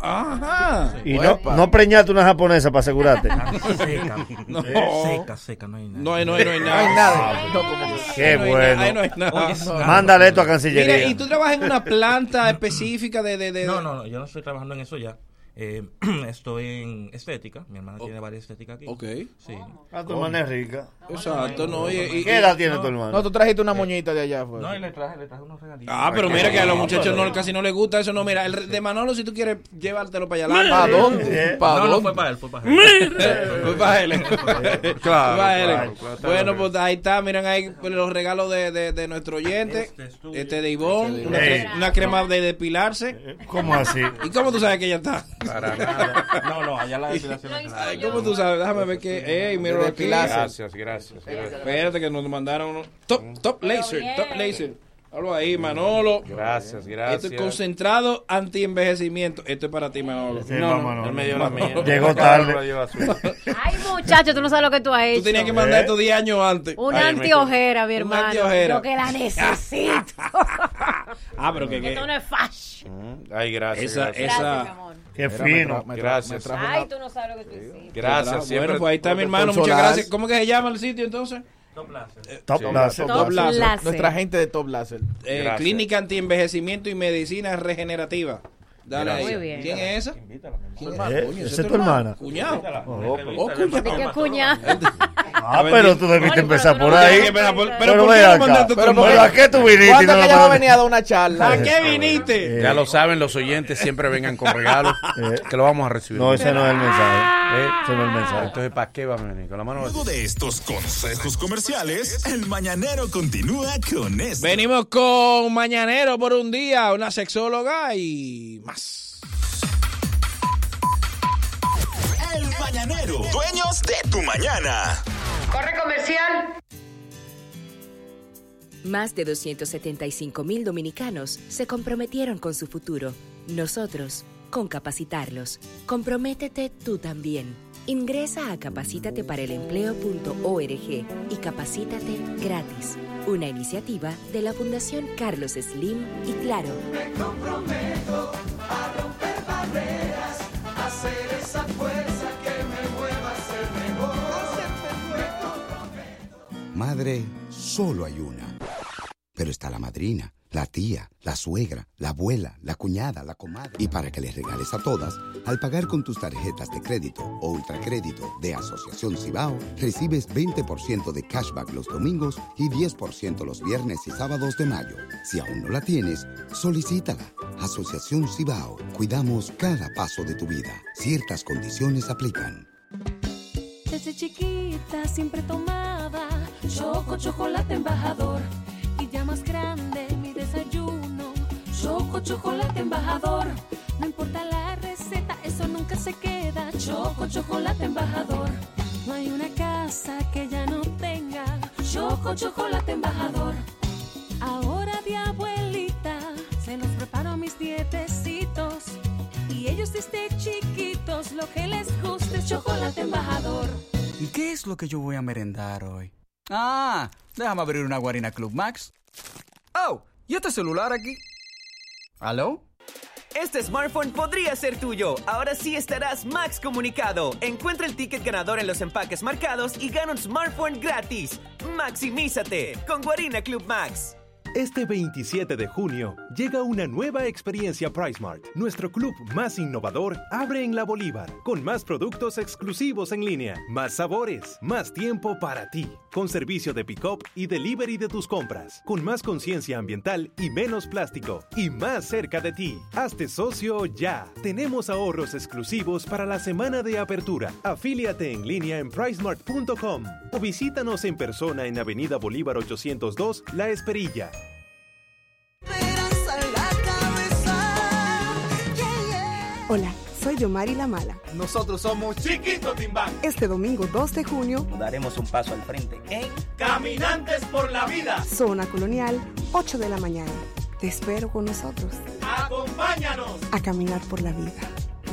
ajá.
Y no, no preñaste una japonesa para asegurarte.
[laughs]
Seca.
No.
Eh, Seca, seca, no hay nada.
No hay, no hay, no hay nada.
No
Ah,
hay nada.
No, como que-
Qué
Ahí no hay
bueno.
nada, ahí no hay nada.
Oye, no, no.
Mándale esto a Cancillería.
Mira, ¿y tú trabajas en una planta específica de...? de, de-
No, no, no, yo no estoy trabajando en eso ya. Eh, [clears throat] estoy en estética. Mi hermana tiene varias estéticas aquí.
Oh. Ok.
Sí.
Ah, tu hermana es rica.
Exacto, no. y- y-
¿Qué
y-
edad tiene
no.
tu hermano?
No, tú trajiste una moñita de allá. pues. Fue.
No, y le traje, le traje unos regalitos.
Ah, pero mira que a los muchachos no,
pero-
casi no les gusta eso. No, mira, el re- de Manolo, si tú quieres llevártelo para allá.
Mire.
¿para
Eh,
dónde? ¿Para
no, no,
dónde? Eh,
fue para él, fue
[laughs]
para él.
Mire. Fue para él.
Fue para él. [laughs]
Fue
Claro,
para él.
claro, claro, está
Bueno,
bien.
pues ahí está. Miren ahí pues, los regalos de, de, de nuestro oyente. Este de Ivonne. Una,
Ey.
cre- una crema de depilarse.
Eh, ¿Cómo así?
¿Y cómo tú sabes que ella está? [laughs]
Para nada.
No, no, allá la depilación es
Ay, ¿Cómo tú sabes? Déjame ver que. Ey, mira, aquí.
Gracias, gracias. gracias.
Espérate que nos mandaron uno- top, top laser, top laser. Hablo ahí, Manolo.
Gracias,
Esto es
gracias.
concentrado anti-envejecimiento. Esto es para ti, Manolo.
es para Manolo.
él me dio
Manolo.
mía.
Llegó tarde.
Ay, muchacho, tú no sabes lo que tú has hecho.
Tú tenías que mandar estos 10 años antes.
Una
Ay, me-
antiojera, mi
Una
hermano.
antiojera.
Yo que la
[laughs]
necesito.
Ah, pero que
Esto no es fashion.
Mm, Ay, gracias.
Esa-
gracias.
esa-
Gracias, mi amor.
Qué
Espera,
fino.
me tra- me gracias.
trajo una-
Ay, tú no sabes lo que tú hiciste.
Gracias, siempre.
Bueno, pues ahí está mi hermano. Muchas gracias. ¿Cómo que se llama el sitio entonces? Eh,
Top
Sí.
Laser.
Top Laser.
Nuestra gente de Top Laser.
Eh,
Gracias.
Clínica Antienvejecimiento y Medicina Regenerativa. Dale ahí.
Gracias. Muy bien.
¿Quién es esa? ¿Quién
hermana. Eh,
Coño,
¿esa
ese
es tu hermana?
Cuñado.
Oh,
Oh, cuñado.
¿De qué cuñada?
Ah, pero tú debiste empezar por ahí.
Tienes que empezar por- pero
Pero
¿por qué
ve
no
acá.
mandaste tu
Pero
hermana?
¿a qué tú viniste? y
¿Cuándo
no la
que ella va a
mandaste?
venir a dar una charla?
¿A qué viniste?
Eh,
Ya lo saben, los oyentes siempre vengan con regalos que lo vamos a recibir.
No, ese no es el mensaje.
¿Eh?
Ese no es el mensaje.
Entonces, ¿para qué van a venir? Con la mano
Luego de estos consejos comerciales, el mañanero continúa con esto.
Venimos con Mañanero por un día, una sexóloga y más.
El mañanero, dueños de tu mañana.
Corre comercial.
Más de 275 mil dominicanos se comprometieron con su futuro. Nosotros, con capacitarlos. Comprométete tú también. Ingresa a capacitateparelempleo.org y capacítate gratis. Una iniciativa de la Fundación Carlos Slim y Claro.
Hacer esa fuerza que me mueva a ser mejor.
Madre solo hay una. Pero está la madrina, la tía, la suegra, la abuela, la cuñada, la comadre. Y para que les regales a todas, al pagar con tus tarjetas de crédito o ultracrédito de Asociación Cibao, recibes 20% de cashback los domingos y 10% los viernes y sábados de mayo. Si aún no la tienes, solicítala. Asociación Cibao, cuidamos cada paso de tu vida. Ciertas condiciones aplican.
Desde chiquita siempre tomaba Choco Chocolate Embajador. Y ya más grande mi desayuno, Choco Chocolate Embajador. No importa la receta, eso nunca se queda, Choco Chocolate Embajador. No hay una casa que ya no tenga Choco Chocolate Embajador. Ahora de abuelita se los preparo a mis dietecitos. Y ellos desde chiquitos lo que les gusta es Chocolate Embajador.
¿Y qué es lo que yo voy a merendar hoy? Ah, déjame abrir una guarina Club Max. Oh, ¿y este celular aquí? ¿Aló?
Este smartphone podría ser tuyo. Ahora sí estarás Max comunicado. Encuentra el ticket ganador en los empaques marcados y gana un smartphone gratis. Maximízate con Guarina Club Max.
Este 27 de junio llega una nueva experiencia PriceMart. Nuestro club más innovador abre en la Bolívar, con más productos exclusivos en línea, más sabores, más tiempo para ti, con servicio de pick-up y delivery de tus compras, con más conciencia ambiental y menos plástico, y más cerca de ti. Hazte socio ya. Tenemos ahorros exclusivos para la semana de apertura. Afíliate en línea en pricemart.com o visítanos en persona en Avenida Bolívar 802, La Esperilla.
Hola, soy Yomari La Mala.
Nosotros somos Chiquito Timbán.
Este domingo 2 de junio,
Daremos un paso al frente en Caminantes por la Vida.
Zona Colonial, 8 de la mañana. Te espero con nosotros
Acompáñanos.
a caminar por la vida.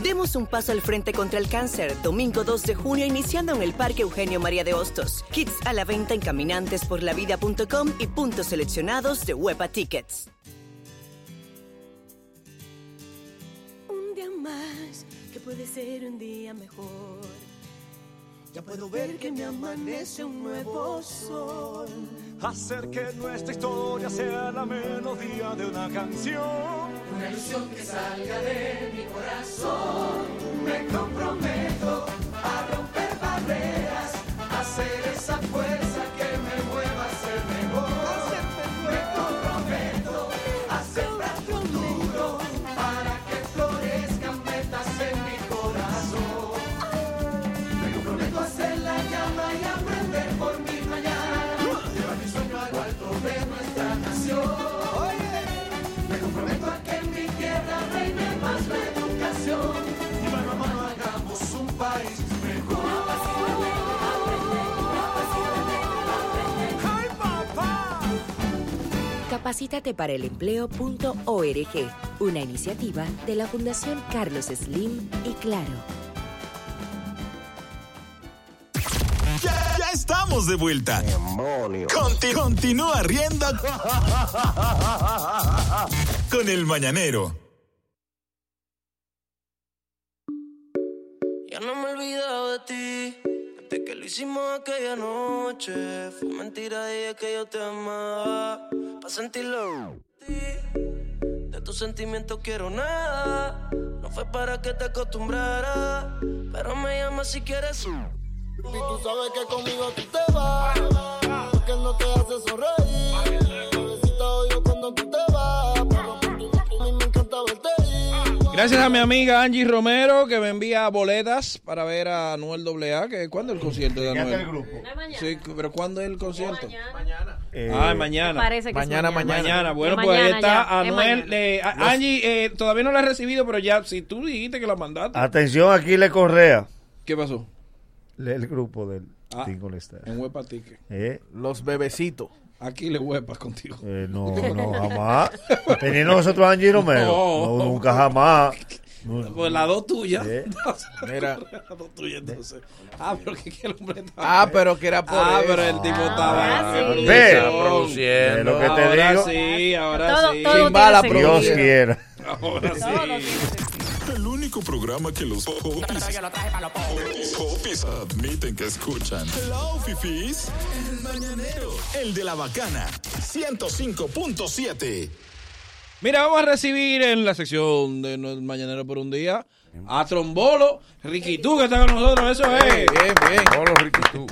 Demos un paso al frente contra el cáncer. Domingo 2 de junio, iniciando en el Parque Eugenio María de Hostos. Kits a la venta en caminantesporlavida.com y puntos seleccionados de Huepa Tickets.
Un día más que puede ser un día mejor.
Ya puedo ver que me amanece un nuevo sol.
Hacer que nuestra historia sea la melodía de una canción.
Una ilusión que salga de mi corazón. Me comprometo a romper barreras, a hacer esa esa fuerza que me mueva a ser mejor. Me comprometo a sembrar futuro para que florezcan metas en mi corazón. Me comprometo a ser la llama y a prender por mi mañana. Llevar mi sueño al alto de nuestra nación. Me comprometo a que en mi tierra reine más la educación. Y mano a mano hagamos un país mejor. ¡Ay, papá!
Capacítate para el empleo.org, una iniciativa de la Fundación Carlos Slim y Claro.
Ya, ya estamos de vuelta. Conti- continúa
[laughs]
riendo con el mañanero.
Ya no me he olvidado de ti, desde que lo hicimos aquella noche. Fue mentira de que yo te amaba, pa' sentirlo. De tus sentimientos quiero nada, no fue para que te acostumbrara, pero me llamas si quieres.
Y tú sabes que conmigo tú te vas, porque no te hace sonreír. Bebecita odio cuando tú te vas, pero por ti, por ti, a mí me encanta verte ir.
Gracias a mi amiga Angie Romero que me envía boletas para ver a Anuel AA. Que, ¿Cuándo es el concierto de
Chequeate
Anuel?
el grupo.
Sí, pero ¿cuándo es el concierto?
Eh,
ah, mañana.
Parece que es Mañana, mañana. mañana.
Bueno,
Es
pues ahí
mañana
está
ya, es
Anuel.
mañana.
eh, a-
Los-
Angie, eh, todavía no la he recibido, pero ya, si tú dijiste que la mandaste.
Atención, aquí le Correa.
¿Qué pasó?
Lee el grupo del
Ah,
Tingle Star.
En huepa tique.
¿Eh?
Los bebecitos. Aquí le huepas contigo.
Eh, no, no, jamás. Teniendo nosotros a Angie Romero.
No.
No, nunca jamás. No,
Pues las dos tuyas.
Ah.
[laughs]
¿Eh?
Mira. Las dos tuyas, entonces. Ah, pero que, que el hombre estaba-
Ah, pero que era por
Ah,
eso.
pero el tipo estaba.
Ah, sí.
Ve.
Estaba
Ve lo que te
ahora
digo.
Sí, ahora
Todo-
sí.
todo Sin tiene bala sentido.
Dios quiera.
Ahora sí.
El único programa que los popis, popis admiten que escuchan. Hello, fifis. El mañanero. El de la bacana. 105.7.
Mira, vamos a recibir en la sección de no- Mañanero por un día a Trombolo, Riquitú, que está con nosotros. Eso es. Bien,
bien.
Trombolo, [laughs] Riquitú.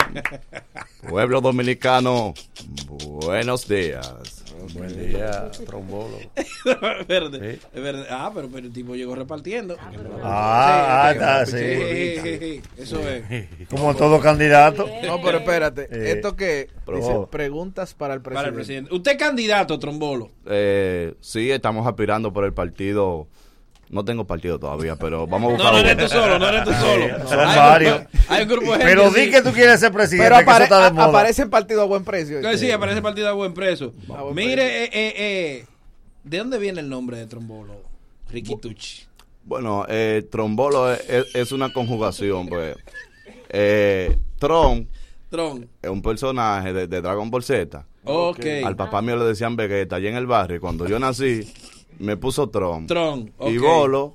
Pueblo dominicano, buenos días. Buen
día, trombolo.
es verde. Es verde. Ah, pero, pero el tipo llegó repartiendo.
Ah, ah, está, sí.
Eso es.
[laughs] Como todo candidato.
No, pero espérate.
Eh,
Esto que dice
pero-
preguntas para el presidente.
Para el presidente. Usted es candidato, Trombolo.
Eh, sí, estamos aspirando por el partido. No tengo partido todavía, pero vamos a
No,
buscar.
no
uno.
eres tú solo, no eres tú solo.
Son varios.
Hay un grupo de gente.
Pero di
sí.
que tú quieres ser presidente.
Pero
que eso
apare-
está de
a-
moda.
aparece en partido a buen precio.
No, sí, aparece partido a buen preso. Mire, eh, eh, eh, ¿de dónde viene el nombre de Trombolo? Riquitucci.
Bueno, eh, trombolo es, es- es una conjugación, pues. Eh, Tron
Tron.
es un personaje de, de Dragon Ball Z.
Ok.
Al papá mío le decían Vegeta allá en el barrio. Cuando yo nací, me puso Tron.
Tron,
Y
ok.
Bolo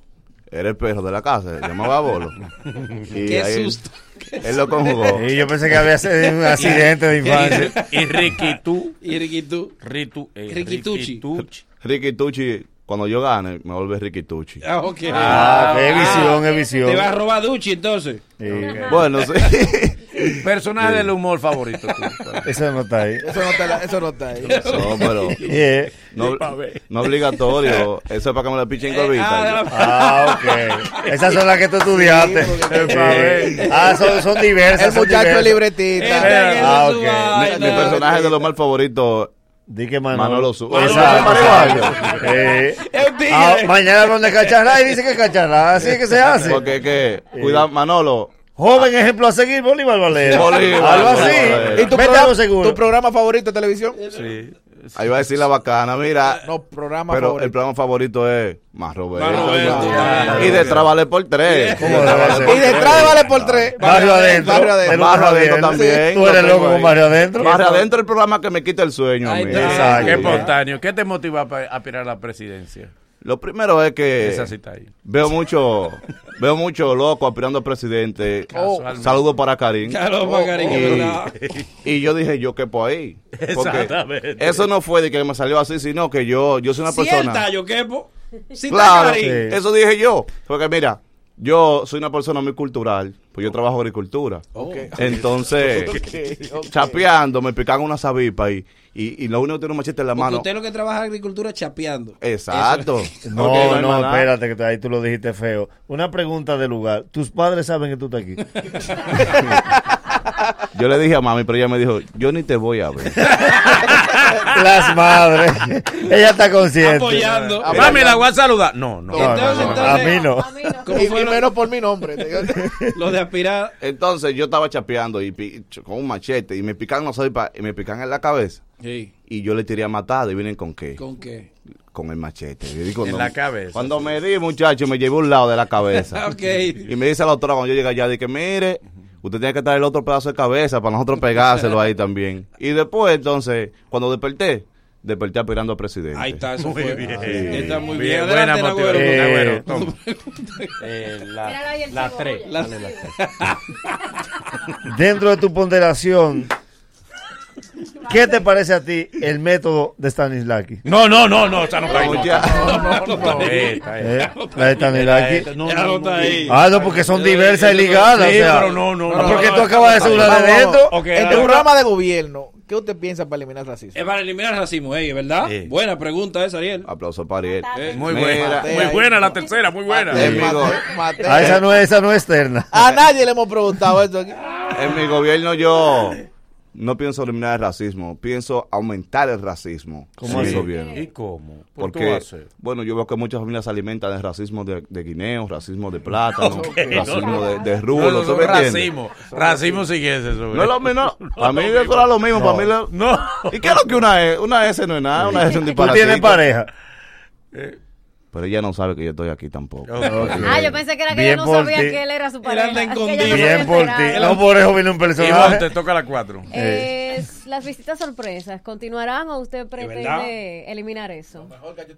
era el perro de la casa, se llamaba
[laughs]
Bolo. Y
Qué
ahí él-
susto.
Él lo conjugó.
Sí, yo pensé que había sido
[laughs]
un accidente de
[laughs]
infancia.
Y Riquitú.
Y Riquitú.
Ritu, eh,
Riquitucci.
Riquitucci.
Ricky Tucci, cuando yo gane, me vuelve Ricky Tucci.
Ah, ok.
Ah, qué visión,
ah,
qué visión.
Te va a robar Duchi entonces.
Ok. Bueno, sí.
[laughs]
Personaje
Sí.
del humor favorito. tú.
Eso no está ahí.
Eso no está, la- eso no está ahí.
[laughs] No, pero.
Yeah.
No, no obligatorio. Eso es para que me la pichen gorrita.
Eh, Ah, [laughs] ok. Esas son las que tú estudiaste. Sí.
Eh,
Ah, son, son diversas.
El
son
muchacho
diversas.
es libretista.
Este
Ah,
Esta que es su
ok.
Mi personaje de lo más favorito.
Di que Manolo.
Manolo Su-
Exacto. Eh. Ah, mañana hablan de cacharra y dice que cacharra. Así es que se hace.
Porque que, cuidado, Manolo.
Joven ejemplo a seguir, Bolívar Valera.
Bolívar
Eh, Algo
Valera.
así.
¿Y tu
Vete a
programa-
lo seguro.
¿Tu programa favorito de televisión?
Sí. Ahí va a decir la bacana, mira.
No, programa
Pero
favorito.
el programa favorito es Más Roberto.
Más Roberto,
Ah,
claro.
Y de Trabale por tres.
¿Cómo lo va a hacer?
Y detrás de vale por tres.
Barrio adentro.
Barrio adentro.
Pero
Barrio
Barrio
adentro
Adentro.
también.
Tú
lo
eres
tengo
loco con
ahí.
Barrio Adentro.
Barrio adentro es el programa que me quita el sueño. a mí.
Qué espontáneo. ¿Qué te motiva a pa- aspirar a la presidencia?
Lo primero es que
Esa sí está ahí.
veo mucho veo mucho loco aspirando al presidente.
Casualmente.
Saludo para Karim.
Saludos para Karim,
Y-
es verdad.
Y yo dije, yo quepo ahí. Porque
Exactamente.
eso no fue de que me salió así, sino que yo yo soy una
Si él
persona.
está, yo quepo. Si está
Claro,
Karim.
eso dije yo. Porque mira, Yo soy una persona muy cultural, pues yo trabajo agricultura.
Ok.
[laughs] Entonces,
Ok, ok.
chapeando, me picaban una sabipa y, y, y lo único que tiene un machete en la
Porque
mano.
usted lo que trabaja en agricultura es chapeando.
Exacto.
Eso.
No,
Ok, no hay
no,
más nada.
espérate, que ahí tú lo dijiste feo. Una pregunta de lugar. ¿Tus padres saben que tú estás aquí? [laughs]
Yo le dije a mami, pero ella me dijo, yo ni te voy a ver.
Las madres. Ella está consciente.
Apoyando. Mami, la voy a saludar. No, no.
No, no,
Entonces,
no,
entonces-
a mí no.
Y, y menos por mi nombre.
[laughs]
Lo de aspirar.
Entonces yo estaba chapeando y pi- con un machete y me pican una sabipa y me pican en la cabeza.
Sí.
Y yo le tiré a matada y vienen con qué.
¿Con qué?
Con el machete. Yo digo,
En
no,
la cabeza.
Cuando me di, muchacho, me llevé un lado de la cabeza.
Ok.
Y me dice la doctora cuando yo llegué allá, dije, mire, usted tiene que traer el otro pedazo de cabeza para nosotros pegárselo ahí también. Y después, entonces, cuando desperté, desperté aspirando al presidente.
Ahí está, eso
Muy
fue.
bien.
Está muy bien.
Bien,
Adelante,
buena
Nagüero.
motivación,
Eh,
Nagüero, toma.
Míralo ahí el
la
chivo,
tres.
oye.
La-
Dale, la
Dentro de tu ponderación, ¿qué te parece a ti el método de Stanislavski?
No, no, no, no, esa no está ahí, no,
Ya.
no, no, no, no,
Eh,
está ahí.
La de Stanislavski.
Ya no está ahí.
Ah, no, porque son diversas y
Sí,
ligadas.
sí,
o sea.
pero no, no,
Ah,
no,
Porque
no,
tú
no,
acabas de
está bien.
asegurar de
Vamos,
esto.
vamos. Ok,
En tu
ahora-
programa de gobierno, ¿qué usted piensa para eliminar el racismo?
Es para eliminar el racismo, ey, ¿verdad? Buena pregunta esa, Ariel.
Aplauso para Ariel.
Muy buena, muy buena la tercera, muy [laughs] buena.
Mate-
Ah, esa no es, esa no es externa.
Ah,
A nadie le hemos preguntado esto aquí.
En mi gobierno yo no pienso eliminar el racismo, pienso aumentar el racismo.
¿Cómo
en mi
así?
gobierno.
¿Y cómo? ¿Por qué va a
Porque,
ser?
bueno, yo veo que muchas familias se alimentan de racismo de, de guineo, racismo de plátano, racismo
Ok, [laughs] no, no.
de, de
No,
rulo,
no, no,
¿se me entiende?
racismo. Racismo sí que es eso.
No es
[laughs]
lo mismo.
[laughs]
Para mí eso era lo mismo. Para mí lo- ¿Y qué es lo que una es? Una S no es nada, una S es un
¿Tú
disparate.
tienes pareja?
Pero ella no sabe que yo estoy aquí tampoco.
Ah, yo pensé que era que
Bien
ella no
por
sabía
ti.
que él era su pareja. que ella no
Bien
sabía
por
que
ti.
era-
No por eso vino un
Ivonne,
personaje.
te toca la cuatro.
Eh,
Eh.
Es- las visitas sorpresas, ¿continuarán o usted pretende eliminar eso?
este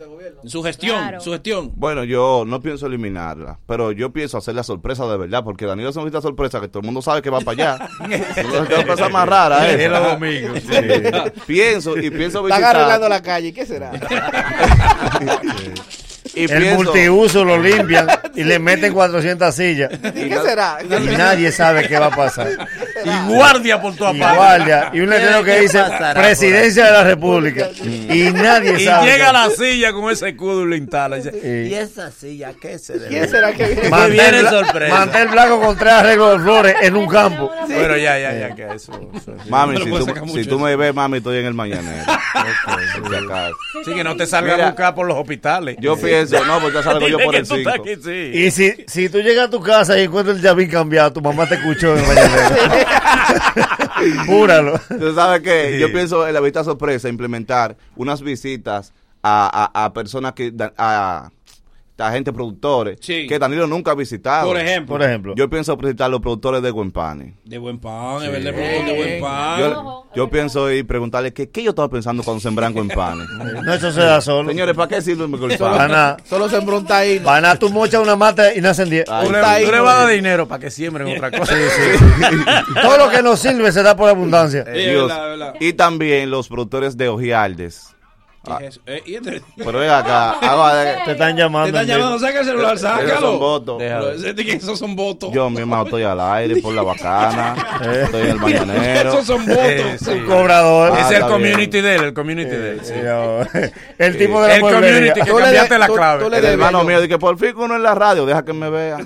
Su gestión,
Claro.
su gestión.
Bueno, yo no pienso eliminarla, pero yo pienso hacer la sorpresa de verdad, porque Danilo es una visita sorpresa que todo el mundo sabe que va para
[laughs]
allá. Una sorpresa más rara, ¿eh?
Es los domingos, sí.
[laughs] Pienso y pienso
Están arreglando
visitar.
la calle, ¿qué será?
Y
el
pienso-
multiuso lo limpian y le meten 400 sillas.
¿Y qué será?
Y nadie sabe qué va a pasar.
Y guardia por toda
Y
parte.
guardia. Y un letrero que dice Presidencia de la República. Y nadie
Y
sabe.
llega a la silla con ese escudo y lo instala. Y
Sí.
dice, ¿Y esa silla qué se debe?
¿Quién será que viene?
Que
Mantel,
viene
Bla-
sorpresa.
Mantel blanco con tres arreglos de flores en un campo.
Bueno, ya, ya, ya, que eso. eso-
Mami,
No lo
si
puedes
tú,
sacar
si
mucho
tú
eso.
me ves, mami, estoy en el
[laughs]
mañanero. Por si acaso.
Sí, que no te salga
Mira,
a buscar por los hospitales.
Yo pienso, no,
[laughs]
pues ya salgo yo
Dile
por
que
el
tú estás
5.
aquí, sí.
Y si, si tú llegas a tu casa y encuentras el llavín cambiado, tu mamá te escuchó en el mañanero. Júralo.
Tú sabes que yo
Sí.
pienso en la visita sorpresa implementar unas visitas a, a- a personas que. da- A, a gente productores
Sí.
que Danilo nunca ha visitado.
Por ejemplo.
Por ejemplo.
Yo pienso visitar a los productores de Buen Pane.
De buen pan, es verdad, productor de buen pan.
Yo, yo pienso y preguntarle qué qué yo estaba pensando cuando sembran Buen Pane.
[laughs] No, eso se da solo.
Señores, ¿para qué sirve el
Para nada.
Solo sembró un taíno.
Para nada, tú mochas una mata y nacen 10.
Tú le, tú le vas a dar dinero para que siembren otra cosa.
Todo lo que nos sirve se da por abundancia.
Eh, Dios. Y también los productores de Ojialdes. Ah,
Es- [laughs] eh, y entre-
pero ven [laughs] acá, haga de-
Te están llamando.
Te están llamando, saca el celular,
Esos
sácalo.
son votos.
Pero ese de que Esos son votos.
Yo mismo estoy al aire por la
[laughs]
bacana. Estoy [laughs] en el mañanero.
Esos son votos.
Un cobrador.
Ah,
es el
está bien.
community de él, el community de él. sí.
[laughs] El tipo de la
El
mueblería.
community que
Tú le
cambiaste
de-
la
tú-
clave.
tú le
El
debes
hermano
yo.
mío dice que por fin uno en la radio, deja que me
[laughs]
vea.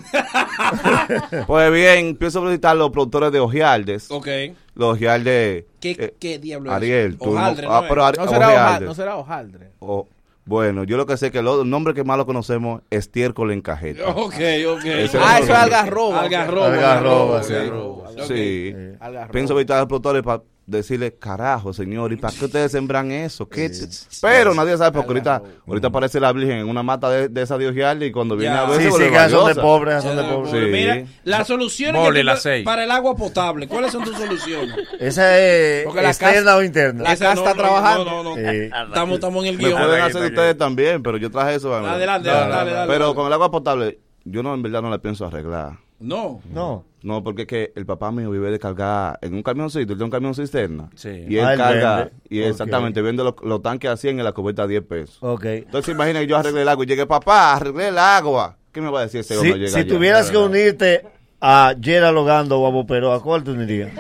pues bien, empiezo a visitar los productores de Ojialdes.
Ok.
Los Ojialdes.
¿Qué,
eh,
qué diablo es?
Ariel, tú
Hojaldre,
no- ah,
es?
pero Ari-
No será
Ojealde.
Ojal- no será Ojaldre.
O- bueno, yo lo que sé es que el, otro- el nombre que más lo conocemos es estiércol en cajeta.
Ok, ok.
Ese
Ah,
es el
eso es
nombre.
algarroba.
Algarroba.
Algarroba, sí.
Algarroba, ok.
Sí.
Algarroba.
Pienso evitar a los productores para decirle, carajo, señor, ¿y para qué ustedes sembran eso? ¿Qué t-?" Pero nadie sabe, porque ahorita, ahorita aparece la Virgen en una mata de, de esa de Ojialde y cuando viene
Ya.
a ver se
Sí, sí,
vuelve
que son de
valiosa.
pobres, son de pobres.
Sí.
Mira, las soluciones
Mole,
que tú
la
puedes-
seis.
para el agua potable, ¿cuáles son tus soluciones?
Esa es
Porque la
externa
casa-
o interna.
la Esa casa no, está no, trabajando. no, no, no.
Estamos,
estamos en el
Me
guión.
pueden
Está
hacer
bien, está
ustedes también, pero yo traje eso. amigo.
Adelante, No, dale, no, dale, no. dale,
Pero
dale.
con el agua potable, yo no, en verdad no la pienso arreglar.
No.
No.
No, porque es que el papá mío vive de cargar en un camioncito, él tiene un camión cisterna.
Sí.
Y él
Ah, él
carga,
vende.
y
Ok.
exactamente, vende los, los tanques a 100 en la cubeta a 10 pesos.
Ok.
Entonces imagina que yo arregle el agua y llegue, papá, arregle el agua. ¿Qué me va a decir este
Si,
hombre?
si tuvieras que unirte a Gerald Logando o a Bopero, ¿a cuál te unirías?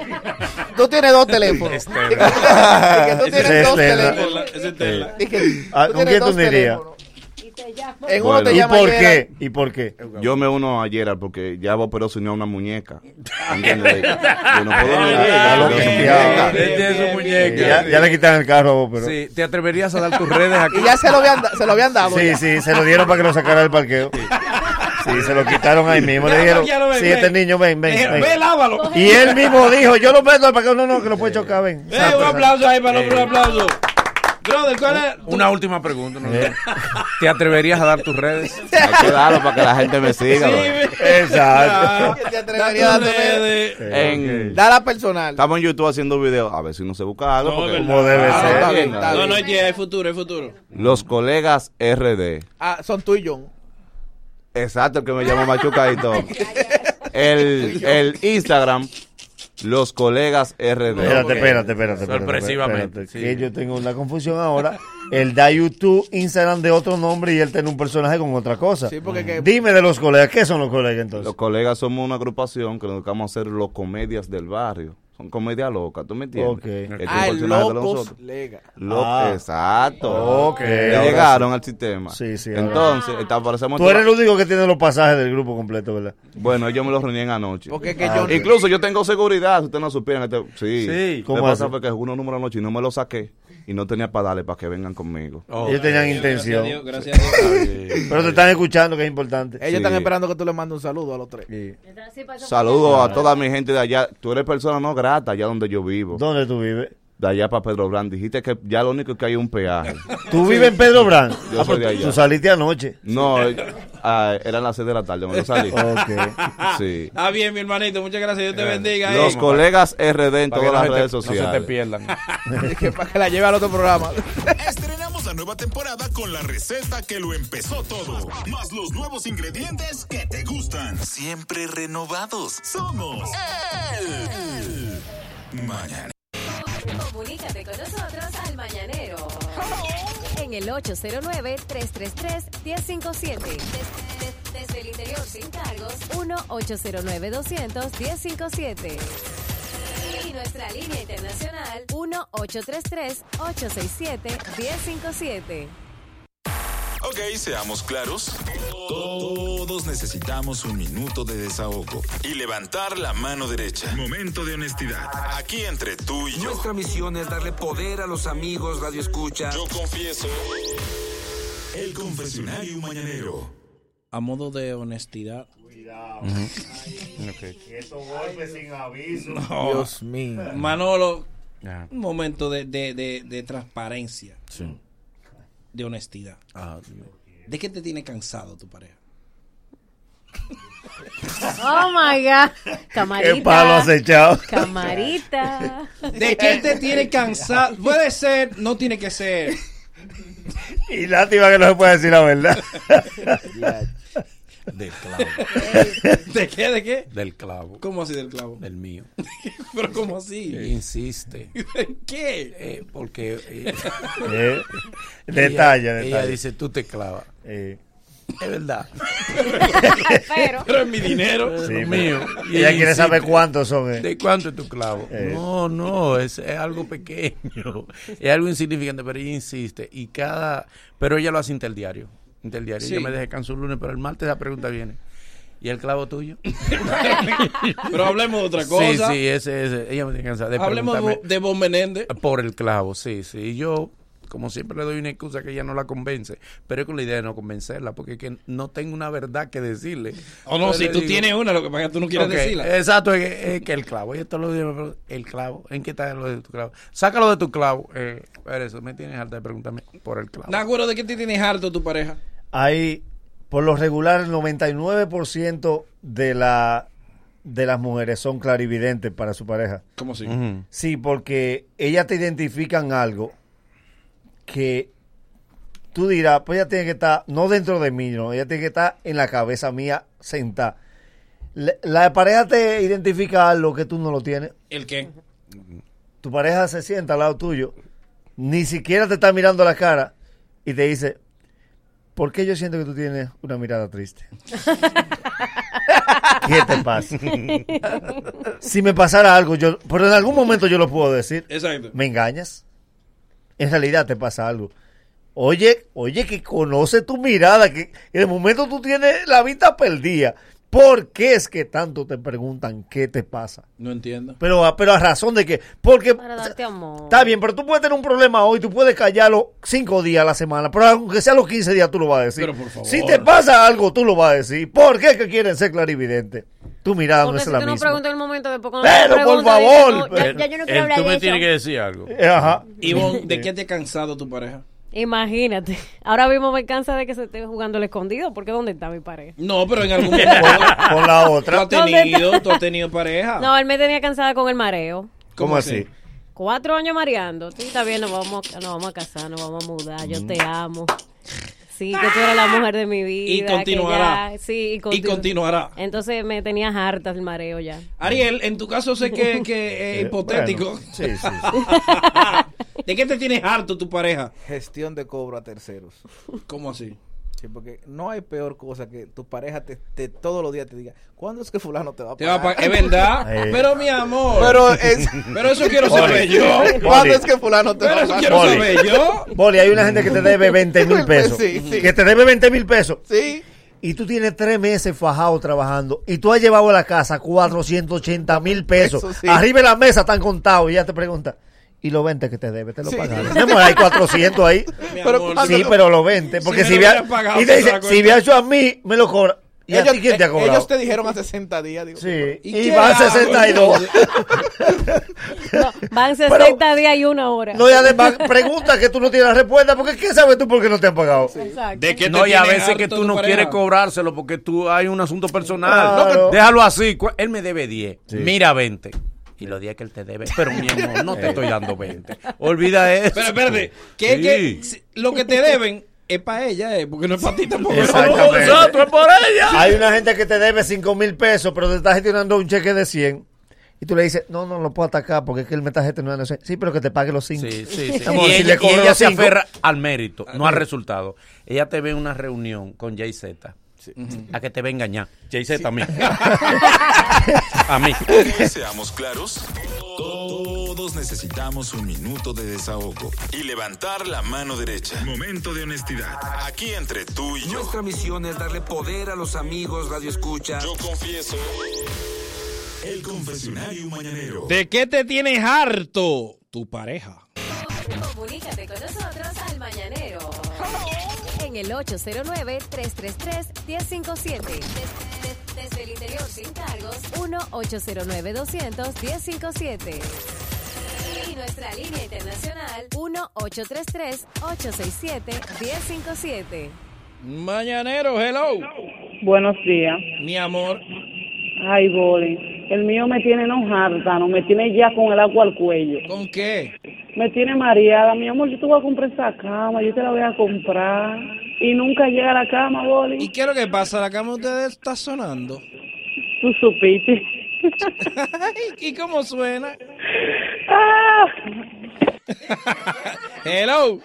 Tú tienes dos teléfonos. Dije, tú
[laughs]
Ese es
tienes dos
Estela.
teléfonos. Dije,
Ah,
tú
¿Con
tienes
quién
dos
te unirías?
teléfonos. En uno
Bueno.
te
¿Y
llama
por
Gerald.
¿Qué? ¿Y por qué?
Yo me uno a Gerard porque ya vos pero se unió a
[laughs]
una muñeca. ¿Entiendes? Yo no puedo negar que ya lo hizo. [laughs]
Ya, ya le quitaron el carro a Bopero.
Sí, ¿Te atreverías a dar tus redes aquí?
Y ya se lo habían, da- se lo habían dado.
Sí,
ya.
sí, se lo [laughs] dieron para que lo sacara del parqueo. Sí, se lo quitaron ahí mismo.
Ya
Le
lo-
dijeron,
ya lo ven,
sí,
ven. Eh,
este niño, ven, ven.
Dijeron,
ven".
"Ve, lávalo".
Y él mismo dijo, yo lo meto al parqueo. No, no, que lo puede chocar, ven.
Eh, un aplauso ahí para el hombre, un aplauso. Brother, ¿cuál es?
Una última pregunta. ¿no? ¿Te atreverías a dar tus redes?
[laughs]
Hay que darlo para que la gente me siga.
Sí,
bro.
ve-
[laughs]
Que te atreverías a darte-
En-
Da la personal.
Estamos en YouTube haciendo videos. A ver si no se busca algo.
No,
porque-
es verdad. Como debe
Ah,
ser.
está bien, está
No,
bien.
no, es que hay futuro, hay futuro.
Los colegas RD.
Ah, son tú y John.
Exacto, el que me llamó Machuca
[laughs]
y todo. El, el Instagram, los colegas RD.
Espérate, espérate, espérate. espérate,
Sorpresivamente,
espérate,
sí.
que yo tengo una confusión ahora. Él da YouTube, Instagram de otro nombre y él tiene un personaje con otra cosa.
porque que-
Dime de los colegas, ¿qué son los colegas entonces?
Los colegas somos una agrupación que nos dedicamos a hacer los comedias del barrio. Son comedias locas, ¿tú me entiendes?
Ok.
Este
Ah,
es un
el
personaje
Locos
de nosotros.
Lega.
Lo-
Ah.
Exacto.
Ok,
Ya
ahora
llegaron
sí.
al sistema.
Sí, sí, ahora
Entonces, está- aparecemos
Tú eres el único que tiene los pasajes del grupo completo, ¿verdad?
Bueno, ellos me los reunían anoche. Ah,
Porque
que yo-
Incluso yo tengo seguridad, si ustedes no supieran. este-
Sí.
Sí. Lo que
¿Cómo
pasa
así?
fue que uno número anoche y no me lo saqué. Y no tenía para darle para que vengan conmigo.
Oh, Ellos tenían intención. Pero te están escuchando, que es importante.
Ellos están esperando que tú le mandes un saludo a
[laughs]
[laughs]
los tres.
Saludos a toda mi gente de allá. Tú eres persona no grata allá donde yo vivo.
¿Dónde tú vives?
De allá para Pedro Brand. Dijiste que ya lo único es que hay es un peaje.
¿Tú vives en Pedro Brand?
Yo
Ah, pero
soy de
tú-
allá.
Tú saliste anoche.
No, eh, ah, eran las 6 de la tarde cuando yo salí.
Ok.
Sí.
Ah, bien, mi hermanito, muchas gracias, Dios te bendiga.
Los
eh.
colegas RD en
Para que
todas
no
las
se te-
redes
no se te
sociales.
pierdan.
Es que para que la lleve al otro programa.
Estrenamos la nueva temporada con la receta que lo empezó todo, más los nuevos ingredientes que te gustan. Siempre renovados. Somos el Mañanero.
Comunícate con nosotros al Mañanero. En el 809-333-1057. Desde, desde- desde el interior sin cargos, 1-809-200-1057. Y nuestra línea internacional, 1-833-867-1057.
Ok, seamos claros. Todos necesitamos un minuto de desahogo y levantar la mano derecha. Momento de honestidad. Aquí entre tú y yo.
Nuestra misión es darle poder a los amigos Radio Escucha.
Yo confieso. El confesionario mañanero.
A modo de honestidad.
Estos golpes sin aviso.
No.
Dios mío.
Manolo,
Ajá.
un momento de, de- de- de transparencia, de honestidad. ¿De qué te tiene cansado tu pareja?
Oh my God. Camarita.
¿Qué palo has echado?
Camarita.
Eh.
¿De qué te tiene cansado? Puede ser, no tiene que ser.
Y lástima que no se puede decir la verdad.
[laughs] Del clavo.
[laughs] ¿De qué? ¿De qué?
Del clavo.
¿Cómo así del clavo?
Del mío.
[laughs] Pero ¿cómo así?
Eh, Insiste.
[laughs] ¿De qué?
Eh, porque. eh,
[laughs]
[laughs]
Eh, detalla,
ella- Ella
detalla.
dice, tú te clavas.
Eh.
Es verdad.
[laughs]
[laughs]
Pero- Pero es mi dinero.
Es
Sí,
lo
pero-
mío.
Ella quiere saber cuántos son, eh.
¿De cuánto es tu clavo?
Eh.
No, no, es, es algo
[laughs]
pequeño. Es algo insignificante, pero ella insiste. Y cada. Pero ella lo hace interdiario. Interdiario.
Sí.
Yo me descanso el lunes, pero el martes la pregunta viene. ¿Y el clavo tuyo?
[laughs] Pero hablemos de otra cosa.
Sí, sí, ese, ese. Ella me tiene cansada de
Hablemos de
preguntarme-
Bo- de Bon Menéndez.
por el clavo, sí, sí. Y yo, como siempre, le doy una excusa que ella no la convence, pero es con la idea de no convencerla, porque es que no tengo una verdad que decirle.
O no,
Entonces
si
le
tú
digo,
tienes una, lo que pasa es que tú no quieres
ok,
decirla.
Exacto, es,
eh,
que- es que el clavo. Ella todos los días me pregunta, el clavo, ¿en qué está lo de tu clavo? Sácalo de tu clavo. Eh, pero eso, me tienes harta de preguntarme por el clavo.
Nagüero, ¿de qué te tienes harto tu pareja?
Hay, por lo regular, el 99% de, la, de las mujeres son clarividentes para su pareja.
¿Cómo así?
Ujú.
Sí, porque ellas te identifican algo que tú dirás, pues ella tiene que estar, no dentro de mí, no, ella tiene que estar en la cabeza mía sentada. La, la pareja te identifica algo que tú no lo tienes.
¿El qué?
tu pareja se sienta al lado tuyo, ni siquiera te está mirando a la cara y te dice, ¿Por qué yo siento que tú tienes una mirada triste? ¿Qué te pasa? si me pasara algo, yo, pero en algún momento yo lo puedo decir.
Exacto.
¿Me engañas? En realidad te pasa algo. Oye, oye, que conoce tu mirada, que en el momento tú tienes la vista perdida. ¿Por qué es que tanto te preguntan qué te pasa?
No entiendo.
Pero, a- pero a razón de que, porque
Para darte este amor.
Está bien, pero tú puedes tener un problema hoy, tú puedes callarlo cinco días a la semana, pero aunque sea los 15 días tú lo vas a decir.
Pero por favor.
Si te pasa algo, tú lo vas a decir. ¿Por qué es que quieren ser clarividentes? Tu mirada no
Porque Pues
es
si
la
tú no
misma.
preguntas en el momento, después cuando
Pero,
te
por
preguntan, dices,
favor,
no, ya,
pero-
ya yo no
Él,
quiero hablar
Eh, tú
de
me
eso.
tienes que decir algo.
Eh, Ajá.
Ivonne, ¿de qué te ha cansado tu pareja?
Imagínate. Ahora mismo me cansa de que se esté jugando el escondido, porque ¿dónde está mi pareja?
No, pero
[laughs]
en algún momento.
con la otra.
¿Tú has tenido, tú has tenido pareja?
No, él me tenía cansada con el mareo.
¿Cómo así?
Cuatro años mareando. Sí, está bien, nos vamos, nos vamos a casar, nos vamos a mudar. Yo te amo. Sí, que tú eres la mujer de mi vida.
Mm. Y
que
continuará.
ya- sí, y,
Y continuará.
Entonces me tenías hartas el mareo ya.
Ariel, en tu caso sé
[laughs]
que,
[laughs]
que es hipotético.
Eh, bueno, sí, sí,
[laughs] ¿De qué te tienes harto tu pareja?
Gestión de cobro a terceros.
¿Cómo así?
Sí, porque no hay peor cosa que tu pareja te, te- todos los días te diga, ¿cuándo es que fulano te va a
Te va a
pagar?"
pa- es verdad,
[laughs] Eh.
pero mi amor.
Pero es-
[laughs] Pero eso quiero saber
Oli.
yo.
[laughs] ¿Cuándo
es
que fulano te
Pero
va a
eso
pagar?
quiero
Boli.
saber yo.
Boli, hay una gente que te debe 20 mil pesos.
[laughs] Sí, sí.
Que te debe 20 mil pesos. Sí. Y tú tienes tres meses fajado trabajando y tú has llevado a la casa 480 mil pesos.
Eso sí.
Arriba de la mesa están contados y ya te pregunta. ¿Y los 20 que te debe? ¿Te lo
Sí.
pagaron? Tenemos Hay 400 ahí.
Mi amor,
sí,
si-
pero los 20. Porque
si
si,
me lo
vea-
hubieras pagado,
y te
te
dice,
saco
si
el-
me ha hecho a mí, me lo cobra. ¿Y a ti quién te ha cobrado?
ellos te dijeron a 60 días. Digo,
Sí.
¿y
Y,
qué
van
hago,
62.
Van 60 días y una hora.
No, y además preguntas que tú no tienes respuesta, porque ¿qué sabes tú por qué no te han pagado?
Exacto.
¿De qué te
no, y a
tiene
veces que
harto
tú
tu
no
pareja?
quieres cobrárselo porque tú hay un asunto personal.
Claro.
No, que- Déjalo así. Cu- Él me debe 10. Mira 20. Y los 10 que él te debe. Pero
[laughs]
mi amor, no te estoy dando 20. Olvida eso.
Pero espérate, que,
Sí.
que si- lo que te deben es para ella, eh, porque no es para ti tampoco.
Exactamente.
Nosotros, es por ella.
Hay una gente que te debe 5 mil pesos, pero te está gestionando un cheque de 100. Y tú le dices, no, no lo puedo atacar porque es que él me está gestionando. 100". Sí, pero que te pague los 5.
Sí, sí, sí.
Amor,
y
si
ella,
le
y
cobro
ella
los
se
cinco-
aferra al mérito, no al resultado. Ella te ve en una reunión con Jay Z. A que te va a engañar. Jay Z [laughs] a mí. a mí.
Seamos claros, todos necesitamos un minuto de desahogo y levantar la mano derecha. Momento de honestidad. Aquí entre tú y yo.
Nuestra misión es darle poder a los amigos Radio Escucha.
Yo confieso. El confesionario mañanero.
[laughs] ¿De qué te tienes harto tu pareja?
Comunícate con nosotros al Mañanero. En el 809-333-1057. Desde, desde el interior sin cargos, 1-809-200-1057. Y nuestra línea internacional, 1-833-867-1057.
Mañanero, hello.
Buenos días.
Mi amor.
Ay, Boli. El mío me tiene no harta, no me tiene ya con el agua al cuello.
¿Con qué?
Me tiene mareada. Mi amor, yo te voy a comprar esa cama, yo te la voy a comprar. Y nunca llega la cama, Boli.
¿Y qué es lo que pasa? ¿La cama de ustedes está sonando?
Tú
[laughs]
supiste.
¿Y cómo suena?
Ah.
Hello.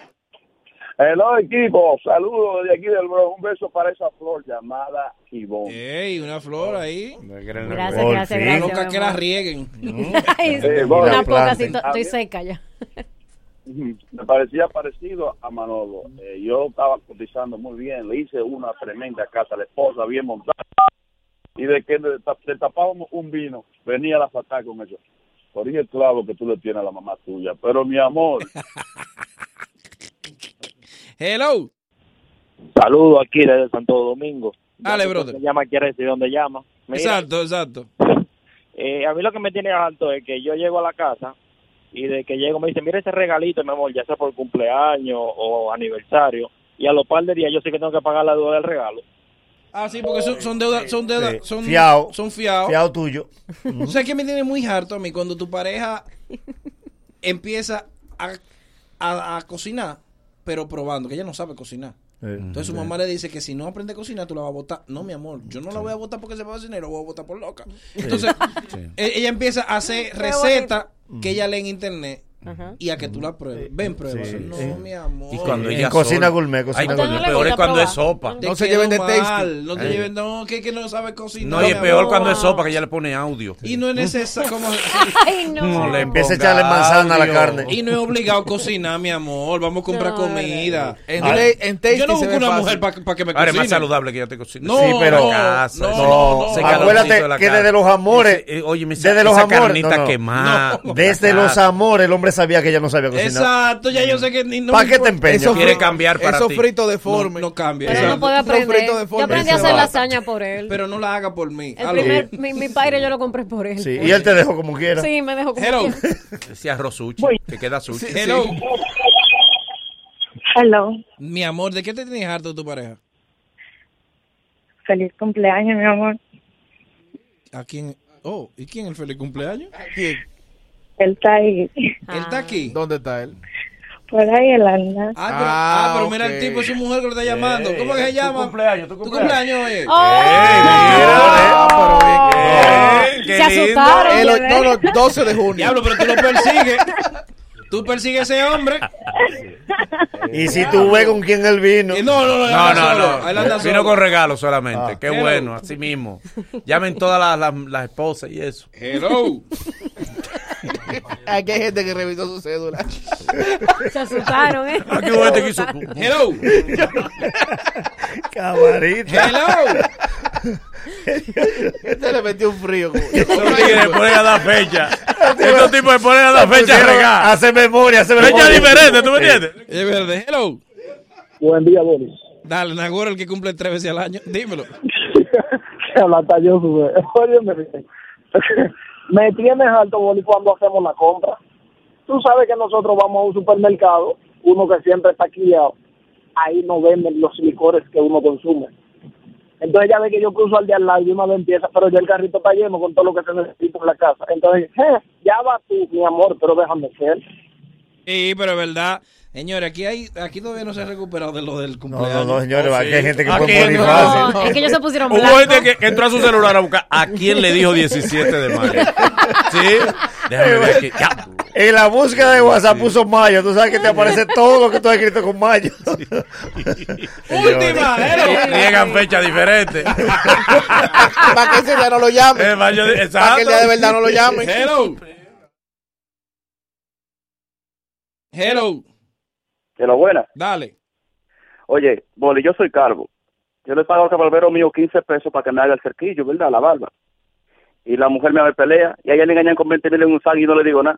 Hello, equipo. Saludos de aquí del Bronx. Un beso para esa flor llamada Ivonne.
Ey, una flor ahí.
Gracias, gracias, gracias.
No loca
mi
que la
amor. [laughs]
rieguen.
Mm. Ay,
Eh, bueno,
una
la
poca,
planta.
sí, to-
Ah,
estoy
bien.
seca ya.
Me parecía parecido a Manolo. Eh, yo estaba cotizando muy bien. Le hice una tremenda casa a la esposa, bien montada. Y de que le, tap- le tapábamos un vino, venía la fatal con eso. Por ahí el clavo que tú le tienes a la mamá tuya. Pero mi amor,
[laughs] Hello.
Saludos aquí desde Santo Domingo.
Dale,
Ya que
brother.
usted llama, quiere decir dónde llama. Mira,
Exacto, exacto.
eh, a mí lo que me tiene alto es que yo llego a la casa y de que llego me dicen, mira ese regalito, mi amor, ya sea por cumpleaños o aniversario. Y a los par de días yo sé que tengo que pagar la deuda del regalo.
Ah, sí, porque son, son deudas, son deudas,
Sí.
son
Fiao.
son fiao. [laughs]
Fiao
tuyo.
O sea, que me tiene muy harto a mí cuando tu pareja empieza a, a- a cocinar, pero probando, que ella no sabe cocinar. Entonces su mamá le dice que si no aprende a cocinar, tú la vas a votar. No, mi amor, yo no la voy a votar porque se va a cocinar, la voy a votar por loca. Entonces, e- ella empieza a hacer
Qué bonito.
recetas que ella lee en internet
Ajá.
y a que tú la pruebes. Ven, prueba.
Sí.
No,
Sí.
mi amor.
Y cuando En ella cocina sola. gourmet, cocina
Ay, gourmet. peor es cuando es sopa.
Te
No se
quedó
lleven de tasting.
mal, No te
Ay.
lleven, no, que, que no sabe
Eh.
cocinar.
No, y es
mi
peor
amor.
cuando es sopa, que ya le pone audio.
Y no es necesario. como-
Ay,
No le
Empieza a
ponga
echarle manzana a la
audio.
carne.
Y no es obligado a cocinar, mi amor. Vamos a comprar comida.
En
Yo-
ta-
en
yo
tasting
no
se
busco
ve
una
fácil.
mujer para que me
Ahora
cocine.
es más saludable que yo te cocine.
No, Sí, pero- no, no, no, no.
Acuérdate que desde los amores,
Oye, me
desde los amores, no,
carnita
no.
quemada.
desde los amores el hombre sabía que ella no sabía cocinar.
Exacto, ya yo sé que ni no
¿Para
me
qué te
importa.
empeñas?
Eso Quiere fri- cambiar para
eso
ti.
frito deforme. No, cambia.
Pero no
Exacto.
puede aprender.
frito de
Yo
forma.
aprendí a
Eso
hacer
va.
lasaña por él.
Pero no la haga por mí.
El
Hazlo.
primer, mi, mi padre yo lo compré por él.
Sí, y él te dejó como quiera.
Sí, me dejó como
Hello.
quiera.
Ese arroz sushi, que queda sushi.
Hello.
Hello,
Mi amor, ¿de qué te tienes harto tu pareja?
feliz cumpleaños, mi amor.
¿A quién? Oh, ¿y quién el feliz cumpleaños? ¿Quién?
Él está ahí, [laughs]
¿Él
Ah.
está aquí? ¿Dónde está él?
por ahí él anda.
Ah, pero, ah, pero mira el tipo, es su mujer que lo está llamando. ¿Cómo que se llama? Tu cumpleaños, tu cumpleaños. oye.
Oh.
Se asustaron, El- bebé. no, no,
12 de junio. Diablo, pero tú lo persigues. Tú persigues a ese hombre. [laughs]
Y si tú ves con quién él vino.
No, no,
No, no, no.
Él anda
Vino
solo.
con regalos solamente. Qué
Hello.
bueno, así mismo. Llamen todas las, las- las esposas y eso. [laughs]
Hello.
[laughs]
Aquí hay gente que revisó su
[laughs]
cédula.
Se asustaron, ¿eh?
Aquí hubo gente Ah, que hizo. [laughs]
Hello.
Camarita.
Hello.
Este le metió un frío. como-
Estos tigres le ponen a dar fecha. Estos tipos le ponen a dar fecha a regar.
Hace memoria, hace memoria.
Fecha diferente, ¿tú me entiendes?
Es verde. Hello.
Buen día, Boris.
Dale, Nagoro, el que cumple tres veces al año. Dímelo.
[laughs] La talló su vez. Óyeme bien. [laughs] Me tienes alto, Boris, cuando hacemos la compra. Tú sabes que nosotros vamos a un supermercado, uno que siempre está quillado. Ahí no venden los licores que uno consume. Entonces ya ve que yo cruzo al de al lado y una vez empieza, pero ya el carrito está lleno con todo lo que se necesita en la casa. Entonces, "Eh, ya va tú, mi amor, pero déjame ser.
Sí, pero es verdad. Señores, aquí hay, aquí todavía no se ha recuperado de lo del
No,
cumpleaños. Ah,
no, no, señores, aquí hay gente que
Aquí
puede morir
no.
fácil.
No, es que ellos se pusieron
Hubo
blancos.
gente que, que entró a su celular a buscar a quién le dijo 17 de mayo. ¿Sí? Déjame ver aquí. Ya.
En la búsqueda de WhatsApp puso Mayo. Tú sabes que te aparece todo lo que tú has escrito con Mayo.
[laughs] Última, Niegan fecha
[laughs]
diferente.
Para que ese día no lo llame.
Eh, mayo de-
Para que el día de verdad no lo llame.
Hello.
[laughs]
Hello.
Que lo buena.
Dale.
Oye, Boli, yo soy calvo. Yo le pago al caballero mío 15 pesos para que me haga el cerquillo, ¿verdad? La barba. Y la mujer me hace pelea y a ella le engañan con 20 mil en un saco y no le digo nada.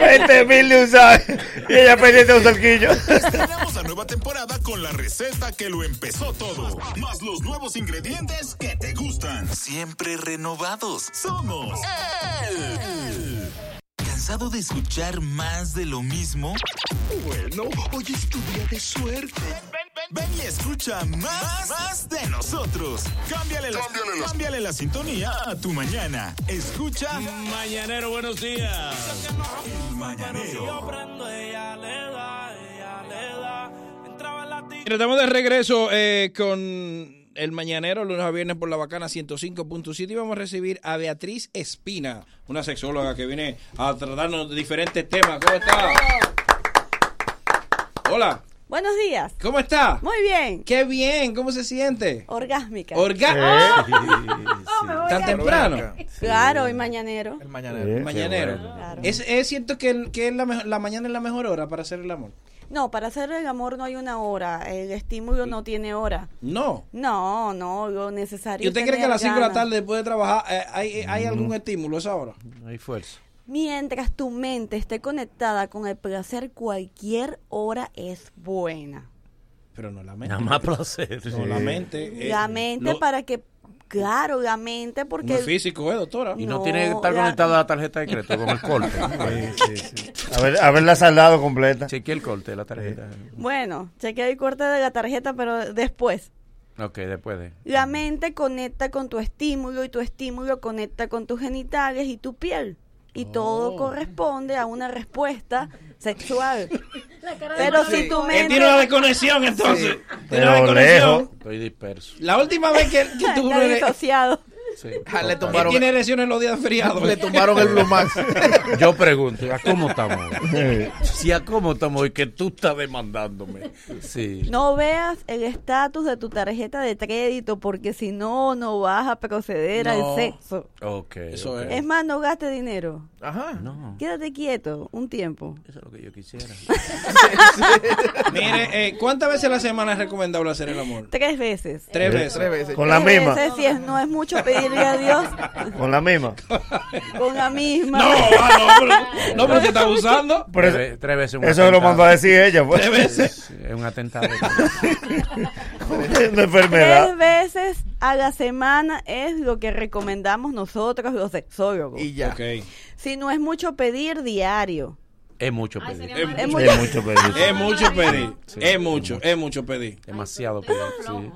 Este mil de usar. Y ella pendiente de un [laughs] cerquillo.
Vamos a nueva temporada con la receta que lo empezó todo. Más los nuevos ingredientes que te gustan. Siempre renovados. Somos el... ¿Cansado de escuchar más de lo mismo? Bueno, hoy es tu día de suerte. Ven y escucha más, más de nosotros. Cámbiale la, cámbiale, la, sintonía a tu mañana. Escucha. Mañanero, buenos días. El mañanero.
Mira, estamos de regreso eh, con el mañanero, lunes a viernes por la bacana 105.7 y vamos a recibir a Beatriz Espina, una sexóloga que viene a tratarnos de diferentes temas. ¿Cómo está? Hola,
Buenos días.
¿cómo está?
Muy bien.
Qué bien, ¿cómo se siente?
Orgásmica.
Orga. ¡Ah!
Oh, me voy
¿Tan
a-
temprano?
Claro, hoy mañanero.
Eh,
Mañanero.
Mañanero. ¿Es, es cierto que, que es la, mejo- la mañana es la mejor hora para hacer el amor?
No, para hacer el amor no hay una hora. El estímulo no tiene hora.
No.
No, no, lo necesario.
¿Y usted
es
cree que a
tener
las 5 de la
ganas.
tarde después de trabajar eh, hay, hay algún estímulo a esa hora? Hay fuerza.
Mientras tu mente esté conectada con el placer, cualquier hora es buena.
Pero no la mente.
Nada más placer.
No la mente. eh,
la mente
no-
para que. Claro, la mente porque.
No es físico, ¿eh, doctora?
Y no, tiene que estar
la-
conectada a la tarjeta de crédito con el
[laughs]
corte.
A ver, haberla saldado completa.
Chequea el corte de la tarjeta.
Bueno, chequea el corte de la tarjeta, pero después.
Ok, después de.
La mente conecta con tu estímulo y tu estímulo conecta con tus genitales y tu piel. Y
Oh.
todo corresponde a una respuesta sexual.
[laughs]
Pero si tu
Él tiene una
mente...
desconexión, entonces. Tiene
Pero
una desconexión.
lejos.
Estoy disperso.
La última vez que, que tuve
[laughs] Está
una-
disociado.
[laughs] Le tumbaron. Tiene erecciones los días feriados.
Le tumbaron el Blue Max.
[laughs] Yo pregunto, ¿a cómo estamos? Si a cómo estamos y que tú estás demandándome. Sí.
No veas el estatus de tu tarjeta de crédito porque si no, no vas a proceder
No.
al sexo.
Ok.
Eso
ok.
Es más, no gastes dinero.
Ajá.
No.
Quédate quieto un tiempo.
Eso es lo que yo
[laughs]
quisiera.
Mire, eh, ¿cuántas veces a la semana es recomendable hacer el amor?
Tres veces.
Tres veces. Tres veces.
Con la
Tres
misma.
veces, si es- no es mucho pedirle a Dios
Con la misma.
con la misma.
No, ah, no, pero, no, pero te está abusando.
Pero
tres, ve- tres veces un
Eso lo
atentado.
mandó a decir ella. Pues.
Tres veces.
Sí, Es un
[laughs]
atentado.
[laughs] Una enfermedad.
Tres veces a la semana es lo que recomendamos nosotros los sexólogos.
Y ya.
Si no es mucho pedir diario.
Es mucho pedir.
Es Es mucho.
mucho
pedir.
Es mucho pedir. es mucho, es mucho pedir.
Demasiado pedir. Sí.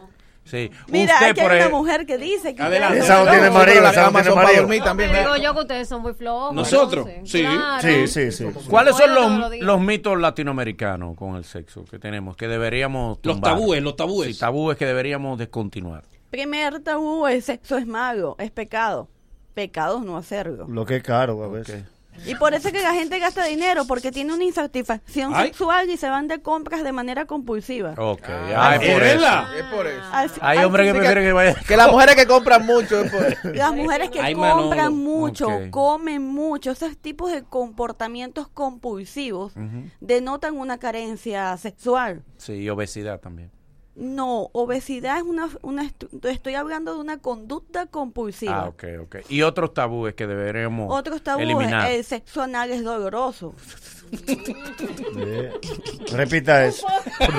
Sí.
Mira,
Usted
aquí hay
por e-
una
el-
mujer que dice que
Adelante.
Esa no tiene marido,
La
esa no
cama
tiene
son para
marido.
dormir también.
Te
¿eh?
digo yo que ustedes son muy flojos.
Nosotros,
entonces.
sí.
Claro.
Sí, sí, sí.
¿Cuáles son
Bueno, todos
los,
los días.
los mitos latinoamericanos con el sexo que tenemos, que deberíamos...
Los
tumbar?
tabúes, los tabúes.
Sí, tabúes que deberíamos descontinuar.
primer tabú es sexo es malo, es pecado. Pecado es no hacerlo.
Lo que es caro a veces.
Y por eso es que la gente gasta dinero, porque tiene una insatisfacción
Ay.
sexual y se van de compras de manera compulsiva.
Ok.
Ah,
ay, por
¿es
eso.
verdad?
Es por eso.
Al fi-
Hay
al
hombres que
fin-
prefieren que vaya...
Que las mujeres que compran mucho es por eso.
Las mujeres que
Ay, Manolo.
compran mucho,
Ok.
comen mucho, esos tipos de comportamientos compulsivos denotan una carencia sexual.
Sí, y obesidad también.
No, obesidad es una, una estu- estoy hablando de una conducta compulsiva.
Ah, ok, ok. Y otros tabúes que deberíamos
Otros tabúes,
eliminar.
eh,
el sexo anal es
[laughs]
doloroso.
Repita eso.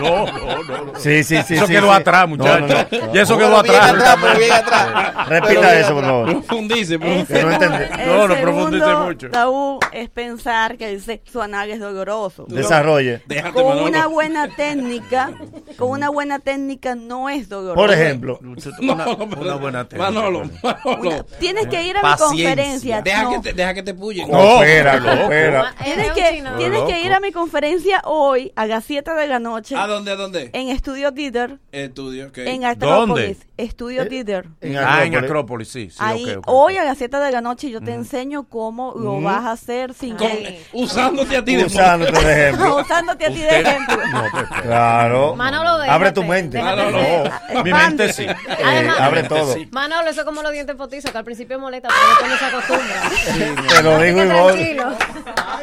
No, no, no. no.
Sí, sí, sí.
eso
sí,
quedó
sí.
atrás, muchachos.
No, no, no.
Y eso
Pero
quedó
bien
atrás.
atrás, pero
[laughs]
bien atrás. Pero
Repita
bien
eso, por
atrás.
favor.
Profundice,
El
profundice.
no
segundo-
entendí.
el
No, no
segundo
profundice mucho.
tabú es pensar que el sexo anal es doloroso.
Desarrolle.
Déjate,
Con
Manolo.
una buena técnica, con una buena técnica no es doloroso.
Por ejemplo,
Una,
No, pero-
una buena técnica.
Manolo,
Una-
Manolo.
tienes que ir a mi
Paciencia.
conferencia.
Deja,
no.
que te, deja que te puyen.
coopera,
Ah,
coopera.
Es
Ah, Tienes
de
que,
Uchina.
tienes que ir a mi conferencia hoy a las 7 de la noche
¿A dónde, a dónde?
en Estudio Theater
Estudio, ok.
en Acrópolis. Estudio
Eh,
Theater.
en
Ah,
Acrópolis.
en Acrópolis, sí. sí
Ahí,
ok, ok, ok.
hoy a las 7 de la noche yo te enseño cómo lo vas a hacer sin
Con-
que-
usándote a ti de
Usándote de
[laughs]
ejemplo. pues,
usándote a ti de
Usted-
ejemplo.
No, Pepe.
Claro.
Manolo, déjate,
Abre tu mente.
déjate
Manolo.
ser.
Ah,
Mi
expande.
mente sí.
Eh,
Además-
abre todo.
Manolo, eso es como los dientes potizos, que al principio molesta, pero después se acostumbra.
Te lo digo Ivonne.
Tranquilo.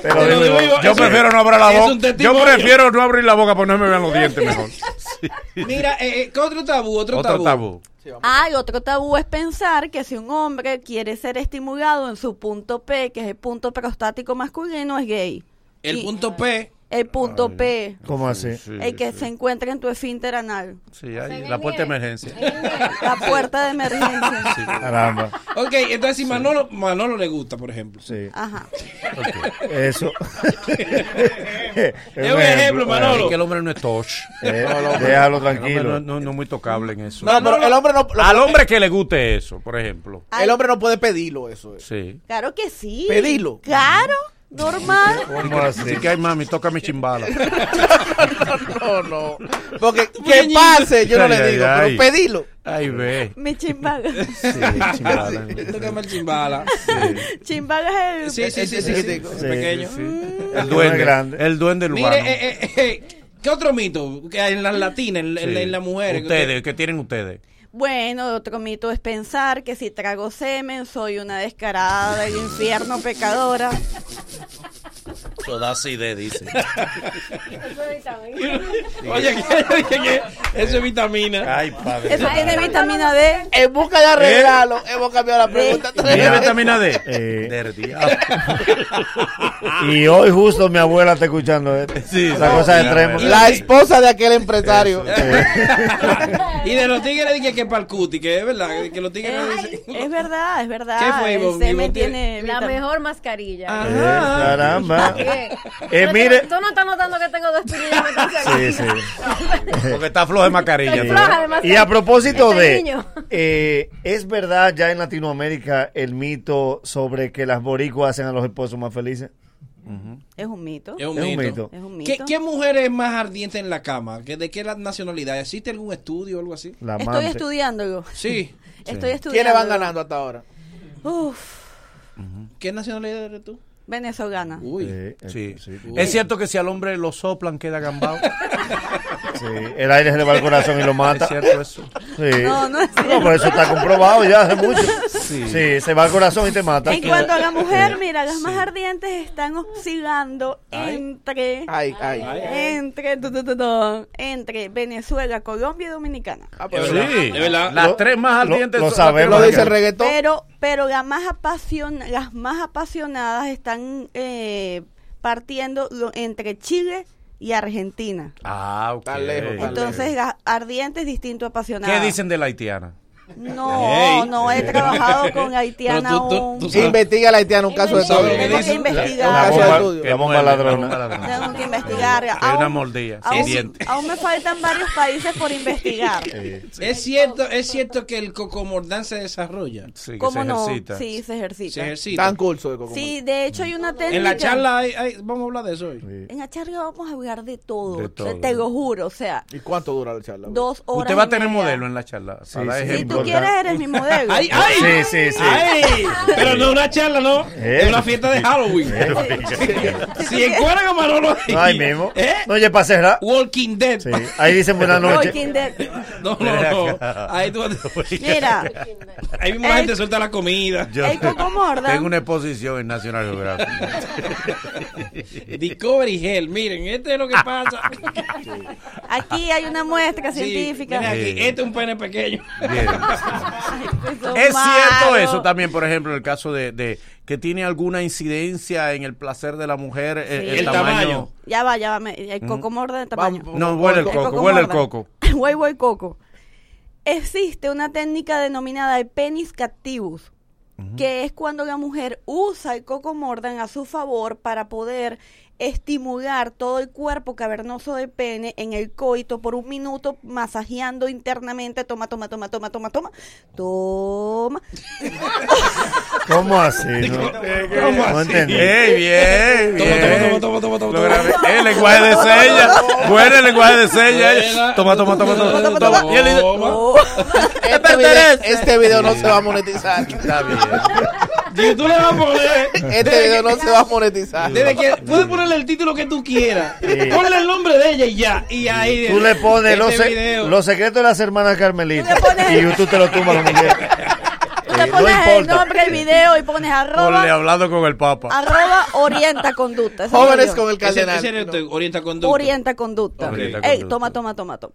Te lo digo
digo
Ivonne.
yo.
Yo
Eso-
prefiero no abrir la
es un
boca. Yo
testimonio.
prefiero no abrir la boca porque no me vean los dientes mejor. Sí.
Mira, eh, eh, ¿qué otro tabú? [laughs] Otro,
Otro
tabú.
tabú.
Ah, y otro tabú es pensar que si un hombre quiere ser estimulado en su punto P, que es el punto prostático masculino, es gay.
El
Y-
punto P.
El punto P,
¿Cómo así?
el que se encuentra en tu esfínter anal.
Sí, ahí, la puerta de emergencia.
La [laughs] puerta de
[laughs]
emergencia.
Caramba.
Ok, entonces si Manolo, Manolo le gusta, por ejemplo.
Sí.
Ajá.
Eso.
[laughs]
[laughs]
Es un ejemplo, Manolo.
eh, Es que el hombre no es touch.
Eh,
No, el
déjalo
hombre- el hombre
tranquilo.
No, no, no es muy tocable en eso.
No, pero el hombre no,
Al hombre que le guste eso, por ejemplo.
Ay,
el hombre no puede
[laughs]
pedirlo, eso es.
Sí.
Claro que sí.
Pedilo.
Claro, normal.
¿Cómo así?
Así que, ay, mami, toca mi chimbala.
No, no. Porque que
Pequeñito.
pase, yo no
Ay,
le
ay,
digo,
ay.
pero pedilo.
Ay, ve.
Me chimbaga.
Sí, chimbala.
Tócame el chimbala.
[laughs] Chimbaga es el...
Sí, sí, sí, sí. sí, sí,
Sí,
pequeño.
sí,
El
Es grande.
duende. El duende
Mire,
urbano.
eh, eh, eh, ¿qué otro mito que hay en las latinas, en, en-
Sí.
en las mujeres?
Ustedes, ¿qué tienen ustedes?
Bueno, otro mito es pensar que si trago semen soy una descarada del infierno pecadora.
Todas ideas, dice.
Eso es vitamina.
Oye, ¿qué, qué- qué- eso es vitamina.
Ay, padre.
Eso tiene vitamina D.
En busca de arreglarlo, hemos cambiado la pregunta.
¿Tiene vitamina D?
Eh.
Del diablo.
Y hoy justo mi abuela está escuchando esto.
Ah. Sí,
Esa
sí.
cosa
Y-
de tremo.
y-
La esposa de aquel empresario.
y de los tigres dije que es para el cuti, que es verdad, que los tigres
Es,
dicen-
es verdad, es verdad.
¿Qué fue,
el
Ivonne?
semen
Ivonne
tiene
La
vitamina-
mejor mascarilla.
Eh,
Ah.
Caramba.
¿Qué?
Eh,
No,
mire.
tú- Tú no estás notando que tengo dos
Sí,
ah,
pirillas.
sí.
Porque está floja de mascarilla.
Estoy
tú.
floja. además,
y a propósito
este
de,
niño.
eh, es verdad ya en Latinoamérica el mito sobre que las boricuas hacen a los esposos más felices.
Es un mito.
Es un mito.
Es un
¿Qué,
mito.
qué mujer es más ardiente en la cama? ¿Que ¿De qué la- nacionalidad? ¿Existe algún estudio o algo así?
Estoy estudiándolo.
Sí.
[laughs] Estoy estudiando.
¿Quiénes van ganando hasta ahora?
Uf,
¿Qué nacionalidad eres tú?
venezolana.
Uy.
Eh, Sí.
Uy.
Es cierto que si al hombre lo soplan queda gambado.
Sí, el aire se le va al corazón y lo mata.
[laughs] Es cierto eso.
Sí.
No, no es cierto.
pero eso está comprobado ya hace mucho.
Sí.
Sí. se va al corazón y te mata.
En cuanto a la
eh,
mujer, mira, las más ardientes están oscilando
Ay.
entre
Ay, ay. Ay, ay.
entre tu, tu, tu, tu, entre Venezuela, Colombia y Dominicana.
Sí,
Ah, pues, Es verdad, es verdad.
las
Lo-
tres más
lo-
ardientes
lo
son- las
sabemos. Lo
tres
Este
dice
más
el
ardientes.
Pero pero las más apasion, las más apasionadas están eh, partiendo lo- entre Chile y Argentina.
Ah, ok.
Entonces, las ardientes distinto apasionadas.
¿Qué dicen de la haitiana?
No,
Ey.
no he trabajado con haitiana
Pero tú- tú-
aún.
tú sabes.
Investiga la haitiana un caso de
Investiga,
estudio.
tengo que
Un
investigar.
caso de
bomba-
estudio.
que La bomba muerde, ladrona. la bomba ladrona.
Tengo que investigar.
Hay una
Aún-
moldilla.
Aún,
sin dientes.
aún me faltan varios países por
[laughs]
investigar.
Eh,
Es cierto, es cierto que el cocomordán se desarrolla.
Sí,
¿Cómo no? Sí, se ejercita.
Se ejercita.
Tan curso de cocomordán.
Sí, de hecho hay una técnica.
En la charla hay- hay- vamos a hablar de eso hoy.
En la charla vamos a hablar de todo.
De todo.
Te lo juro, o sea,
¿Y cuánto dura la charla?
dos horas.
Usted va a
y
tener
media.
modelo en la charla.
Sí,
para dar
sí.
Si
ejemplo.
tú quieres, eres mi modelo.
¡Ay,
Sí,
ay!
sí, sí.
¡Ay! Pero no es una charla, ¿no?
Eh.
Es una fiesta de Halloween. [laughs] Si encuentran a Manolo ahí, ¿eh?
No, ahí mismo. No, ya pasé, ¿verdad?
Walking Dead.
Sí, ahí dicen buena noche.
Walking Dead.
No, no, no. Ahí tú
Mira,
Ahí mismo la
El-
gente suelta la comida.
Yo
el cocomordan.
tengo una exposición en
[laughs]
National Geographic.
Discovery Hell, miren, este es lo que pasa.
Aquí hay una muestra
Sí,
científica.
miren aquí,
Sí.
este es un pene pequeño.
Bien.
Ay, pues, son
Es cierto
malos.
eso también, por ejemplo, en el caso de, de que tiene alguna incidencia en el placer de la mujer, eh,
Sí.
el,
El
tamaño.
Ya va, ya va. me- el coco morde de tamaño.
No, huele el coco, huele el
morda. [laughs]
coco.
Huele, huele coco. Existe una técnica denominada el penis captivus, que es cuando la mujer usa el coco mordan a su favor para poder estimular todo el cuerpo cavernoso del pene en el coito por un minuto, masajeando internamente, toma, toma, toma, toma, toma, toma, toma.
Eh,
¿Cómo
[laughs]
así? No,
¿Cómo
No
así?
entendí.
Ey, bien,
Toma,
bien.
toma, toma, toma, toma,
Lo
toma.
grabé. El lenguaje de señas. Bueno, el lenguaje de señas. Ella, Toma, toma, toma, toma. toma, Y él dice,
Oh. [laughs]
Este video, este video no se va a monetizar.
Está bien.
Y tú le vas a poner.
Este video no se va a monetizar.
Desde que puedes ponerle el título que tú quieras. Ponle el nombre de ella y ya. Y ahí.
Tú le pones
este
los, se-
video.
los secretos de las hermanas Carmelitas
Tú le pones-
y YouTube te lo tumba los muñecos.
Tú te
Eh,
pones
no
el
importa.
nombre del video y pones
Ponle
arroba,
hablando con el papa.
arroba orienta conducta. Ese
Jóvenes
soy yo.
con el
Ese- ese
cardenal.
era tu Orienta conducta.
Orienta conducta.
Orienta
Ey,
conducta.
toma, toma, toma, toma.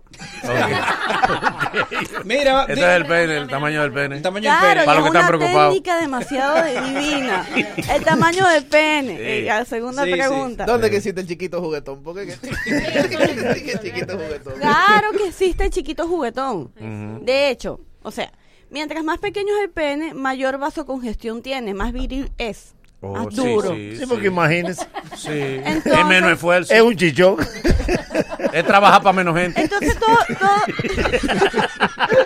Mira,
Este
di-
es el pene, el tamaño del pene.
el tamaño del
Claro,
pene.
y
Para los
es
que
una
están preocupados.
técnica demasiado de- divina. El tamaño del pene. Eh, la segunda
Sí, sí.
pregunta.
¿Dónde que existe el chiquito juguetón? ¿Por qué que el chiquito juguetón?
Claro que existe el chiquito juguetón. De hecho, o sea, mientras más pequeño es el pene, mayor vasocongestión tiene, más viril es. más
sí,
duro.
Sí, porque imagínense,
Sí.
Entonces-
es menos esfuerzo.
es un chichón.
Es trabajar para menos gente.
Entonces todo, todo-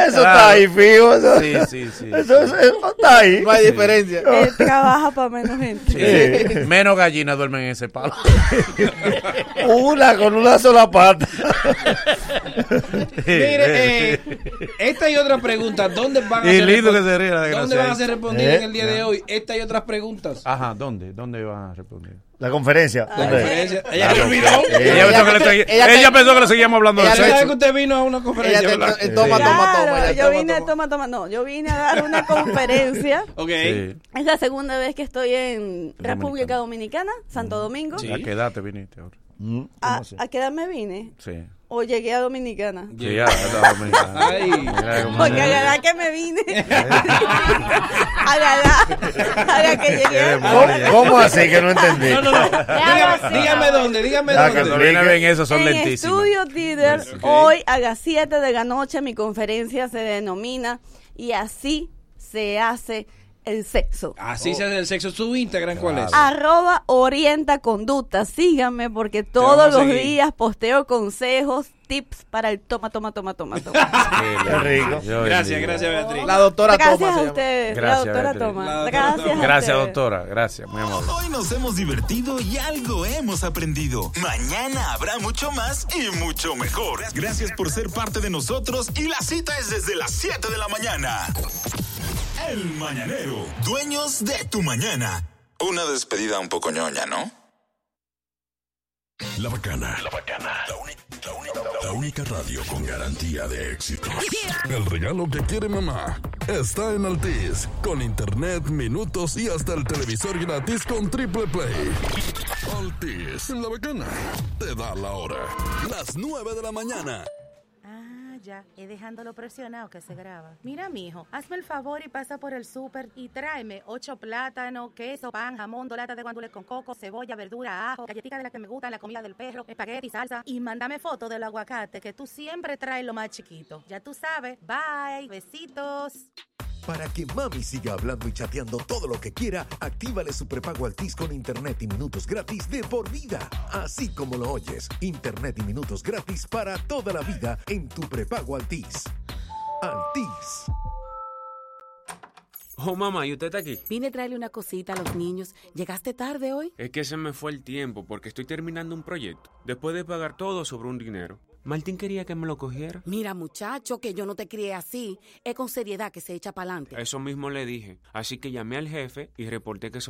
Eso está ahí, fijo. Eso,
Sí, sí, sí.
eso- eso está ahí.
No hay diferencia.
él trabaja para menos gente.
Sí. Menos gallinas duermen en ese palo.
Una con una sola
[laughs]
pata.
[laughs]
Mire, eh, esta y otra pregunta. ¿Dónde van a
Y
ser
lindo que
respon-
se ríe la
¿Dónde
desgracia
van a
ahí.
ser respondidas en
Eh.
el día de hoy? Esta y otras preguntas.
Ajá, ¿dónde? ¿Dónde van a responder?
La conferencia.
Ah,
¿dónde?
Conferencia. Ella se olvidó.
Ella, pensó que le segui-
ella te-
ella pensó que le seguíamos hablando del
ella
Ella
te-
sabe
sexo.
que usted vino a una conferencia,
Ella te-
¿verdad?
eh, toma, toma,
Claro,
toma. ella
yo
toma,
vine
toma.
a toma, toma, no, yo vine a dar una conferencia.
Ok.
Sí.
Es la segunda vez que estoy en
Dominicana.
República Dominicana, Santo Domingo.
Sí.
¿A qué edad te viniste ahora?
¿A, a qué edad me vine?
Sí.
¿O llegué a Dominicana?
Sí, ya, ya
[laughs]
dominicana.
Ay.
Mira cómo
Porque
se-
a la edad que me vine. [laughs] a la edad a la que llegué.
Qué
¿Cómo,
demonio.
cómo así que no entendí?
No, no, no.
ahora sí,
Dígame, dígame dónde, dígame
Ya,
dónde.
Cuando vienen ven eso son
en
lentísimas.
Estudio Theater,
Ok.
hoy a las 7 de la noche, mi conferencia se denomina Y así se hace el sexo.
Ah,
Así se hace el sexo. ¿Su Instagram cuál es?
Ah,
Arroba orienta conducta. Síganme porque
vamos a
todos los
seguir.
días posteo consejos, tips para el toma, toma, toma, toma,
[laughs]
toma.
Qué rico.
Gracias, gracias, Beatriz.
La doctora
Gracias
Toma.
a
se llama.
ustedes. La
Gracias,
doctora
Beatriz.
Toma.
La doctora
Gracias.
Toma.
a
Gracias,
ustedes.
doctora. Gracias, muy amable.
Hoy nos hemos divertido y algo hemos aprendido. Mañana habrá mucho más y mucho mejor. Gracias por ser parte de nosotros y la cita es desde las 7 de la mañana. El Mañanero, dueños de tu mañana. Una despedida un poco ñoña, ¿no?
La bacana. La bacana. La, única radio con garantía de éxito. El regalo que quiere mamá está en Altis. Con internet, minutos y hasta el televisor gratis con triple play. Altis, la bacana. Te da la hora. Las 9 de la mañana.
Ah, ya, es dejándolo presionado que se graba. Mira, mijo, hazme el favor y pasa por el súper y tráeme ocho plátanos, queso, pan, jamón, dos latas de guandules con coco, cebolla, verdura, ajo, galletita de la que me gusta, la comida del perro, espagueti, salsa. Y mándame foto del aguacate, que tú siempre traes lo más chiquito. Ya tú sabes. Bye, besitos.
Para que mami siga hablando y chateando todo lo que quiera, actívale su prepago Altis con internet y minutos gratis de por vida. Así como lo oyes, internet y minutos gratis para toda la vida en tu prepago Altis. Altis.
Oh, mamá, ¿y usted está aquí?
Vine a traerle una cosita a los niños. ¿Llegaste tarde hoy?
Es que se me fue el tiempo porque estoy terminando un proyecto. Después de pagar todo sobre un dinero. Martín quería que me lo cogiera.
Mira, muchacho, que yo no te crié así. Es con seriedad que se echa pa'lante.
Eso mismo le dije. Así que llamé al jefe y reporté que